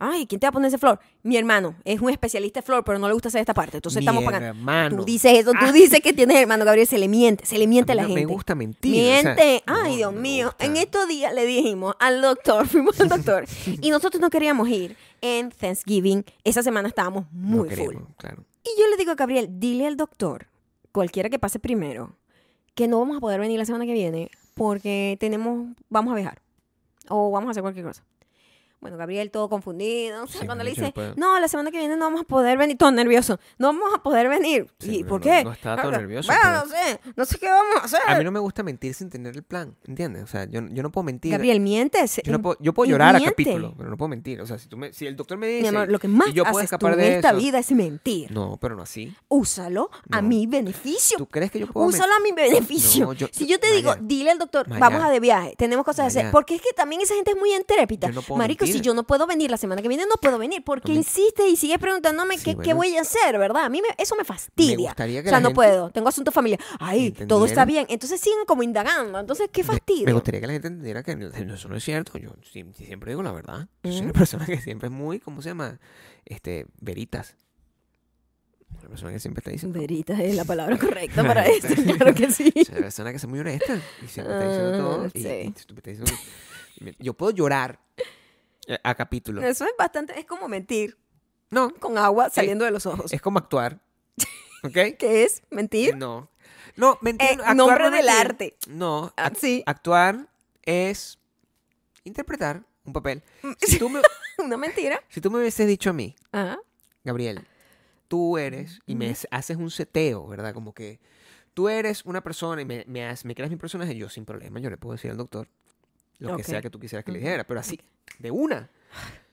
[SPEAKER 1] Ay, ¿quién te va a poner ese flor? Mi hermano es un especialista en flor, pero no le gusta hacer esta parte. Entonces
[SPEAKER 2] Mi
[SPEAKER 1] estamos pagando.
[SPEAKER 2] hermano.
[SPEAKER 1] Tú dices eso, tú
[SPEAKER 2] Ah.
[SPEAKER 1] dices que tienes hermano, Gabriel. Se le miente, se le miente a
[SPEAKER 2] mí
[SPEAKER 1] la
[SPEAKER 2] no
[SPEAKER 1] gente.
[SPEAKER 2] Me gusta mentir. o sea,
[SPEAKER 1] Miente. Ay,
[SPEAKER 2] no,
[SPEAKER 1] Dios
[SPEAKER 2] no me
[SPEAKER 1] mío.
[SPEAKER 2] gusta.
[SPEAKER 1] En estos días le dijimos al doctor, fuimos al doctor, y nosotros no queríamos ir en Thanksgiving. Esa semana estábamos
[SPEAKER 2] No
[SPEAKER 1] muy full.
[SPEAKER 2] queremos, Claro.
[SPEAKER 1] Y yo le digo a Gabriel, dile al doctor, cualquiera que pase primero, que no vamos a poder venir la semana que viene porque tenemos, vamos a viajar o vamos a hacer cualquier cosa. Bueno, Gabriel todo confundido, o sea,
[SPEAKER 2] Sí,
[SPEAKER 1] cuando
[SPEAKER 2] me
[SPEAKER 1] le
[SPEAKER 2] dice, no
[SPEAKER 1] dice,
[SPEAKER 2] puedo.
[SPEAKER 1] no, la semana que viene no vamos a poder venir, todo nervioso, no vamos a poder venir. ¿Y
[SPEAKER 2] Sí, pero
[SPEAKER 1] por
[SPEAKER 2] no-
[SPEAKER 1] qué?
[SPEAKER 2] no estaba todo
[SPEAKER 1] Habla,
[SPEAKER 2] nervioso,
[SPEAKER 1] Bueno,
[SPEAKER 2] pero-
[SPEAKER 1] no sé, no sé qué vamos a hacer.
[SPEAKER 2] A mí no me gusta mentir sin tener el plan, ¿entiendes? O sea, yo, yo no puedo mentir.
[SPEAKER 1] Gabriel, mientes.
[SPEAKER 2] yo, no
[SPEAKER 1] eh,
[SPEAKER 2] puedo, yo puedo
[SPEAKER 1] y
[SPEAKER 2] llorar a
[SPEAKER 1] miente.
[SPEAKER 2] capítulo, pero no puedo mentir. O sea, si, tú me- si el doctor me dice.
[SPEAKER 1] Mi amor, lo que
[SPEAKER 2] y
[SPEAKER 1] más
[SPEAKER 2] yo puedo
[SPEAKER 1] haces tú
[SPEAKER 2] escapar
[SPEAKER 1] en
[SPEAKER 2] de
[SPEAKER 1] esta
[SPEAKER 2] eso-
[SPEAKER 1] vida es mentir.
[SPEAKER 2] No, pero no así.
[SPEAKER 1] Úsalo a
[SPEAKER 2] No.
[SPEAKER 1] mi beneficio,
[SPEAKER 2] ¿Tú crees que yo puedo
[SPEAKER 1] Úsalo a mi beneficio.
[SPEAKER 2] No, yo-
[SPEAKER 1] si yo te digo,
[SPEAKER 2] Maya.
[SPEAKER 1] dile al doctor,
[SPEAKER 2] Maya.
[SPEAKER 1] vamos a de viaje, tenemos cosas que hacer.
[SPEAKER 2] Maya.
[SPEAKER 1] Porque es que también esa gente es muy entrépita.
[SPEAKER 2] Yo no puedo
[SPEAKER 1] Marico, si
[SPEAKER 2] mentir.
[SPEAKER 1] yo no puedo venir la semana que viene, no puedo venir. Porque
[SPEAKER 2] No me-
[SPEAKER 1] insiste y sigues preguntándome
[SPEAKER 2] Sí,
[SPEAKER 1] qué, qué
[SPEAKER 2] bueno.
[SPEAKER 1] voy a hacer, ¿verdad? A mí me- eso me fastidia.
[SPEAKER 2] Me gustaría que
[SPEAKER 1] o sea,
[SPEAKER 2] la
[SPEAKER 1] no
[SPEAKER 2] gente-
[SPEAKER 1] puedo. Tengo asuntos familiares. Ay, todo está
[SPEAKER 2] ¿Entendieron?
[SPEAKER 1] bien. Entonces siguen como indagando. Entonces, qué fastidio.
[SPEAKER 2] Me gustaría que la gente entendiera que no- eso no es cierto. Yo si- siempre digo la verdad. Yo soy una persona que siempre es muy, ¿cómo se llama? Este, veritas. Una persona que siempre está diciendo.
[SPEAKER 1] Verita es la palabra correcta para esto, claro que sí.
[SPEAKER 2] Soy una persona que es muy honesta. Y siempre está diciendo
[SPEAKER 1] Ah,
[SPEAKER 2] todo. y-
[SPEAKER 1] sí.
[SPEAKER 2] y tú me estás diciendo- y me- yo puedo llorar eh, a capítulo.
[SPEAKER 1] Eso es bastante, es como mentir
[SPEAKER 2] No,
[SPEAKER 1] con agua saliendo de los ojos.
[SPEAKER 2] es como actuar. ¿Ok?
[SPEAKER 1] ¿Qué es? ¿Mentir?
[SPEAKER 2] No. No, mentira.
[SPEAKER 1] Eh,
[SPEAKER 2] actuar
[SPEAKER 1] nombre
[SPEAKER 2] no es
[SPEAKER 1] del
[SPEAKER 2] mentir.
[SPEAKER 1] arte.
[SPEAKER 2] No,
[SPEAKER 1] Ah,
[SPEAKER 2] ac-
[SPEAKER 1] sí.
[SPEAKER 2] actuar es interpretar un papel. Si tú me,
[SPEAKER 1] Una mentira.
[SPEAKER 2] si tú me hubieses dicho a mí,
[SPEAKER 1] Ajá.
[SPEAKER 2] Gabriel, tú eres, y me haces un seteo, ¿verdad? Como que tú eres una persona y me, me, has- me creas mi personaje, yo sin problema, yo le puedo decir al doctor lo que
[SPEAKER 1] Ok.
[SPEAKER 2] sea que tú quisieras que le
[SPEAKER 1] Ujú.
[SPEAKER 2] dijera, pero así, de una.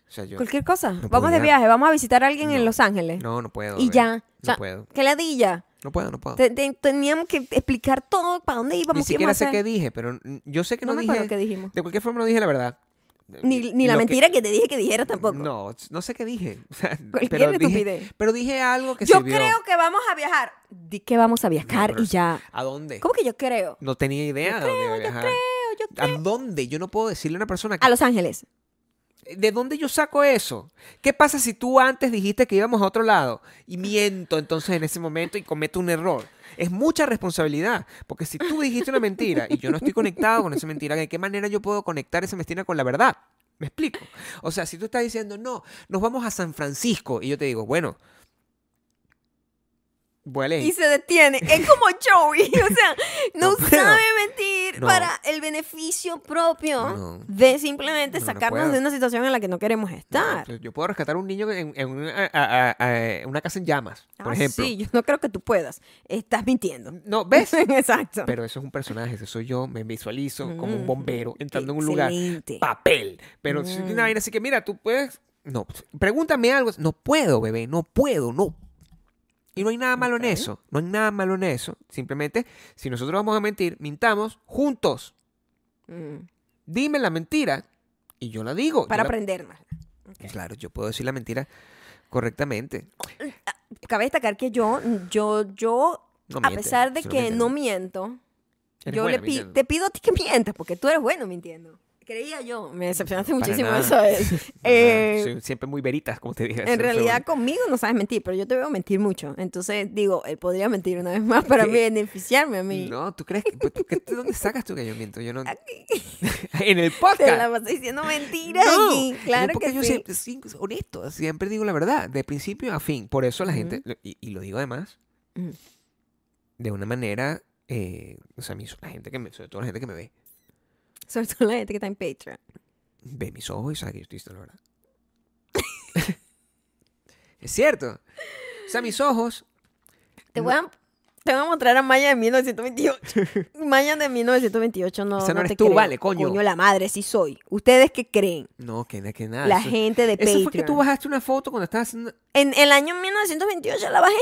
[SPEAKER 2] O sea, yo.
[SPEAKER 1] Cualquier cosa.
[SPEAKER 2] No
[SPEAKER 1] vamos de
[SPEAKER 2] podría.
[SPEAKER 1] viaje, vamos a visitar a alguien en
[SPEAKER 2] No.
[SPEAKER 1] Los Ángeles.
[SPEAKER 2] No, no puedo.
[SPEAKER 1] Y
[SPEAKER 2] Gabriel.
[SPEAKER 1] ya.
[SPEAKER 2] No
[SPEAKER 1] O sea,
[SPEAKER 2] puedo.
[SPEAKER 1] ¡Qué ladilla!
[SPEAKER 2] No puedo, no puedo.
[SPEAKER 1] Te- te- teníamos que explicar todo para dónde íbamos.
[SPEAKER 2] Ni
[SPEAKER 1] qué
[SPEAKER 2] siquiera
[SPEAKER 1] íbamos a
[SPEAKER 2] sé qué
[SPEAKER 1] hacer.
[SPEAKER 2] dije, pero mm, yo sé que no,
[SPEAKER 1] no me
[SPEAKER 2] dije.
[SPEAKER 1] acuerdo qué dijimos.
[SPEAKER 2] De cualquier forma no dije la verdad.
[SPEAKER 1] Ni, ni la
[SPEAKER 2] Lo que-
[SPEAKER 1] mentira que... te dije que dijera tampoco.
[SPEAKER 2] No, no sé qué dije. O sea,
[SPEAKER 1] Cualquier
[SPEAKER 2] pero,
[SPEAKER 1] estupidez.
[SPEAKER 2] dije pero dije algo que
[SPEAKER 1] Yo
[SPEAKER 2] sirvió.
[SPEAKER 1] creo que vamos a viajar. Di que vamos a viajar
[SPEAKER 2] pero
[SPEAKER 1] y
[SPEAKER 2] es-
[SPEAKER 1] ya.
[SPEAKER 2] ¿A dónde?
[SPEAKER 1] ¿Cómo que yo creo?
[SPEAKER 2] No tenía idea de dónde iba a
[SPEAKER 1] Yo
[SPEAKER 2] viajar.
[SPEAKER 1] creo, yo creo.
[SPEAKER 2] ¿A dónde? Yo no puedo decirle a una persona que-
[SPEAKER 1] A Los Ángeles.
[SPEAKER 2] ¿De dónde yo saco eso? ¿Qué pasa si tú antes dijiste que íbamos a otro lado y miento entonces en ese momento y cometo un error? Es mucha responsabilidad, porque si tú dijiste una mentira y yo no estoy conectado con esa mentira, ¿de qué manera yo puedo conectar esa mentira con la verdad? Me explico. O sea, si tú estás diciendo, no, nos vamos a San Francisco y yo te digo, bueno, voy a elegir-
[SPEAKER 1] Y se detiene. Es como Joey. O sea, no,
[SPEAKER 2] No puedo.
[SPEAKER 1] sabe mentir
[SPEAKER 2] No.
[SPEAKER 1] para el beneficio propio
[SPEAKER 2] No.
[SPEAKER 1] de simplemente
[SPEAKER 2] No, no
[SPEAKER 1] sacarnos
[SPEAKER 2] puedo.
[SPEAKER 1] de una situación en la que no queremos estar.
[SPEAKER 2] No, yo puedo rescatar a un niño en, en una, a- a- a- una casa en llamas, por
[SPEAKER 1] Ah,
[SPEAKER 2] ejemplo.
[SPEAKER 1] Sí, yo no creo que tú puedas. Estás mintiendo.
[SPEAKER 2] No, ¿ves?
[SPEAKER 1] Exacto.
[SPEAKER 2] Pero eso es un personaje, eso soy yo, me visualizo como un
[SPEAKER 1] Mm,
[SPEAKER 2] bombero entrando
[SPEAKER 1] qué
[SPEAKER 2] en un lugar.
[SPEAKER 1] excelente.
[SPEAKER 2] Papel. Pero si
[SPEAKER 1] Mm.
[SPEAKER 2] una vaina así que, mira, tú puedes. No, pregúntame algo. No puedo, bebé, no puedo, no. Y no hay nada malo en eso. No hay nada malo en eso. Simplemente, si nosotros vamos a mentir, mintamos juntos.
[SPEAKER 1] Mm,
[SPEAKER 2] Dime la mentira y yo la digo.
[SPEAKER 1] Para
[SPEAKER 2] Yo la-
[SPEAKER 1] aprendernos.
[SPEAKER 2] Claro, yo puedo decir la mentira correctamente.
[SPEAKER 1] Cabe destacar que yo, yo, yo,
[SPEAKER 2] No
[SPEAKER 1] a
[SPEAKER 2] mientes,
[SPEAKER 1] pesar de
[SPEAKER 2] solo
[SPEAKER 1] que
[SPEAKER 2] mientes.
[SPEAKER 1] no miento,
[SPEAKER 2] Eres
[SPEAKER 1] yo
[SPEAKER 2] buena
[SPEAKER 1] le pi-
[SPEAKER 2] mintiendo.
[SPEAKER 1] te pido a ti que mientas, porque tú eres bueno mintiendo. Creía yo. Me decepcionaste
[SPEAKER 2] Para
[SPEAKER 1] muchísimo
[SPEAKER 2] nada.
[SPEAKER 1] esa vez.
[SPEAKER 2] Para
[SPEAKER 1] Eh,
[SPEAKER 2] nada, soy siempre muy veritas, como te dije. hace
[SPEAKER 1] en
[SPEAKER 2] un
[SPEAKER 1] realidad
[SPEAKER 2] segundo.
[SPEAKER 1] conmigo no sabes mentir, pero yo te veo mentir mucho. Entonces digo, él podría mentir una vez más para
[SPEAKER 2] ¿Qué?
[SPEAKER 1] beneficiarme a mí.
[SPEAKER 2] No, ¿tú crees que, pues, tú- ¿qué- ¿De dónde sacas tú que yo miento? Yo no. en el podcast.
[SPEAKER 1] Te la vas diciendo mentiras
[SPEAKER 2] No,
[SPEAKER 1] aquí. Claro
[SPEAKER 2] porque
[SPEAKER 1] que
[SPEAKER 2] yo
[SPEAKER 1] sí.
[SPEAKER 2] siempre, sí, honesto, siempre digo la verdad, de principio a fin. Por eso la gente, lo- y, y lo digo además,
[SPEAKER 1] Ujú.
[SPEAKER 2] de una manera, eh, o sea, mis- la gente que me, sobre todo la gente que me ve,
[SPEAKER 1] Sobre todo la gente que está en Patreon.
[SPEAKER 2] ve mis ojos y sabe que yo estoy diciendo la verdad. es cierto. O sea, mis ojos,
[SPEAKER 1] Te voy a, te voy a mostrar a Maya de 1928. Maya de 1928 no.
[SPEAKER 2] Esa no
[SPEAKER 1] no
[SPEAKER 2] eres
[SPEAKER 1] te
[SPEAKER 2] tú,
[SPEAKER 1] creo.
[SPEAKER 2] vale, coño.
[SPEAKER 1] Coño, la madre, sí soy. ¿Ustedes qué creen?
[SPEAKER 2] no, que, que nada.
[SPEAKER 1] la
[SPEAKER 2] Ah, eso-
[SPEAKER 1] gente de
[SPEAKER 2] Eso
[SPEAKER 1] Patreon.
[SPEAKER 2] fue que tú bajaste una foto cuando estabas haciendo...
[SPEAKER 1] En el año 1928 la bajé.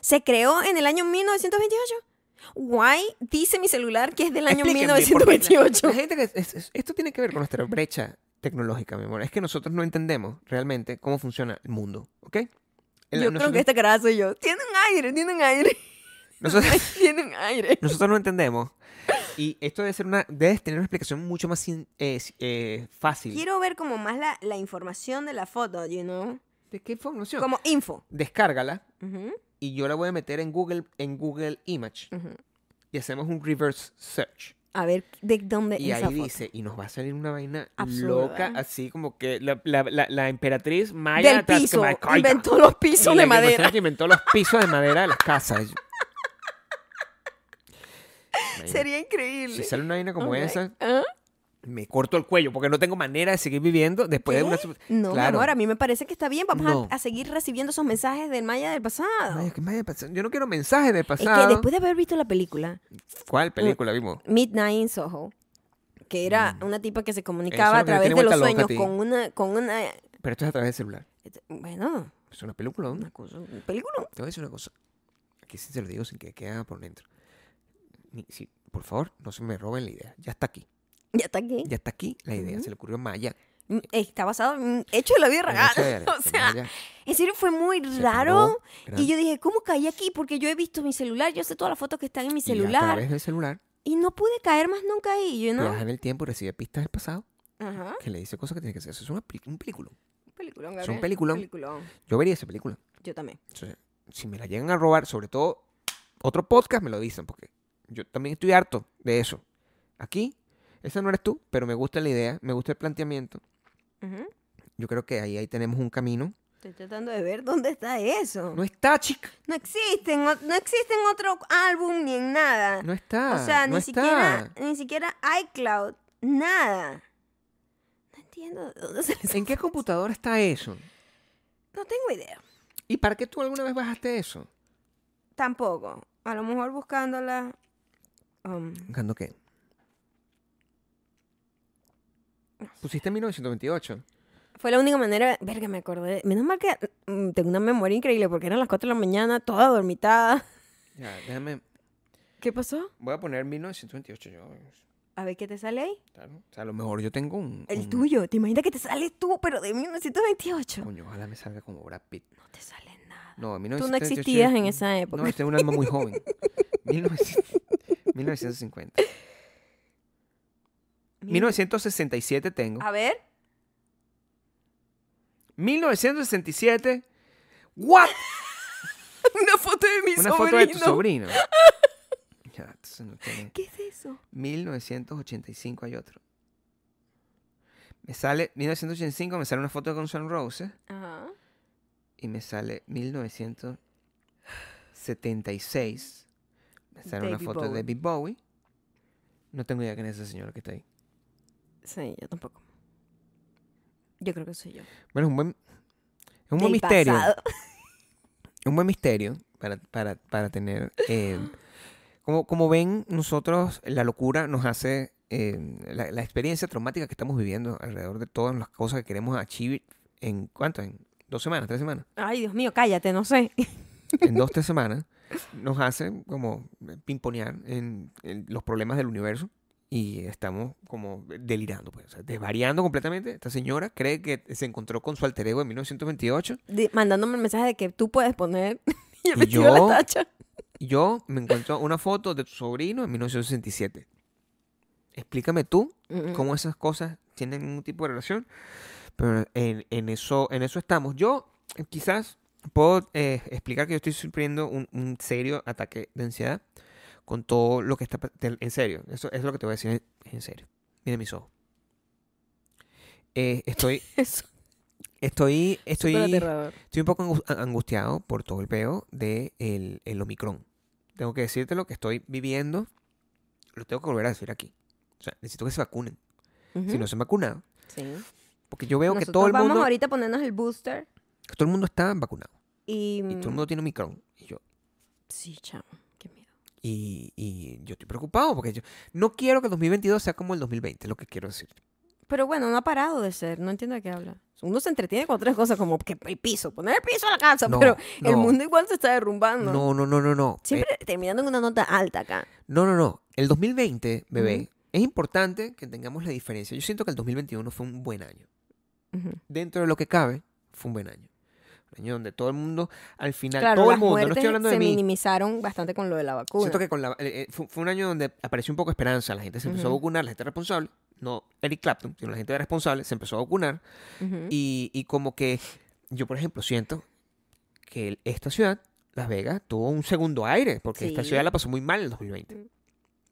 [SPEAKER 1] Se creó en el año 1928. Guay, dice mi celular que es del año
[SPEAKER 2] Explíquenme, porque la-
[SPEAKER 1] 1928.
[SPEAKER 2] La, gente que es- es- esto tiene que ver con nuestra brecha tecnológica, mi amor. Es que nosotros no entendemos realmente cómo funciona el mundo, ¿ok? El-
[SPEAKER 1] Yo creo
[SPEAKER 2] nosotros,
[SPEAKER 1] que esta cara soy yo. Tiene un aire, tiene un aire.
[SPEAKER 2] nosotros,
[SPEAKER 1] tiene un aire.
[SPEAKER 2] nosotros no entendemos Y esto debe ser una, debes tener una explicación mucho más sin- eh, si- eh, fácil.
[SPEAKER 1] Quiero ver como más la, la información de la foto, you know.
[SPEAKER 2] ¿De qué información?
[SPEAKER 1] Como info.
[SPEAKER 2] Descárgala
[SPEAKER 1] Ujú,
[SPEAKER 2] y yo la voy a meter en Google, en Google Image
[SPEAKER 1] ujú.
[SPEAKER 2] y hacemos un reverse search.
[SPEAKER 1] A ver de dónde
[SPEAKER 2] Y
[SPEAKER 1] esa
[SPEAKER 2] ahí
[SPEAKER 1] foto.
[SPEAKER 2] dice, y nos va a salir una vaina
[SPEAKER 1] Absurda.
[SPEAKER 2] loca, así como que la, la- la- la emperatriz maya
[SPEAKER 1] Del piso.
[SPEAKER 2] Tlaxcalcaica.
[SPEAKER 1] Inventó los pisos
[SPEAKER 2] Y
[SPEAKER 1] de
[SPEAKER 2] la que
[SPEAKER 1] madera.
[SPEAKER 2] persona que inventó los pisos de madera de las casas. Imagínate,
[SPEAKER 1] Sería increíble.
[SPEAKER 2] Si sale una vaina como
[SPEAKER 1] Ok.
[SPEAKER 2] esa,
[SPEAKER 1] ¿Ah?
[SPEAKER 2] me corto el cuello porque no tengo manera de seguir viviendo después de
[SPEAKER 1] ¿Qué?
[SPEAKER 2] una... su-
[SPEAKER 1] No, mi
[SPEAKER 2] Claro.
[SPEAKER 1] amor, a mí me parece que está bien. Vamos a-
[SPEAKER 2] No.
[SPEAKER 1] a, seguir recibiendo esos mensajes del Maya del pasado.
[SPEAKER 2] Ay, ¿qué me haya pasado? Yo no quiero mensajes del
[SPEAKER 1] es
[SPEAKER 2] pasado.
[SPEAKER 1] que después de haber visto la película
[SPEAKER 2] ¿Cuál película vimos?
[SPEAKER 1] Midnight in Soho, que era una tipa que se
[SPEAKER 2] Mm. Eso
[SPEAKER 1] comunicaba
[SPEAKER 2] es
[SPEAKER 1] a
[SPEAKER 2] lo que me
[SPEAKER 1] través
[SPEAKER 2] tiene
[SPEAKER 1] de los
[SPEAKER 2] vuelta
[SPEAKER 1] sueños
[SPEAKER 2] loca a ti.
[SPEAKER 1] con una, con una,
[SPEAKER 2] Pero esto es a través del celular.
[SPEAKER 1] bueno,
[SPEAKER 2] Es una película, ¿dónde?
[SPEAKER 1] una cosa, una película.
[SPEAKER 2] Te voy a decir una cosa. Aquí sí se lo digo sin que quede por dentro. Ni- sí, por favor, no se me roben la idea. Ya está aquí.
[SPEAKER 1] Ya está aquí.
[SPEAKER 2] Ya está aquí la idea.
[SPEAKER 1] Ujú.
[SPEAKER 2] Se le ocurrió a Maya.
[SPEAKER 1] Mm, Está basado en un hecho de la vida
[SPEAKER 2] Bueno, eso
[SPEAKER 1] real.
[SPEAKER 2] era,
[SPEAKER 1] O sea,
[SPEAKER 2] Maya
[SPEAKER 1] en serio fue muy
[SPEAKER 2] se
[SPEAKER 1] raro.
[SPEAKER 2] paró, gran-
[SPEAKER 1] Y yo dije, ¿cómo caí aquí? Porque yo he visto mi celular, yo sé todas las fotos que están en mi
[SPEAKER 2] y a
[SPEAKER 1] celular.
[SPEAKER 2] través del celular,
[SPEAKER 1] Y no pude caer más nunca ahí, you know?
[SPEAKER 2] viaja en el tiempo y recibe pistas del pasado
[SPEAKER 1] Ajá.
[SPEAKER 2] que le dice cosas que tiene que hacer. Eso es una peli- un película.
[SPEAKER 1] Peliculón,
[SPEAKER 2] Es
[SPEAKER 1] Gabriel.
[SPEAKER 2] un peliculón. Yo vería esa película.
[SPEAKER 1] Yo también.
[SPEAKER 2] Entonces, si me la llegan a robar, sobre todo otro podcast, me lo dicen, porque yo también estoy harto de eso. Aquí, esa no eres tú, pero me gusta la idea, me gusta el planteamiento.
[SPEAKER 1] Ujú.
[SPEAKER 2] Yo creo que ahí, ahí tenemos un camino.
[SPEAKER 1] Estoy tratando de ver dónde está eso.
[SPEAKER 2] No está, chica.
[SPEAKER 1] No existen, o- no existen otro álbum ni en nada.
[SPEAKER 2] No está.
[SPEAKER 1] o sea,
[SPEAKER 2] no
[SPEAKER 1] ni
[SPEAKER 2] está.
[SPEAKER 1] siquiera, ni siquiera iCloud, nada. No entiendo de dónde se les-
[SPEAKER 2] ¿En qué computadora está eso?
[SPEAKER 1] No tengo idea.
[SPEAKER 2] ¿Y para qué tú alguna vez bajaste eso?
[SPEAKER 1] Tampoco. A lo mejor buscándola. um,
[SPEAKER 2] ¿Buscando qué? Pusiste 1928.
[SPEAKER 1] fue la única manera. Verga, me acordé. Menos mal que mm, tengo una memoria increíble porque eran las 4 de la mañana, toda dormitada.
[SPEAKER 2] Ya, déjame.
[SPEAKER 1] ¿Qué pasó?
[SPEAKER 2] Voy a poner 1928 yo.
[SPEAKER 1] A ver qué te sale ahí. Mm.
[SPEAKER 2] claro. O sea, a lo mejor yo tengo un.
[SPEAKER 1] El
[SPEAKER 2] un-
[SPEAKER 1] tuyo. ¿Te imaginas que te sale tú, pero de 1928?
[SPEAKER 2] Coño, ojalá me salga como Brad Pitt.
[SPEAKER 1] No te sale nada.
[SPEAKER 2] No, en
[SPEAKER 1] Tú no
[SPEAKER 2] 1938
[SPEAKER 1] existías en
[SPEAKER 2] yo-
[SPEAKER 1] esa época.
[SPEAKER 2] No, este es un alma muy joven. 1900 1950. 1967 tengo.
[SPEAKER 1] A ver.
[SPEAKER 2] 1967. ¿What?
[SPEAKER 1] Una foto de mi
[SPEAKER 2] Una
[SPEAKER 1] sobrino.
[SPEAKER 2] foto de tu sobrino. Ya, entonces no tiene-
[SPEAKER 1] ¿Qué es eso?
[SPEAKER 2] 1985 hay otro. Me sale 1985, me sale una foto de Guns N' Roses
[SPEAKER 1] Ajá.
[SPEAKER 2] y me sale 1976. Me sale una
[SPEAKER 1] David
[SPEAKER 2] foto de
[SPEAKER 1] Bowie.
[SPEAKER 2] David Bowie. No tengo idea quién es ese señor que está ahí.
[SPEAKER 1] Sí, yo tampoco. Yo creo que soy yo.
[SPEAKER 2] Bueno, es un buen, es un
[SPEAKER 1] Del
[SPEAKER 2] buen misterio.
[SPEAKER 1] pasado.
[SPEAKER 2] Es un buen misterio para, para, para tener. eh, como, como ven, nosotros la locura nos hace. eh, la, la experiencia traumática que estamos viviendo alrededor de todas las cosas que queremos achievir en cuánto, en dos semanas, tres semanas,
[SPEAKER 1] Ay, Dios mío, cállate, no sé.
[SPEAKER 2] en dos, tres semanas, nos hace como pimponear en, en los problemas del universo y estamos como delirando, pues, o sea, desvariando completamente. Esta señora cree que se encontró con su alter ego en 1928
[SPEAKER 1] De- mandándome el mensaje de que tú puedes poner y el
[SPEAKER 2] ¿Y
[SPEAKER 1] vestido de
[SPEAKER 2] yo?
[SPEAKER 1] la tacha.
[SPEAKER 2] Y yo me encuentro una foto de tu sobrino en 1967. Explícame tú
[SPEAKER 1] Mm,
[SPEAKER 2] cómo esas cosas tienen un tipo de relación. Pero en, en eso, en eso estamos. Yo eh, quizás puedo eh, explicar que yo estoy sufriendo un, un serio ataque de ansiedad con todo lo que está... pa- te- En serio, eso es lo que te voy a decir en, en serio. Mira mis ojos. Eh, estoy,
[SPEAKER 1] Mm, Eso,
[SPEAKER 2] estoy, estoy...
[SPEAKER 1] súper aterrador.
[SPEAKER 2] Estoy un poco angus- a- angustiado por todo el peo del el, el Omicron. Tengo que decirte lo que estoy viviendo. Lo tengo que volver a decir aquí. O sea, necesito que se vacunen. Si
[SPEAKER 1] Ujú,
[SPEAKER 2] no se han vacunado.
[SPEAKER 1] sí.
[SPEAKER 2] Porque yo veo que
[SPEAKER 1] Nosotros
[SPEAKER 2] todo el,
[SPEAKER 1] vamos
[SPEAKER 2] mundo,
[SPEAKER 1] ahorita a ponernos el booster
[SPEAKER 2] que todo el mundo está vacunado.
[SPEAKER 1] y... mm,
[SPEAKER 2] Y todo el mundo tiene Omicron. Y yo,
[SPEAKER 1] Sí, chamo, qué miedo.
[SPEAKER 2] y, y yo estoy preocupado porque yo no quiero que el 2022 sea como el 2020, es lo que quiero decir.
[SPEAKER 1] Pero bueno, no ha parado de ser, no entiendo de qué habla. Uno se entretiene con otras cosas como que el piso, poner el piso a la casa,
[SPEAKER 2] No,
[SPEAKER 1] pero el
[SPEAKER 2] no.
[SPEAKER 1] mundo igual se está derrumbando.
[SPEAKER 2] No, no, no, no, no. Eh,
[SPEAKER 1] Siempre terminando en una nota alta acá.
[SPEAKER 2] No, no, no. El 2020, bebé,
[SPEAKER 1] Ujú.
[SPEAKER 2] es importante que tengamos la diferencia. Yo siento que el 2021 fue un buen año.
[SPEAKER 1] Ujú.
[SPEAKER 2] Dentro de lo que cabe, fue un buen año. Un año donde todo el mundo, al final,
[SPEAKER 1] Claro,
[SPEAKER 2] todo
[SPEAKER 1] las
[SPEAKER 2] el mundo, no
[SPEAKER 1] muertes
[SPEAKER 2] estoy hablando de
[SPEAKER 1] se
[SPEAKER 2] mí.
[SPEAKER 1] minimizaron bastante con lo de la vacuna.
[SPEAKER 2] Siento que con la- eh, eh, fue, fue un año donde apareció un poco de esperanza. La gente se empezó a
[SPEAKER 1] Ujú.
[SPEAKER 2] vacunar, la gente responsable. No Eric Clapton, sino la gente responsable se empezó a vacunar.
[SPEAKER 1] Ujú.
[SPEAKER 2] Y, y como que yo, por ejemplo, siento que el- esta ciudad, Las Vegas, tuvo un segundo aire, porque esta
[SPEAKER 1] Sí.
[SPEAKER 2] ciudad la pasó muy mal en el 2020.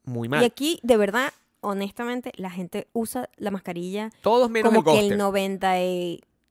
[SPEAKER 2] Muy
[SPEAKER 1] Y
[SPEAKER 2] mal.
[SPEAKER 1] aquí, de verdad, honestamente, la gente usa la mascarilla
[SPEAKER 2] Todos menos
[SPEAKER 1] como
[SPEAKER 2] el
[SPEAKER 1] que
[SPEAKER 2] Ghoster.
[SPEAKER 1] el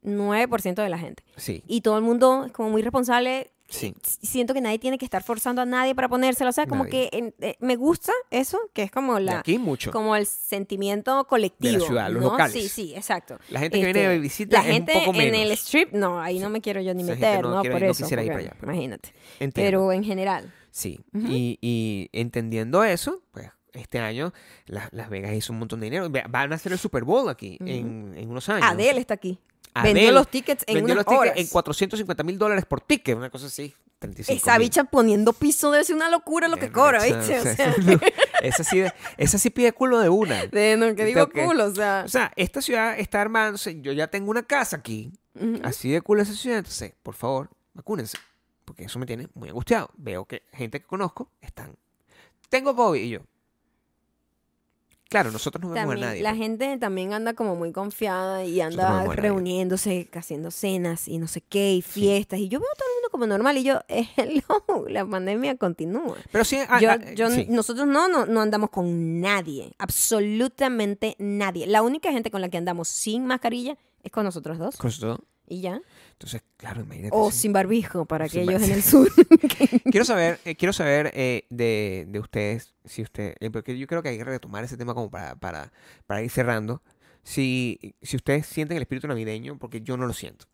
[SPEAKER 1] 99% de la gente.
[SPEAKER 2] Sí,
[SPEAKER 1] Y todo el mundo es como muy responsable.
[SPEAKER 2] sí.
[SPEAKER 1] S- Siento que nadie tiene que estar forzando a nadie para ponérselo. O sea, como
[SPEAKER 2] Nadie.
[SPEAKER 1] que en- eh, me gusta eso, que es como
[SPEAKER 2] De
[SPEAKER 1] la
[SPEAKER 2] aquí mucho.
[SPEAKER 1] como el sentimiento colectivo.
[SPEAKER 2] ciudad, los
[SPEAKER 1] ¿no?
[SPEAKER 2] locales.
[SPEAKER 1] Sí, sí, exacto.
[SPEAKER 2] La gente que viene
[SPEAKER 1] Este,
[SPEAKER 2] de visita
[SPEAKER 1] la
[SPEAKER 2] es
[SPEAKER 1] gente
[SPEAKER 2] un poco
[SPEAKER 1] en
[SPEAKER 2] menos.
[SPEAKER 1] el strip, no, ahí no me quiero yo ni
[SPEAKER 2] Esa gente
[SPEAKER 1] meter,
[SPEAKER 2] no
[SPEAKER 1] ¿no?
[SPEAKER 2] quiere-
[SPEAKER 1] por
[SPEAKER 2] no
[SPEAKER 1] eso.
[SPEAKER 2] quisiera ir
[SPEAKER 1] porque,
[SPEAKER 2] para allá, pues. pero-
[SPEAKER 1] Imagínate.
[SPEAKER 2] Entiendo.
[SPEAKER 1] Pero en general.
[SPEAKER 2] Sí.
[SPEAKER 1] Ujú.
[SPEAKER 2] y, y entendiendo eso, pues este año la- Las Vegas hizo un montón de dinero. Ve- Van a hacer el Super Bowl aquí en, en unos años.
[SPEAKER 1] Adele está aquí.
[SPEAKER 2] Adele
[SPEAKER 1] vendió los tickets en
[SPEAKER 2] vendió
[SPEAKER 1] unas
[SPEAKER 2] los tickets
[SPEAKER 1] horas.
[SPEAKER 2] en 450 mil dólares por ticket, una cosa así. 35
[SPEAKER 1] Esa bicha poniendo piso debe ser una locura lo que cobra, ¿viste? O sea,
[SPEAKER 2] esa, sí, de- esa sí pide culo de una.
[SPEAKER 1] de, no, que
[SPEAKER 2] Yo
[SPEAKER 1] digo
[SPEAKER 2] tengo que-
[SPEAKER 1] culo, o sea.
[SPEAKER 2] O sea, esta ciudad está armándose. Yo ya tengo una casa aquí.
[SPEAKER 1] ujú.
[SPEAKER 2] Así de culo esa ciudad. Entonces, por favor, vacúnense. Porque eso me tiene muy angustiado. Veo que gente que conozco están. Tengo COVID. Y yo. Claro, nosotros no vemos
[SPEAKER 1] También,
[SPEAKER 2] a nadie.
[SPEAKER 1] la
[SPEAKER 2] pues.
[SPEAKER 1] gente también anda como muy confiada y
[SPEAKER 2] no
[SPEAKER 1] anda
[SPEAKER 2] vemos a nadie.
[SPEAKER 1] reuniéndose, haciendo cenas y no sé qué, y fiestas. Y yo veo a todo el mundo como normal y yo, eh, hello, la pandemia continúa.
[SPEAKER 2] Pero sí. ah,
[SPEAKER 1] yo,
[SPEAKER 2] ah,
[SPEAKER 1] yo-
[SPEAKER 2] sí.
[SPEAKER 1] Nosotros no, no, no andamos con nadie, absolutamente nadie. La única gente con la que andamos sin mascarilla es con nosotros dos
[SPEAKER 2] Con eso,
[SPEAKER 1] y ya.
[SPEAKER 2] Entonces, claro, imagínate.
[SPEAKER 1] O
[SPEAKER 2] sí.
[SPEAKER 1] sin barbijo para
[SPEAKER 2] Sin
[SPEAKER 1] aquellos en
[SPEAKER 2] barbijo.
[SPEAKER 1] el sur.
[SPEAKER 2] Quiero saber, eh, quiero saber eh, de, de ustedes, si usted, eh, porque yo creo que hay que retomar ese tema como para, para, para ir cerrando. Si, si ustedes sienten el espíritu navideño, porque yo no lo siento.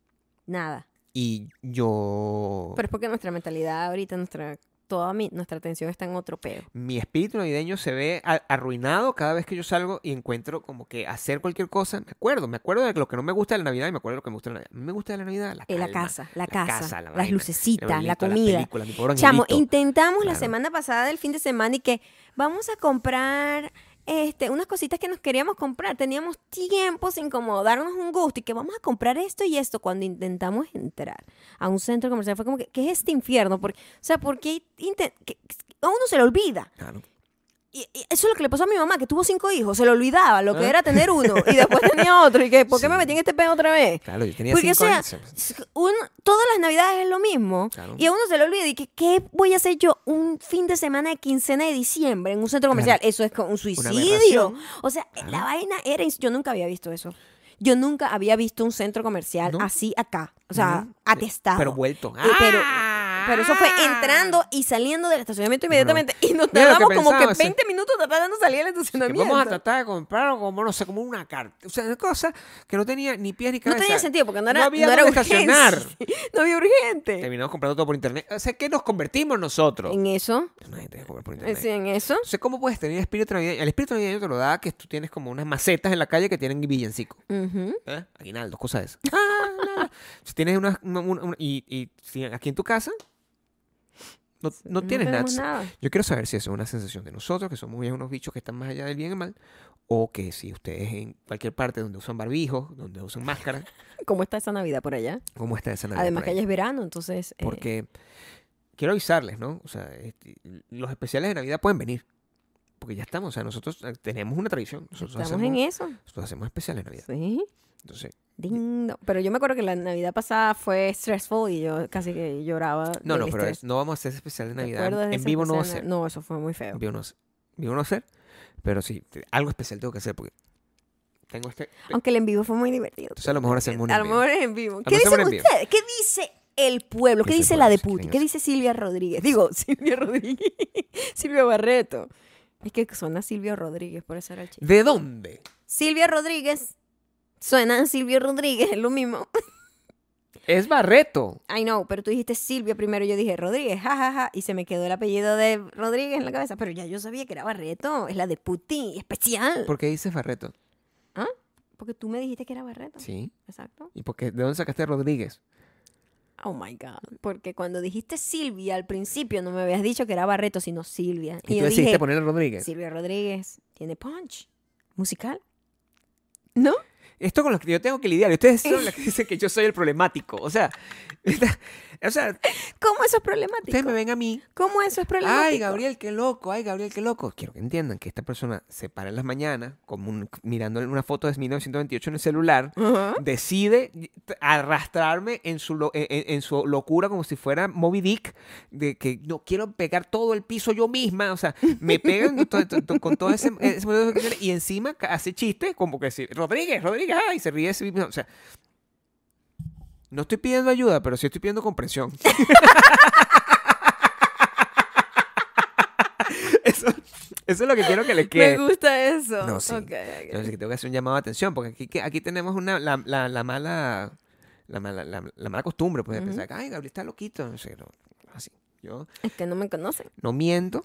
[SPEAKER 1] Nada.
[SPEAKER 2] Y yo.
[SPEAKER 1] Pero es porque nuestra mentalidad ahorita, nuestra, toda mi- nuestra atención está en otro peo.
[SPEAKER 2] mi espíritu navideño se ve a- arruinado cada vez que yo salgo y encuentro como que hacer cualquier cosa. Me acuerdo, me acuerdo de lo que no me gusta de la Navidad y me acuerdo de lo que me gusta de la Navidad. Me gusta de la Navidad la,
[SPEAKER 1] Eh, la
[SPEAKER 2] calma,
[SPEAKER 1] casa, la
[SPEAKER 2] la
[SPEAKER 1] casa,
[SPEAKER 2] casa, la
[SPEAKER 1] las
[SPEAKER 2] vaina, el
[SPEAKER 1] lucecitas, la
[SPEAKER 2] arbolito, las
[SPEAKER 1] comida.
[SPEAKER 2] películas, mi pobre
[SPEAKER 1] Chamo,
[SPEAKER 2] angelito.
[SPEAKER 1] intentamos la
[SPEAKER 2] Claro.
[SPEAKER 1] semana pasada, el fin de semana, y que vamos a comprar este, unas cositas que nos queríamos comprar. Teníamos tiempo sin como darnos un gusto y que vamos a comprar esto y esto. Cuando intentamos entrar a un centro comercial fue como que, ¿qué es este infierno? Por- o sea, porque a uno se le olvida.
[SPEAKER 2] Claro.
[SPEAKER 1] Y, y eso es lo que le pasó a mi mamá, que tuvo cinco hijos, se le olvidaba lo que
[SPEAKER 2] Ah.
[SPEAKER 1] era tener uno y después tenía otro. ¿Y que ¿Por qué me
[SPEAKER 2] Sí.
[SPEAKER 1] metí en este pedo otra vez?
[SPEAKER 2] Claro, yo tenía
[SPEAKER 1] Porque, o
[SPEAKER 2] cinco
[SPEAKER 1] sea,
[SPEAKER 2] años.
[SPEAKER 1] s- uno- todas las navidades es lo mismo.
[SPEAKER 2] Claro.
[SPEAKER 1] Y a uno se le olvida y que, ¿qué voy a hacer yo un fin de semana de quincena de diciembre en un centro comercial? Eso es co- un suicidio.
[SPEAKER 2] aberración.
[SPEAKER 1] O sea, la vaina era... ins- Yo nunca había visto eso. Yo nunca había visto un centro comercial
[SPEAKER 2] No.
[SPEAKER 1] así acá. O sea,
[SPEAKER 2] Ujú.
[SPEAKER 1] atestado.
[SPEAKER 2] Pero vuelto.
[SPEAKER 1] Y pero,
[SPEAKER 2] ¡Ah!
[SPEAKER 1] pero eso fue entrando y saliendo del estacionamiento
[SPEAKER 2] Bueno,
[SPEAKER 1] inmediatamente. Y nos
[SPEAKER 2] mira lo
[SPEAKER 1] tardamos
[SPEAKER 2] que
[SPEAKER 1] como que
[SPEAKER 2] pensaba, o sea,
[SPEAKER 1] 20 minutos tratando de salir del
[SPEAKER 2] Que
[SPEAKER 1] estacionamiento.
[SPEAKER 2] vamos a tratar de comprar como, no sé, como una carta. O sea, una cosa que no tenía ni pies ni
[SPEAKER 1] no
[SPEAKER 2] cabeza.
[SPEAKER 1] tenía sentido porque no era,
[SPEAKER 2] No
[SPEAKER 1] no
[SPEAKER 2] había
[SPEAKER 1] era
[SPEAKER 2] dónde
[SPEAKER 1] urgente.
[SPEAKER 2] estacionar.
[SPEAKER 1] No había urgente.
[SPEAKER 2] Terminamos comprando todo por internet. O sea, ¿qué nos convertimos nosotros?
[SPEAKER 1] En eso,
[SPEAKER 2] Una gente que compra por
[SPEAKER 1] eh,
[SPEAKER 2] internet.
[SPEAKER 1] sí, en eso.
[SPEAKER 2] Entonces, ¿cómo puedes tener espíritu navideño? El espíritu navideño te lo da que tú tienes como unas macetas en la calle que tienen villancico.
[SPEAKER 1] Ujú.
[SPEAKER 2] ¿eh? Aguinaldo, cosas de esas. Ah, si tienes unas... una- una- una- y, y si aquí en tu casa no, no tienes
[SPEAKER 1] tenemos
[SPEAKER 2] nuts.
[SPEAKER 1] nada.
[SPEAKER 2] Yo quiero saber si eso es una sensación de nosotros, que somos ya unos bichos que están más allá del bien y el mal, o que si ustedes en cualquier parte donde usan barbijos, donde usan máscaras,
[SPEAKER 1] ¿Cómo está esa Navidad por allá?
[SPEAKER 2] ¿cómo está esa Navidad
[SPEAKER 1] Además
[SPEAKER 2] por
[SPEAKER 1] que
[SPEAKER 2] ahí?
[SPEAKER 1] allá es verano, entonces... eh,
[SPEAKER 2] Porque quiero avisarles, ¿no? O sea, este, los especiales de Navidad pueden venir. Porque ya estamos, o sea, nosotros eh, tenemos una tradición. Nosotros,
[SPEAKER 1] estamos
[SPEAKER 2] hacemos,
[SPEAKER 1] en eso.
[SPEAKER 2] nosotros hacemos especiales de Navidad.
[SPEAKER 1] Sí.
[SPEAKER 2] Entonces,
[SPEAKER 1] Ding dong. Pero yo me acuerdo que la Navidad pasada fue stressful y yo casi que lloraba.
[SPEAKER 2] no,
[SPEAKER 1] del
[SPEAKER 2] no, pero
[SPEAKER 1] estrés.
[SPEAKER 2] es- no vamos a hacer especial de
[SPEAKER 1] ¿Te
[SPEAKER 2] Navidad.
[SPEAKER 1] acuerdas de
[SPEAKER 2] En
[SPEAKER 1] esa
[SPEAKER 2] vivo no va a
[SPEAKER 1] escena?
[SPEAKER 2] ser.
[SPEAKER 1] No, eso fue muy feo.
[SPEAKER 2] En vivo no va a ser. En vivo no va a ser. Pero sí, te- algo especial tengo que hacer porque tengo este.
[SPEAKER 1] Aunque el en vivo fue muy divertido.
[SPEAKER 2] Entonces, a lo mejor hacemos un
[SPEAKER 1] A
[SPEAKER 2] en
[SPEAKER 1] lo
[SPEAKER 2] vivo.
[SPEAKER 1] mejor es en vivo.
[SPEAKER 2] lo
[SPEAKER 1] ¿Qué
[SPEAKER 2] hacemos
[SPEAKER 1] dicen
[SPEAKER 2] en vivo.
[SPEAKER 1] ustedes? ¿Qué dice el pueblo? ¿Qué,
[SPEAKER 2] Dice el
[SPEAKER 1] dice
[SPEAKER 2] pueblo,
[SPEAKER 1] la de
[SPEAKER 2] sí,
[SPEAKER 1] Putin?
[SPEAKER 2] venga,
[SPEAKER 1] ¿Qué
[SPEAKER 2] sí.
[SPEAKER 1] dice Silvia Rodríguez? Digo, Silvia Rodríguez. Silvia Barreto. Es que suena Silvia Rodríguez, por eso era el chiste.
[SPEAKER 2] ¿De dónde?
[SPEAKER 1] Silvia Rodríguez. Suena a Silvia Rodríguez, es lo mismo.
[SPEAKER 2] Es Barreto.
[SPEAKER 1] I know, pero tú dijiste Silvia primero, yo dije Rodríguez, jajaja, y se me quedó el apellido de Rodríguez en la cabeza, pero ya yo sabía que era Barreto, es la de Putin, especial.
[SPEAKER 2] ¿Por qué dices Barreto?
[SPEAKER 1] Porque tú me dijiste que era Barreto.
[SPEAKER 2] Sí.
[SPEAKER 1] Exacto.
[SPEAKER 2] ¿Y por qué? ¿De dónde sacaste a Rodríguez?
[SPEAKER 1] Oh my God. Porque cuando dijiste Silvia al principio no me habías dicho que era Barreto, sino Silvia. Y,
[SPEAKER 2] Y, tú
[SPEAKER 1] yo
[SPEAKER 2] decidiste
[SPEAKER 1] dije,
[SPEAKER 2] ponerle Rodríguez.
[SPEAKER 1] Silvia Rodríguez tiene punch musical. ¿No?
[SPEAKER 2] Esto con lo que yo tengo que lidiar. y Ustedes son los que dicen que yo soy el problemático. O sea, esta- o sea
[SPEAKER 1] ¿Cómo eso es problemático?
[SPEAKER 2] ustedes me ven a mí.
[SPEAKER 1] ¿Cómo eso es problemático?
[SPEAKER 2] Ay, Gabriel, qué loco. Ay, Gabriel, qué loco. Quiero que entiendan que esta persona se para en las mañanas, como un- mirando una foto de 1928 en el celular,
[SPEAKER 1] Ajá.
[SPEAKER 2] decide arrastrarme en su, lo- en, en- en su locura como si fuera Moby Dick, de que no quiero pegar todo el piso yo misma, o sea, me pegan con todo, to- to- con todo ese, ese montón de cosas, y encima ca- hace chistes como que si, Rodríguez, Rodríguez, ay, se ríe de sí mismo, o sea, no estoy pidiendo ayuda, pero sí estoy pidiendo comprensión. eso, eso es lo que quiero que les quede.
[SPEAKER 1] Me gusta eso.
[SPEAKER 2] No, sí.
[SPEAKER 1] Ok, ok.
[SPEAKER 2] No, sí que tengo que hacer un llamado de atención, porque aquí, que- aquí tenemos una, la, la- la mala, la, mala, la, la mala costumbre pues, de
[SPEAKER 1] Ujú.
[SPEAKER 2] pensar que, ay, Gabriel está loquito. No sé, no, así. Yo
[SPEAKER 1] Es que no me conocen.
[SPEAKER 2] no miento,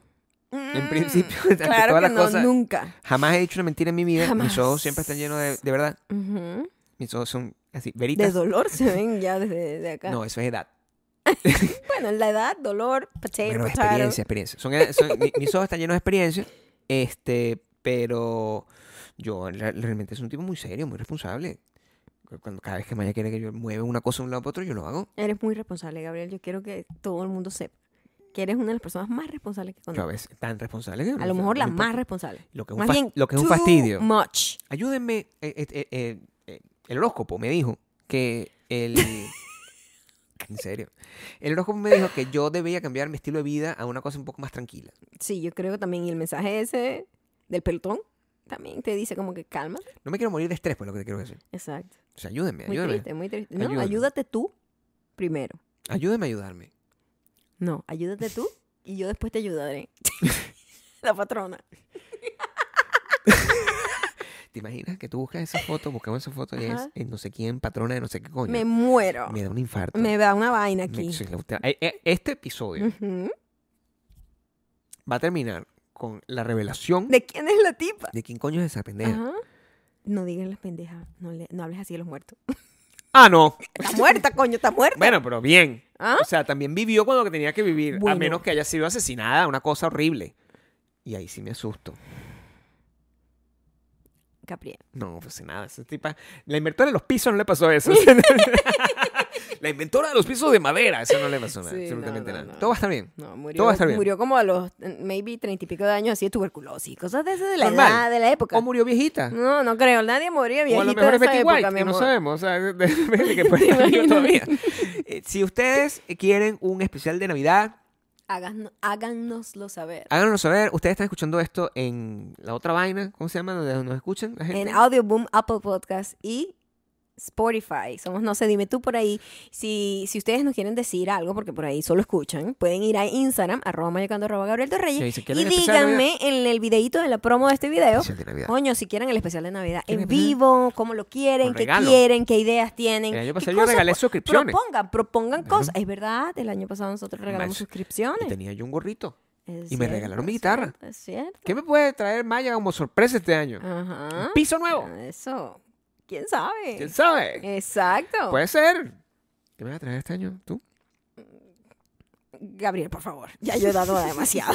[SPEAKER 2] en
[SPEAKER 1] Mm,
[SPEAKER 2] principio, ante
[SPEAKER 1] Claro que
[SPEAKER 2] todas las
[SPEAKER 1] no,
[SPEAKER 2] cosas.
[SPEAKER 1] nunca.
[SPEAKER 2] jamás he dicho una mentira en mi vida. Mis
[SPEAKER 1] Jamás.
[SPEAKER 2] ojos siempre están llenos de, de verdad.
[SPEAKER 1] Ujú.
[SPEAKER 2] Mis ojos son así,
[SPEAKER 1] De
[SPEAKER 2] veritas.
[SPEAKER 1] dolor se ven ya desde de acá.
[SPEAKER 2] No, eso es edad.
[SPEAKER 1] Bueno, la edad, dolor, potato,
[SPEAKER 2] Bueno,
[SPEAKER 1] potato.
[SPEAKER 2] experiencia, experiencia. Son, son- mi- mis ojos están llenos de experiencia, este, pero yo re- realmente soy un tipo muy serio, muy responsable. Cuando cada vez que Maya quiere que yo mueva una cosa de un lado para otro, yo lo hago.
[SPEAKER 1] Eres muy responsable, Gabriel. Yo quiero que todo el mundo sepa que eres una de las personas más responsables que
[SPEAKER 2] Yo a
[SPEAKER 1] conozco.
[SPEAKER 2] veces tan responsable que
[SPEAKER 1] A
[SPEAKER 2] no-
[SPEAKER 1] lo mejor
[SPEAKER 2] no
[SPEAKER 1] la
[SPEAKER 2] me
[SPEAKER 1] más
[SPEAKER 2] importa.
[SPEAKER 1] responsable.
[SPEAKER 2] lo que es un,
[SPEAKER 1] Más
[SPEAKER 2] fas-
[SPEAKER 1] bien, Mm.
[SPEAKER 2] lo que es un
[SPEAKER 1] too
[SPEAKER 2] fastidio.
[SPEAKER 1] Much.
[SPEAKER 2] Ayúdenme. eh, eh, eh, eh, eh, el horóscopo me dijo que el en serio. El horóscopo me dijo que yo debía cambiar mi estilo de vida a una cosa un poco más tranquila.
[SPEAKER 1] Sí, yo creo que también y el mensaje ese del pelotón también te dice como que calma.
[SPEAKER 2] No me quiero morir de estrés, por lo que te quiero decir.
[SPEAKER 1] Exacto.
[SPEAKER 2] O sea, ayúdenme,
[SPEAKER 1] Muy
[SPEAKER 2] ayúdenme.
[SPEAKER 1] triste, muy triste. No,
[SPEAKER 2] Ayúdame.
[SPEAKER 1] ayúdate tú primero.
[SPEAKER 2] Ayúdenme a ayudarme.
[SPEAKER 1] No, ayúdate tú y yo después te ayudaré. la patrona.
[SPEAKER 2] ¿Te imaginas que tú buscas esa foto, buscamos esa foto y es
[SPEAKER 1] Ajá.
[SPEAKER 2] en no sé quién, patrona de no sé qué coño?
[SPEAKER 1] Me
[SPEAKER 2] Me,
[SPEAKER 1] muero.
[SPEAKER 2] da un infarto.
[SPEAKER 1] Me da una vaina
[SPEAKER 2] Me-
[SPEAKER 1] aquí.
[SPEAKER 2] sí, usted- eh, eh, este episodio
[SPEAKER 1] Ujú.
[SPEAKER 2] va a terminar con la revelación de,
[SPEAKER 1] Mm. ¿De quién es la tipa?
[SPEAKER 2] quién coño es esa pendeja.
[SPEAKER 1] Ajá. No digas las pendejas. No, le- no hables así de los muertos.
[SPEAKER 2] Ah, no.
[SPEAKER 1] Está muerta, coño, está muerta.
[SPEAKER 2] Bueno, pero bien.
[SPEAKER 1] ¿Ah?
[SPEAKER 2] O sea, también vivió cuando que tenía que vivir, a
[SPEAKER 1] Bueno.
[SPEAKER 2] menos que haya sido asesinada, una cosa horrible. Y ahí sí me asusto.
[SPEAKER 1] Capriel.
[SPEAKER 2] No, pues nada, esa tipa, la inventora de los pisos no le pasó eso. la inventora de los pisos de madera, eso no le pasó nada,
[SPEAKER 1] Sí,
[SPEAKER 2] absolutamente
[SPEAKER 1] no, no,
[SPEAKER 2] nada.
[SPEAKER 1] no.
[SPEAKER 2] Todo va a estar bien.
[SPEAKER 1] No, murió.
[SPEAKER 2] Todo va a estar bien.
[SPEAKER 1] Murió como a los eh, maybe treinta y pico de años así de tuberculosis. Cosas de esas de la
[SPEAKER 2] Normal.
[SPEAKER 1] edad, de la época.
[SPEAKER 2] O murió viejita.
[SPEAKER 1] No, no creo. Nadie moría
[SPEAKER 2] O
[SPEAKER 1] viejito
[SPEAKER 2] a lo mejor
[SPEAKER 1] de
[SPEAKER 2] es
[SPEAKER 1] esa
[SPEAKER 2] Betty
[SPEAKER 1] época,
[SPEAKER 2] White,
[SPEAKER 1] mi
[SPEAKER 2] que no
[SPEAKER 1] amor.
[SPEAKER 2] sabemos. O sea, de- de- de- que puede
[SPEAKER 1] ¿Te
[SPEAKER 2] estar viva
[SPEAKER 1] imaginas?
[SPEAKER 2] todavía. Eh, Si ustedes quieren un especial de Navidad,
[SPEAKER 1] Háganos- háganoslo saber.
[SPEAKER 2] háganos saber. Ustedes están escuchando esto en la otra vaina, ¿cómo se llama? Donde nos escuchan la gente.
[SPEAKER 1] En Audioboom, Apple Podcast y Spotify. Somos No sé, dime tú por ahí. Si, si ustedes nos quieren decir algo, porque por ahí solo escuchan, pueden ir a Instagram, arroba mayocando, arroba Gabriel
[SPEAKER 2] Y ahí
[SPEAKER 1] Torreyes.
[SPEAKER 2] se
[SPEAKER 1] Y
[SPEAKER 2] quedan en especial de
[SPEAKER 1] díganme en el videito de la promo de este video.
[SPEAKER 2] Especial de Navidad.
[SPEAKER 1] Coño, si quieren el especial de Navidad
[SPEAKER 2] ¿Quieren
[SPEAKER 1] en
[SPEAKER 2] el especial?
[SPEAKER 1] vivo, cómo lo quieren,
[SPEAKER 2] Con
[SPEAKER 1] qué
[SPEAKER 2] regalo.
[SPEAKER 1] quieren, qué ideas tienen.
[SPEAKER 2] El año
[SPEAKER 1] qué
[SPEAKER 2] pasado yo
[SPEAKER 1] cosas
[SPEAKER 2] regalé
[SPEAKER 1] pro-
[SPEAKER 2] suscripciones.
[SPEAKER 1] Propongan, propongan
[SPEAKER 2] Ajá.
[SPEAKER 1] cosas. Es verdad, el año pasado nosotros regalamos
[SPEAKER 2] Más.
[SPEAKER 1] suscripciones.
[SPEAKER 2] Y tenía yo un gorrito.
[SPEAKER 1] Es
[SPEAKER 2] y me regalaron mi
[SPEAKER 1] es
[SPEAKER 2] guitarra.
[SPEAKER 1] cierto, Es cierto.
[SPEAKER 2] ¿Qué me puede traer Maya como sorpresa este año?
[SPEAKER 1] Ajá.
[SPEAKER 2] Un piso
[SPEAKER 1] Ah.
[SPEAKER 2] nuevo.
[SPEAKER 1] Eso. ¿Quién sabe?
[SPEAKER 2] ¿Quién sabe?
[SPEAKER 1] Exacto.
[SPEAKER 2] Puede ser. ¿Qué me vas a traer este año? ¿Tú?
[SPEAKER 1] Gabriel, por favor. Ya yo he dado demasiado.